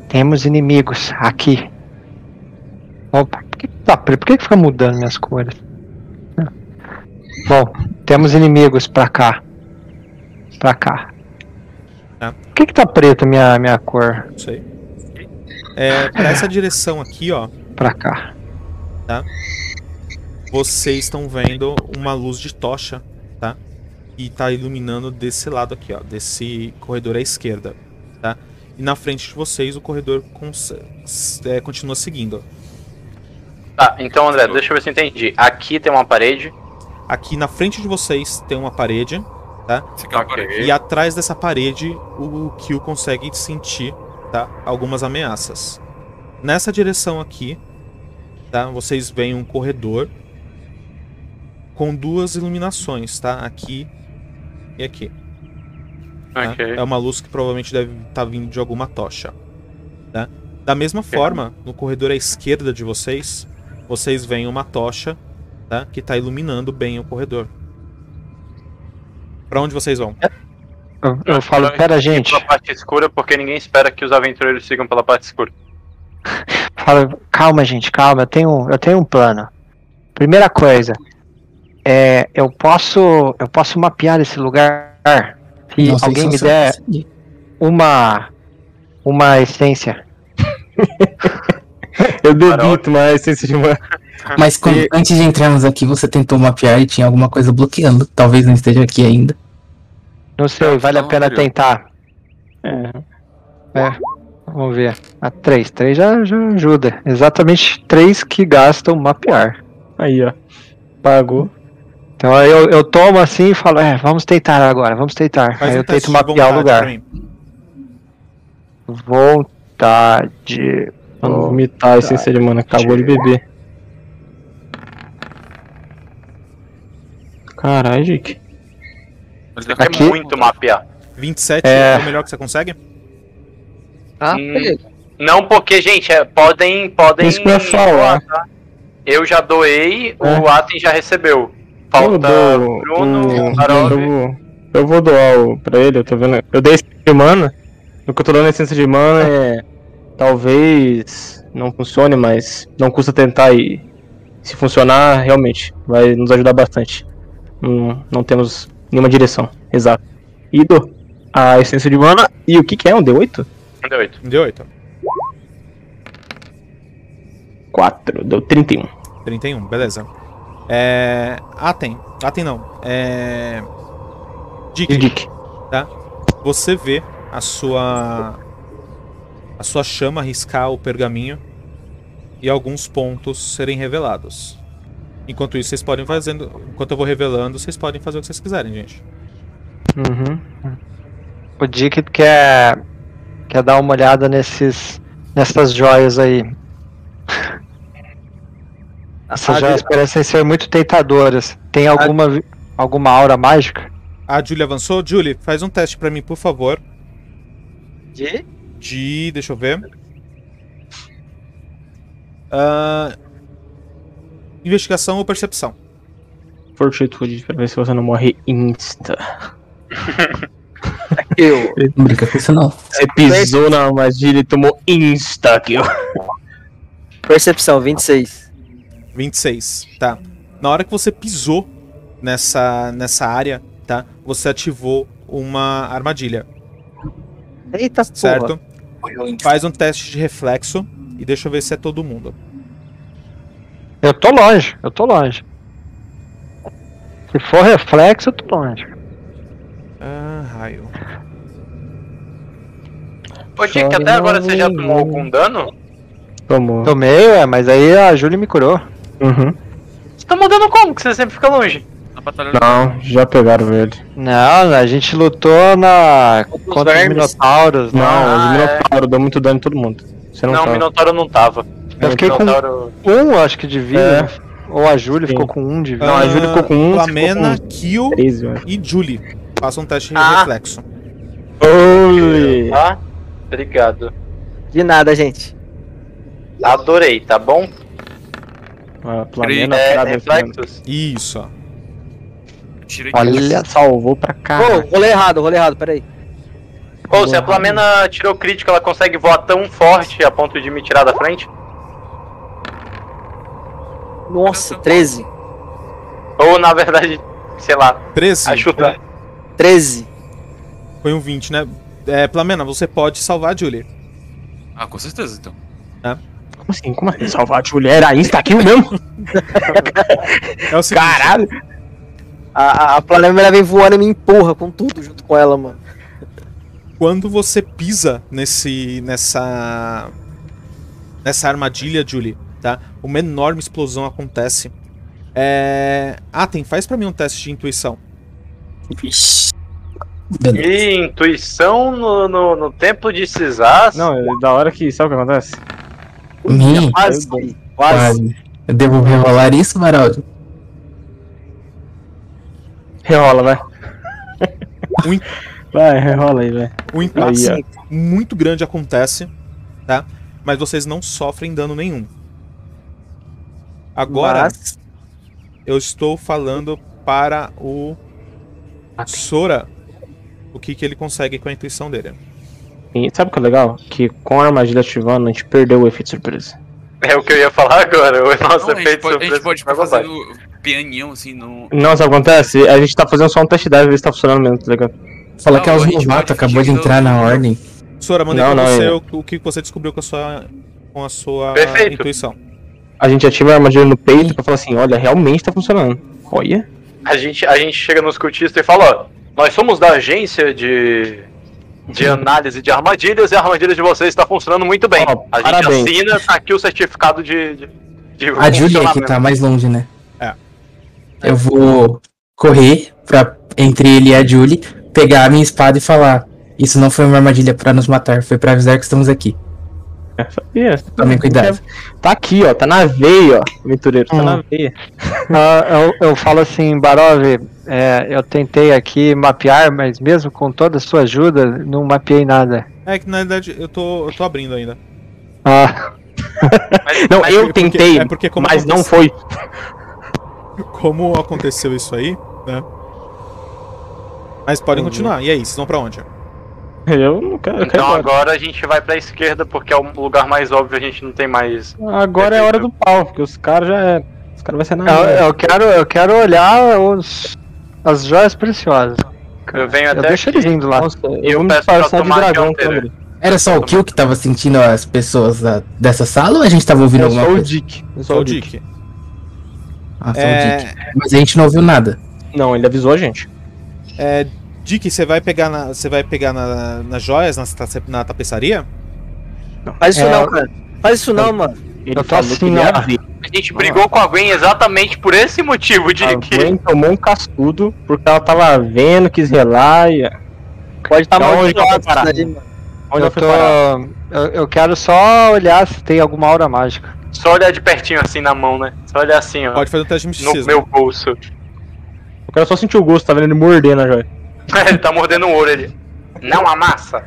S6: temos inimigos aqui. Opa, por que, que tá preto? Por que, que fica mudando minhas cores? Bom, temos inimigos pra cá. Pra cá.
S4: Tá.
S6: Por que, que tá preta minha, minha cor?
S4: Não sei. É, pra essa direção aqui, ó,
S6: Pra cá.
S4: vocês estão vendo uma luz de tocha, tá? E tá iluminando desse lado aqui, ó, desse corredor à esquerda, tá? E na frente de vocês o corredor cons- s- é, continua seguindo.
S5: Tá, então André, deixa eu ver se eu entendi. Aqui tem uma parede.
S4: Aqui na frente de vocês tem uma parede
S3: Você quer uma
S5: Ok.
S3: parede?
S4: e atrás dessa parede o Kill consegue sentir, tá? Algumas ameaças. Nessa direção aqui, tá? Vocês veem um corredor com duas iluminações, tá? Aqui e aqui. né?
S5: Ok.
S4: É uma luz que provavelmente deve estar vindo de alguma tocha. né? Da mesma forma, no corredor à esquerda de vocês, vocês veem uma tocha tá? que está iluminando bem o corredor. Pra onde vocês vão?
S6: Eu, eu falo, pera, gente.
S5: Pela parte escura, porque ninguém espera que os aventureiros sigam pela parte escura.
S6: Falo, calma, gente, calma. Eu tenho, eu tenho um plano. Primeira coisa, é, eu posso, eu posso mapear esse lugar. Se
S2: Não sei
S6: alguém
S2: se
S6: me
S2: você-
S6: der uma uma essência.
S1: Eu debito, mas a essência de mana.
S2: Mas quando- antes de entrarmos aqui, você tentou mapear e tinha alguma coisa bloqueando. Talvez não esteja aqui ainda.
S6: Não sei, vale a
S3: não,
S6: pena
S3: Rodrigo.
S6: tentar.
S1: É.
S6: É. Vamos ver. A 3. 3 já, já ajuda. Exatamente 3 que gastam mapear.
S1: Aí, ó. Pagou.
S6: Então aí eu, eu tomo assim e falo, é, vamos tentar agora, vamos tentar.
S4: um
S6: aí eu tento mapear o lugar. Vontade.
S1: Pra não vomitar a essência de mana. Acabou de beber. Caralho, Jake.
S3: Ele tá-
S5: É muito mapear.
S4: 27
S6: É.
S4: é o melhor que você consegue?
S1: Tá?
S7: Ah,
S5: Hum.
S7: beleza.
S5: Não, porque, gente, é, podem. podem tá?
S1: Isso que eu ia falar. É.
S5: Eu já doei, o Aten já recebeu.
S1: Eu
S5: Falta
S1: dou.
S5: Bruno,
S1: o-
S5: Barov.
S1: eu, vou, eu vou doar o, pra ele, eu tô vendo. Eu dei essência de mana. O que eu tô dando essência de mana é. Talvez não funcione, mas não custa tentar e se funcionar, realmente vai nos ajudar bastante. Não, não temos nenhuma direção, exato. E dou a essência de mana. E o que, que é? Um D8?
S5: Deu oito.
S4: Deu 8.
S1: 4, deu 31.
S4: 31, beleza. É. Atem. Atem não. É. Dick.
S1: E Dick.
S4: Você vê a sua. A sua chama riscar o pergaminho e alguns pontos serem revelados. Enquanto isso, vocês podem fazendo. Enquanto eu vou revelando, vocês podem fazer o que vocês quiserem, gente.
S1: Uhum.
S6: O Dick quer, quer dar uma olhada nesses, nessas joias aí. Essas
S4: Ah,
S6: joias parecem ser muito tentadoras. Tem alguma, vi- alguma aura mágica?
S4: A Julie avançou. Julie, faz um teste pra mim, por favor.
S7: De?
S4: De. Deixa eu ver. Ah, investigação ou percepção?
S1: Fortitude pra ver se você não morre insta.
S7: Eu.
S2: Não brinca com isso não.
S1: Você pisou na armadilha e tomou insta aqui, ó.
S7: Percepção, 26.
S4: 26, tá? Na hora que você pisou nessa, nessa área, tá? Você ativou uma armadilha,
S7: Eita, porra.
S4: certo? Faz um teste de reflexo e deixa eu ver se é todo mundo.
S6: Eu tô longe, eu tô longe. Se for reflexo, eu tô longe.
S4: Ah, raio.
S5: Ô, Dick, até agora você já tomou algum dano?
S1: Tomou.
S6: Tomei, ué, mas aí a Júlia me curou.
S1: Uhum.
S5: Você tá mudando como? Que você sempre fica longe.
S3: Tá batalhando.
S1: Não, já pegaram ele.
S6: Não, a gente lutou na
S7: Contra os
S6: contra os
S7: vermes.
S6: Minotauros.
S1: Não,
S6: Não.
S1: os Minotauro dão muito dano em todo mundo. Você não,
S5: Não, o
S1: tá.
S5: Minotauro não tava.
S6: Eu fiquei com
S5: Minotauro...
S6: um, acho que de vida.
S1: É.
S6: Ou a Júlia
S1: Sim.
S6: ficou com um de vida.
S1: Não, a Julie ficou com um, você ficou
S4: Flamena, Ah, Kill
S1: 13, velho.
S4: e Julie. Faça um teste de
S5: Ah.
S4: reflexo.
S1: Holy!
S5: Tá? Obrigado.
S7: De nada, gente.
S5: Adorei, tá bom?
S1: A Flamena
S5: É,
S1: tá defendendo.
S5: reflexos.
S4: Isso.
S3: Tirei
S1: Olha, salvou pra cá.
S7: Ô, rolei errado, rolei errado, peraí.
S5: Pô, se a Flamena tirou crítico, ela consegue voar tão forte a ponto de me tirar da frente?
S7: Nossa, 13.
S5: Ou, na verdade, sei lá,
S4: 13.
S5: ajuda.
S7: 13.
S4: Foi um 20, né? É, Flamena, você pode salvar a Julie.
S3: Ah, com certeza então.
S1: Como assim? Como assim? Salvar a Julie? Era insta aqui mesmo?
S4: É o seguinte,
S1: Caralho!
S7: A, a, a Flamena vem voando e me empurra com tudo junto com ela, mano.
S4: quando você pisa nesse nessa nessa armadilha, Julie, tá? Uma enorme explosão acontece. É... Ah, tem, faz pra mim um teste de intuição.
S2: Vixe. Dano.
S5: E intuição no, no, no templo de Cisás.
S1: Não, é da hora que. Sabe o que acontece?
S2: Me
S7: Quase. Quase.
S2: quase. Eu devo revelar isso, Baraldo?
S1: Rerola, vai.
S4: Ui.
S1: vai, rerola aí, velho.
S4: Um impacto
S1: Aí, ó.
S4: muito grande acontece, tá? Mas vocês não sofrem dano nenhum. Agora eu estou falando para o Sora o que, que ele consegue com a intuição dele.
S1: E sabe o que é legal? Que com a armadilha ativando, a gente perdeu o efeito surpresa.
S5: É o que eu ia falar agora. O
S3: Não,
S5: nosso
S3: a gente
S5: efeito
S3: pode, a gente
S5: surpresa.
S3: pode
S5: vai
S3: ficar
S5: voltar.
S3: fazendo pianinho assim no.
S1: Não, sabe o que acontece? A gente tá fazendo só um test drive, ver se tá funcionando mesmo, tá ligado?
S2: Fala
S3: Não,
S2: que é os
S3: Ah, a gente
S2: novatos,
S3: pode
S2: acabou de
S3: fingir
S2: entrar
S3: que eu-
S2: na ordem.
S4: Sora, mandei
S1: Não,
S4: pra
S1: não,
S4: você
S1: eu-
S4: o, o que você descobriu com a sua, com a sua
S5: Perfeito.
S4: intuição.
S1: A gente ativa a armadilha no peito pra falar assim, olha, realmente tá funcionando. Olha.
S5: A gente, a gente chega nos cultistas e fala, ó, nós somos da agência de. de análise de armadilhas e a armadilha de vocês está funcionando muito bem.
S1: Ó,
S5: a gente
S1: parabéns.
S5: assina, tá aqui o certificado de. de, de
S2: A Julia que
S5: funcionamento.
S2: tá mais longe, né?
S4: É.
S2: Eu vou correr pra, entre ele e a Julie, pegar a minha espada e falar: Isso não foi uma armadilha pra nos matar, foi pra avisar que estamos aqui.
S1: Ih,
S2: Tomem cuidado.
S1: Tá aqui, ó. Tá na veia, ó. Aventureiro, tá
S6: Hum.
S1: na veia.
S6: Ah, eu, eu falo assim, Barov, é, eu tentei aqui mapear, mas mesmo com toda a sua ajuda, não mapeei nada.
S4: É que na verdade eu tô, eu tô abrindo ainda.
S6: Ah,
S1: Não,
S4: Mas é
S1: eu
S4: porque-
S1: tentei,
S4: é porque como
S1: mas não
S4: aconteceu-
S1: foi.
S4: Como aconteceu isso aí, né? Mas podem continuar. E aí, vocês vão pra onde?
S1: Eu não quero. Eu quero
S5: Então
S1: agora.
S5: agora a gente vai pra esquerda porque é o lugar mais óbvio, a gente não tem mais.
S1: Agora é a hora do pau, porque os caras já é. Os caras vai ser na.
S6: eu, eu quero, eu quero olhar os, as joias preciosas.
S5: Eu venho até
S6: deixo
S5: aqui.
S6: eles indo lá.
S1: Nossa, eu,
S5: eu
S1: vou me
S5: peço pra
S1: disfarçar de
S5: tomar
S1: dragão
S5: dianteira.
S1: também.
S2: Era só o Kill que tava sentindo as pessoas da- dessa sala ou a gente tava ouvindo
S1: Eu
S2: alguma
S1: É, sou o
S2: coisa?
S1: Dick. Eu
S4: Só
S1: sou
S4: É o
S1: o Dick.
S4: Dick.
S2: Ah, só o
S4: É,
S2: Dick. Mas a gente não ouviu nada.
S1: Não, ele avisou a gente.
S4: é, Dick, você vai pegar na, você vai pegar na, nas joias, na, tape- na tapeçaria?
S7: Faz isso
S6: É,
S7: não, cara. Faz isso não, mano.
S1: Ele
S6: tô assim,
S1: ele
S6: ó.
S1: ia ver.
S5: A gente brigou com a Gwen exatamente por esse motivo, de
S1: A
S5: que.
S1: Gwen tomou um cascudo porque ela tava vendo, quis relar e.
S7: Pode estar
S6: Tá
S1: Não,
S7: mal
S1: onde que ela vai parar?
S7: aí, mano.
S1: Onde
S6: eu,
S1: ela foi
S6: tô,
S1: parar?
S6: eu, eu quero só olhar se tem alguma aura mágica.
S5: Só olhar de pertinho assim na mão, né? Só olhar assim, ó.
S4: Pode fazer um teste de
S5: no
S4: misticismo.
S5: meu bolso.
S1: O cara só sentiu o gosto, tá vendo ele mordendo a joia.
S5: ele tá mordendo o ouro ele. Não amassa.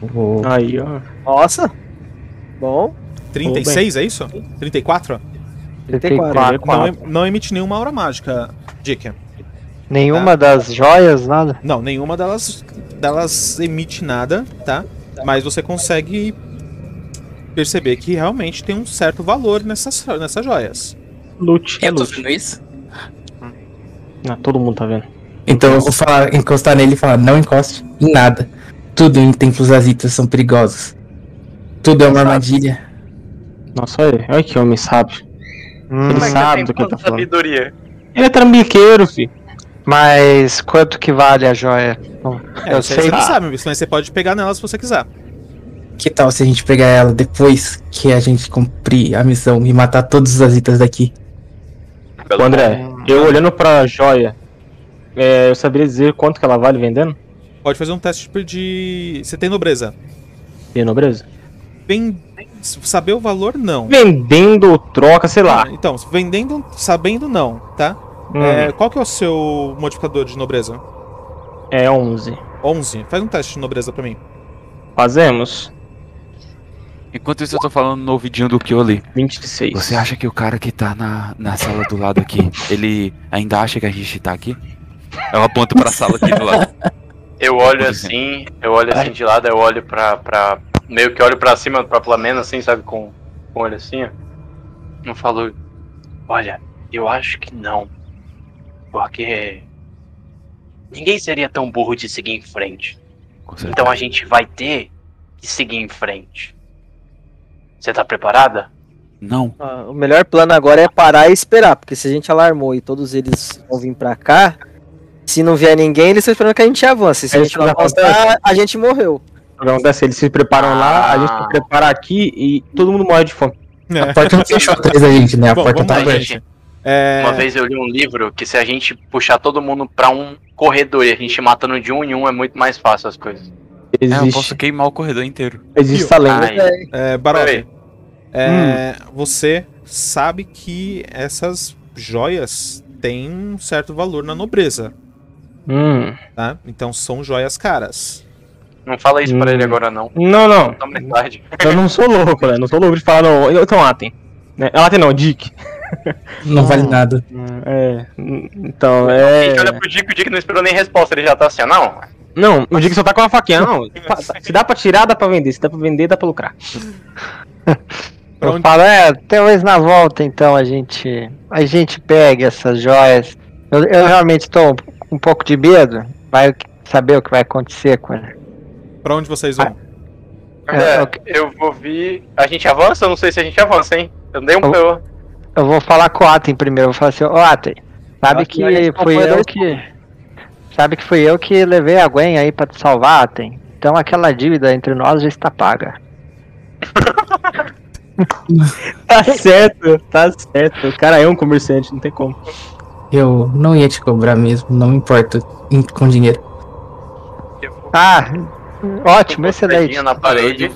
S2: Vou-
S1: Aí, ó.
S7: Nossa. Bom,
S4: 36, é isso? 34?
S7: 34.
S4: Não, é em- não emite nenhuma aura mágica, Dick.
S6: Nenhuma das joias, nada.
S4: Não, nenhuma delas, delas emite nada, tá? Mas você consegue perceber que realmente tem um certo valor nessas, nessas joias.
S1: Lute. É
S2: Eu tô
S1: lute.
S2: ouvindo isso?
S1: Ah, todo mundo tá vendo.
S2: Então eu vou falar, encostar nele e falar: Não encoste em nada. Tudo em templos azitas são perigosos. Tudo é uma armadilha.
S1: Nossa, olha, olha que homem sábio.
S6: Hum,
S1: Ele
S5: Como é que
S1: sabe
S5: tem
S1: do que ele tá
S5: tanta
S1: falando.
S5: sabedoria?
S1: Ele é trambiqueiro, filho.
S6: mas quanto que vale a joia?
S4: É,
S6: Eu
S4: isso aí
S6: sei.
S4: Você não sabe, mas você pode pegar nelas se você quiser.
S2: Que tal se a gente pegar ela depois que a gente cumprir a missão e matar todos os azitas daqui?
S1: Ô, André,
S6: Ah.
S1: eu olhando pra joia, é, eu saberia dizer quanto que ela vale vendendo?
S4: Pode fazer um teste de- de. Você tem nobreza.
S1: De nobreza?
S4: Bem. Saber o valor, não.
S1: Vendendo ou troca, sei lá.
S4: Então, vendendo, sabendo, não, tá? É, qual que é o seu modificador de nobreza?
S1: É, 11.
S4: 11. Faz um teste de nobreza pra mim.
S1: Fazemos?
S3: Enquanto isso, eu tô falando no ouvidinho do Kyo ali.
S1: 26.
S3: Você acha que o cara que tá na, na sala do lado aqui, ele ainda acha que a gente tá aqui? Eu aponto pra sala aqui do lado.
S5: Eu olho assim, eu olho assim de lado, eu olho pra. pra meio que olho pra cima, pra Flamena, assim, sabe? Com, com o olho assim, ó. Não falo. Olha, eu acho que não. Porque. Ninguém seria tão burro de seguir em frente.
S3: Com certeza.
S5: Então a gente vai ter que seguir em frente. Você tá preparada?
S3: Não.
S7: Ah, o melhor plano agora é parar e esperar, porque se a gente alarmou e todos eles vão vir pra cá, se não vier ninguém, eles estão esperando que a gente avance. Se
S1: É
S7: a
S1: isso
S7: gente não
S1: que
S7: avançar, a gente morreu.
S1: O que acontece? um Eles se preparam lá, a gente
S5: Ah.
S1: se prepara aqui e todo mundo morre de fome.
S2: A porta não fechou atrás da gente, né? A
S4: Bom,
S2: porta
S4: vamos
S2: tá
S4: lá,
S2: aberta.
S5: gente.
S4: É,
S5: Uma vez eu li um livro que se a gente puxar todo mundo pra um corredor e a gente matando de um em um é muito mais fácil as coisas.
S3: É, eu
S1: Existe,
S3: posso queimar o corredor inteiro.
S1: existe essa lenda.
S5: Ai,
S4: é, Barov,
S5: Peraí.
S4: é,
S1: Hum.
S4: você sabe que essas joias têm um certo valor na nobreza,
S1: Hum.
S4: tá? Então são joias caras.
S5: não fala isso pra
S1: Hum.
S5: ele agora não.
S1: Não, não.
S5: Tá mais tarde.
S1: Eu não sou louco, né? Não sou louco de falar, não. Então, Atem. Né? Atem não, Dick.
S2: Não vale nada.
S1: É. Então,
S5: A
S1: é.
S5: gente olha pro Dick, o Dick não esperou nem resposta, ele já tá assim, ó, não.
S1: Não, o Dick só tá com uma faquinha, não. Se dá pra tirar, dá pra vender. Se dá pra vender, dá pra lucrar.
S4: Pra
S6: Eu
S4: onde-
S6: falo, é, talvez na volta então a gente a gente pegue essas joias. Eu, eu realmente tô com um pouco de medo, vai saber o que vai acontecer com ela.
S4: Pra onde vocês vão?
S6: É,
S5: É,
S6: ok.
S5: eu vou vir. A gente avança? Eu não sei se a gente avança, hein? Eu dei um.
S6: Eu-
S5: Eu...
S6: Eu vou falar com o Aten primeiro, eu vou falar assim, ô Aten, sabe
S1: acho
S6: que
S1: que a gente não
S6: fui
S1: foi
S6: eu
S1: dois
S6: que Sabe que fui eu que levei a Gwen aí pra te salvar, Aten. Então aquela dívida entre nós já está paga.
S1: Tá certo, tá certo. O cara é um comerciante, não tem como.
S2: Eu não ia te cobrar mesmo, não importa em- com dinheiro.
S6: Ah, ótimo, excelente.
S5: Tadinha na parede.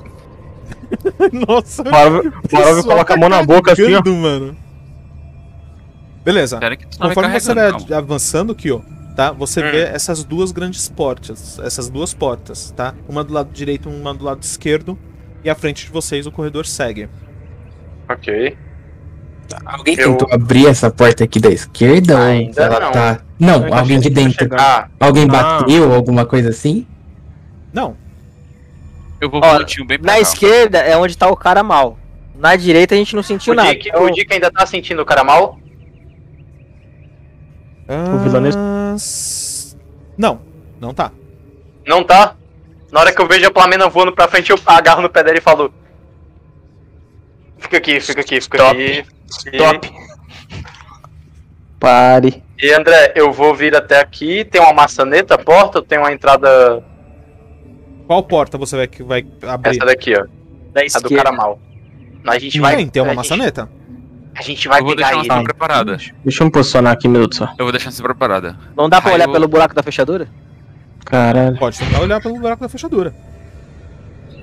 S4: Nossa,
S1: Barov Barov coloca a mão na boca assim, ó.
S4: cagando, mano.
S5: É.
S4: Beleza.
S3: Pera que tu não vai
S4: Conforme você vai
S3: carregando,
S4: ad- avançando, Kyo, tá? Você
S5: Hum.
S4: vê essas duas grandes portas, essas duas portas, tá? Uma do lado direito, uma do lado esquerdo, e à frente de vocês o corredor segue.
S5: Ok.
S2: Alguém
S5: Eu-
S2: tentou abrir essa porta aqui da esquerda?
S5: Ainda
S2: ou ela
S5: não.
S2: tá. Não,
S1: Ainda
S2: alguém de
S1: chega-
S2: dentro.
S1: chega-
S5: Ah,
S2: Alguém
S1: Ah.
S2: bateu, alguma coisa assim?
S4: Não,
S3: Eu vou
S7: Ó,
S3: bonitinho bem pra
S7: Na
S3: cá.
S7: esquerda é onde tá o cara mal. Na direita a gente não sentiu
S5: o
S7: nada.
S5: Dick,
S7: então-
S5: o Dick ainda tá sentindo o cara mal?
S1: O vilão é-
S4: Ah, s- Não, não tá.
S5: Não tá? Na hora que eu vejo a Plamena voando pra frente, eu agarro no pé dela e falo. Fica aqui, fica aqui, fica
S1: Stop.
S5: aqui. E-
S1: Top. Pare.
S5: E André, eu vou vir até aqui, tem uma maçaneta, porta, tem uma entrada.
S4: Qual porta você vai, que vai abrir?
S5: Essa daqui, ó.
S7: Da
S5: A do cara mal. A gente vai.
S4: Tem, tem uma
S5: a gente-
S4: maçaneta.
S5: A gente vai
S3: eu vou
S5: pegar
S3: deixar
S5: ele.
S3: você preparada.
S1: Deixa eu me posicionar aqui um minuto só.
S3: Eu vou deixar você preparada.
S7: Não dá pra
S3: Aí
S7: olhar
S3: eu-
S7: pelo buraco da fechadura?
S1: Caralho.
S4: Pode tentar olhar pelo buraco da fechadura.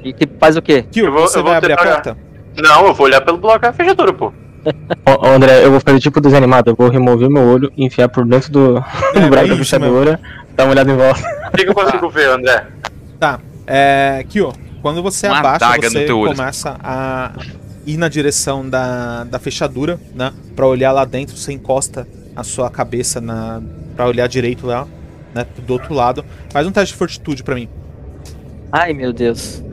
S7: E que faz o quê?
S4: Kyo,
S5: Eu vou-
S4: você
S5: eu vou
S4: vai abrir a
S5: tentar
S4: porta?
S5: Não, eu vou olhar pelo bloco da fechadura, pô.
S1: Ô, ô, André, eu vou fazer tipo desanimado. Eu vou remover meu olho, enfiar por dentro do, do
S4: bem
S1: buraco da
S4: isso
S1: fechadura, dar uma olhada em volta.
S3: Ah,
S5: O que, que eu
S3: tá.
S5: consigo ver, André?
S4: É, Kyo, quando você
S3: Uma
S4: abaixa,
S3: adaga
S4: você
S3: no teu olho.
S4: começa a ir na direção da, da fechadura, né? Pra olhar lá dentro, você encosta a sua cabeça na, pra olhar direito lá, né? Do outro lado. Faz um teste de fortitude pra mim.
S7: Ai, meu Deus.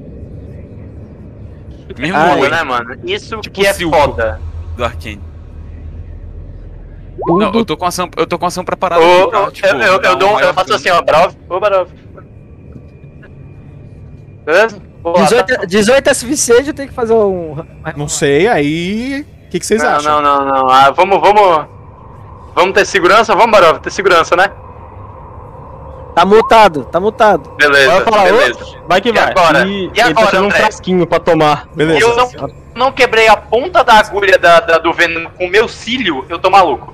S3: Mesmo
S5: Ah,
S3: olho
S5: né, mano? Isso
S3: Tipo
S5: que é
S3: Silco.
S5: foda.
S3: do Arkane. Não, eu tô com ação, eu tô com ação preparada.
S5: Ô,
S3: aqui, tá?
S5: ô,
S3: Tipo,
S5: eu, eu,
S3: dá
S5: eu, dou, um-
S3: maior
S5: eu faço
S3: dano.
S5: assim, ó, Barov. Ô, Barov. Beleza? Boa,
S7: 18, 18 é suficiente, eu tenho que fazer um.
S4: Não sei, aí. O que, que vocês
S5: Não,
S4: acham?
S5: não, não, não. Ah, vamos, vamos. Vamos ter segurança? Vamos, Barov, ter segurança, né?
S7: Tá multado, tá multado.
S5: Beleza,
S1: Vai falar, ô,
S5: beleza.
S1: Vai que
S5: E
S1: vai.
S5: agora?
S1: E,
S5: E
S1: ele tá
S5: agora,
S1: tirando um
S5: André?
S1: frasquinho pra tomar.
S4: Beleza.
S5: Eu não, não quebrei a ponta da agulha da, da- do veneno com o meu cílio, eu tô maluco.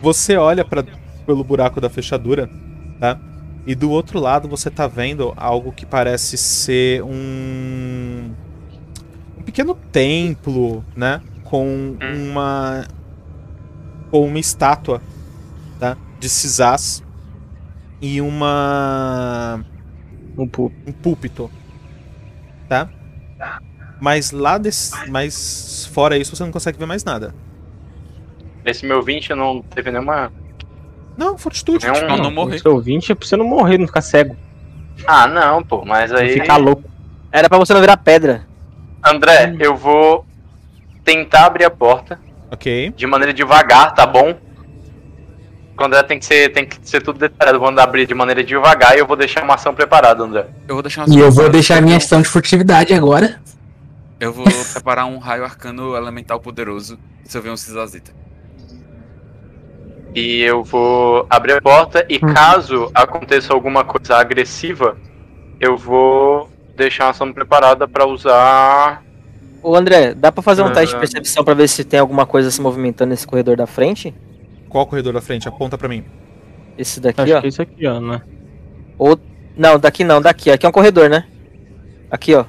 S4: Você olha pra, pelo buraco da fechadura, tá? E do outro lado você tá vendo algo que parece ser um. Um pequeno templo, né? Com uma. Com uma estátua, tá? De Cisás. E uma
S1: Um pouco.
S4: um púlpito, tá? Mas lá desse, mas fora isso você não consegue ver mais nada.
S5: Esse meu 20 não teve nenhuma.
S4: Não, fortitude.
S5: É um-
S3: Pra não morrer.
S1: Seu 20 é pra você não morrer, não ficar cego.
S5: Ah, não, pô, mas
S1: Não
S5: aí.
S1: ficar louco.
S7: Era pra você não virar pedra.
S5: André, eu vou tentar abrir a porta
S4: Ok.
S5: de maneira devagar, tá bom? Quando ela tem que ser, tem que ser tudo detalhado. Eu vou andar abrir de maneira devagar e eu vou deixar uma ação preparada, André.
S3: Eu vou deixar
S2: E eu vou
S3: preparada,
S2: deixar
S3: porque
S2: minha
S3: eu-
S2: ação de furtividade agora.
S3: Eu vou preparar um raio arcano elemental poderoso se eu ver um Cisazita.
S5: E eu vou abrir a porta e
S1: Uhum.
S5: caso aconteça alguma coisa agressiva, eu vou deixar uma ação preparada pra usar.
S7: Ô, André, dá pra fazer um
S5: Ah.
S7: teste de percepção pra ver se tem alguma coisa se movimentando nesse corredor da frente?
S4: Qual corredor da frente? Aponta pra mim.
S7: Esse
S5: Tá.
S7: daqui,
S1: Acho
S7: ó.
S1: que é isso aqui, ó, né?
S7: Ou. Não, daqui não, daqui. Aqui é um corredor, né? Aqui, ó.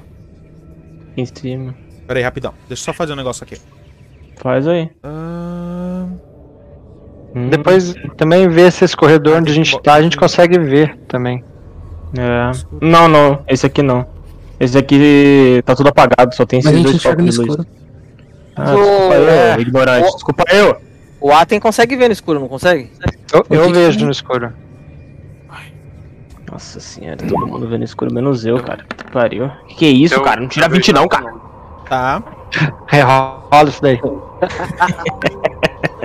S1: Em cima.
S4: Pera aí, rapidão. Deixa eu só fazer um negócio aqui.
S1: Faz aí.
S4: Ahn,
S1: Hum,
S6: Depois também vê se esse corredor onde a gente tá, a gente consegue ver também.
S1: é. Não, não, esse aqui não. Esse aqui tá tudo apagado, só tem
S2: Mas a
S1: esses
S2: gente
S1: dois
S2: enxerga
S1: focos
S2: no
S1: de luz.
S2: escuro.
S1: Ah, desculpa
S7: É.
S1: eu, ignorante. Desculpa eu.
S7: O Aten consegue ver no escuro, não consegue?
S6: Eu, eu vejo no escuro.
S1: Nossa senhora, todo mundo vendo escuro, menos eu, cara. Puta que Pariu. Que que é isso, cara? Não tira 20 não, cara.
S4: Tá.
S6: Rerola É, isso daí.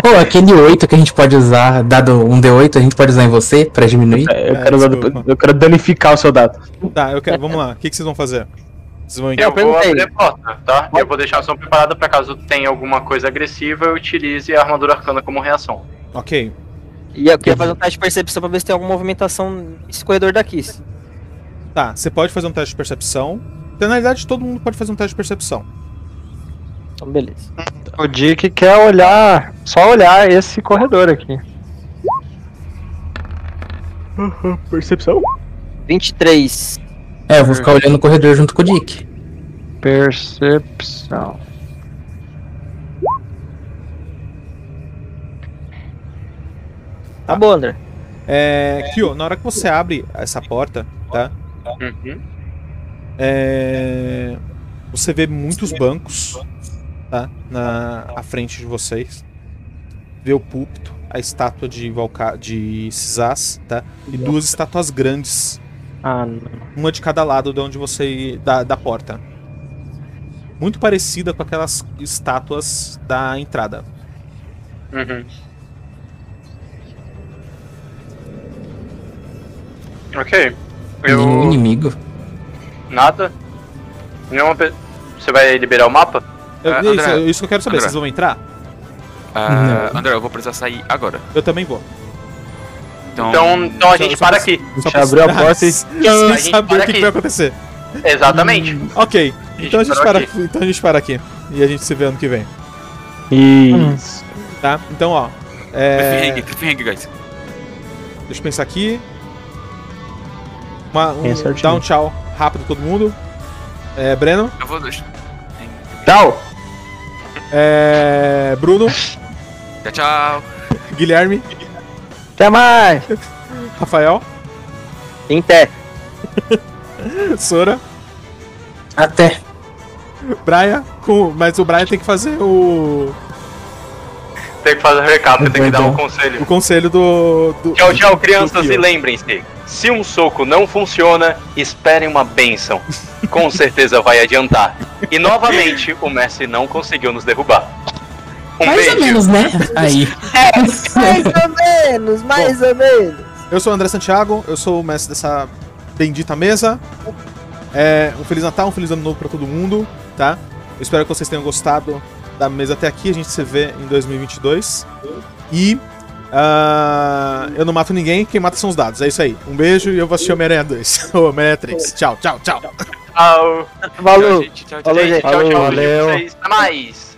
S2: Pô, aquele 8 que a gente pode usar, dado um D8, a gente pode usar em você pra diminuir.
S1: É, Eu
S4: É,
S1: quero,
S4: desculpa.
S1: eu quero danificar o seu dado.
S4: Tá, eu quero. Vamos lá. O que, que vocês vão fazer? Vocês vão
S5: Eu vou
S7: perguntei.
S5: abrir a porta, tá? Eu vou deixar a ação preparada pra caso tenha alguma coisa agressiva, eu utilize a armadura arcana como reação.
S4: Ok.
S7: E eu queria fazer um teste de percepção pra ver se tem alguma movimentação nesse corredor daqui.
S4: Tá, você pode fazer um teste de percepção. Então, Na realidade, todo mundo pode fazer um teste de percepção.
S7: Então, beleza.
S6: O Dick quer olhar, só olhar esse corredor aqui.
S1: Percepção?
S7: 23.
S2: É, eu vou ficar olhando o corredor junto com o Dick.
S6: Percepção.
S7: Tá bom, André.
S4: É, Kyo, na hora que você abre essa porta, tá? É, você vê muitos bancos, tá? Na à frente de vocês. Vê o púlpito, a estátua de Valca... de Cisás, tá? E duas estátuas grandes,
S1: Ah, não.
S4: uma de cada lado de onde você da, da porta. Muito parecida com aquelas estátuas da entrada.
S5: Ok.
S2: Nenhum
S1: Hum.
S5: Eu.
S2: inimigo.
S5: Nada? Nenhuma. pe- Você vai liberar o mapa?
S4: Eu-
S3: Ah,
S4: é isso,
S3: André.
S4: é isso que eu quero saber.
S3: André.
S4: Vocês vão entrar?
S3: Ah, André, eu vou precisar sair agora.
S4: Eu também vou.
S3: Então,
S5: Então, então a
S4: só-
S5: gente
S4: só
S5: para
S4: você-
S5: aqui.
S4: Só
S1: gente abriu a porta e-
S5: A
S4: Sem
S5: gente
S4: saber o
S5: para
S4: que, que
S5: aqui.
S4: vai acontecer.
S5: Exatamente.
S1: Hum.
S4: Ok, então a gente para,
S5: parou
S4: aqui. então a gente para aqui e a gente se vê ano que vem,
S1: Isso.
S4: tá? Então ó, é,
S3: cliffhanger, cliffhanger, guys.
S4: deixa eu pensar aqui. Uma, um,
S1: Tenha sorte,
S4: dá um
S1: né?
S4: tchau rápido todo mundo. É, Breno,
S3: Eu vou.
S1: Tchau.
S4: é, Bruno,
S3: Tchau, tchau.
S4: Guilherme,
S6: Até mais!
S4: Rafael,
S7: Em pé.
S4: Sora,
S2: Até.
S4: Brian, com, mas o Brian tem que fazer o,
S5: Tem que fazer o recado,
S1: Então,
S5: tem que dar um conselho.
S4: o conselho do, do
S5: Tchau, tchau, crianças,
S4: do
S5: e
S4: Kyo.
S5: lembrem-se: se um soco não funciona, esperem uma benção. Com certeza vai adiantar. E novamente, o Messi não conseguiu nos derrubar. Um
S9: Mais ou
S5: beijo.
S9: menos, né?
S2: Aí. É.
S7: Mais ou menos, mais ou menos.
S4: Eu sou o André Santiago, eu sou o mestre dessa bendita mesa. É, um Feliz Natal, um Feliz Ano Novo pra todo mundo, tá? Eu espero que vocês tenham gostado da mesa até aqui. A gente se vê em 2022. E. ah, eu não mato ninguém, quem mata são os dados. É isso aí. Um beijo e eu vou assistir Homem-Aranha 2. Ou Homem-Aranha 3. Tchau, tchau, tchau.
S5: Tchau,
S3: Tchau,
S6: Falou!
S3: gente. Tchau, tchau.
S6: Falou, gente.
S5: gente. Tchau, tchau.
S1: Valeu.
S5: Vocês. Até mais.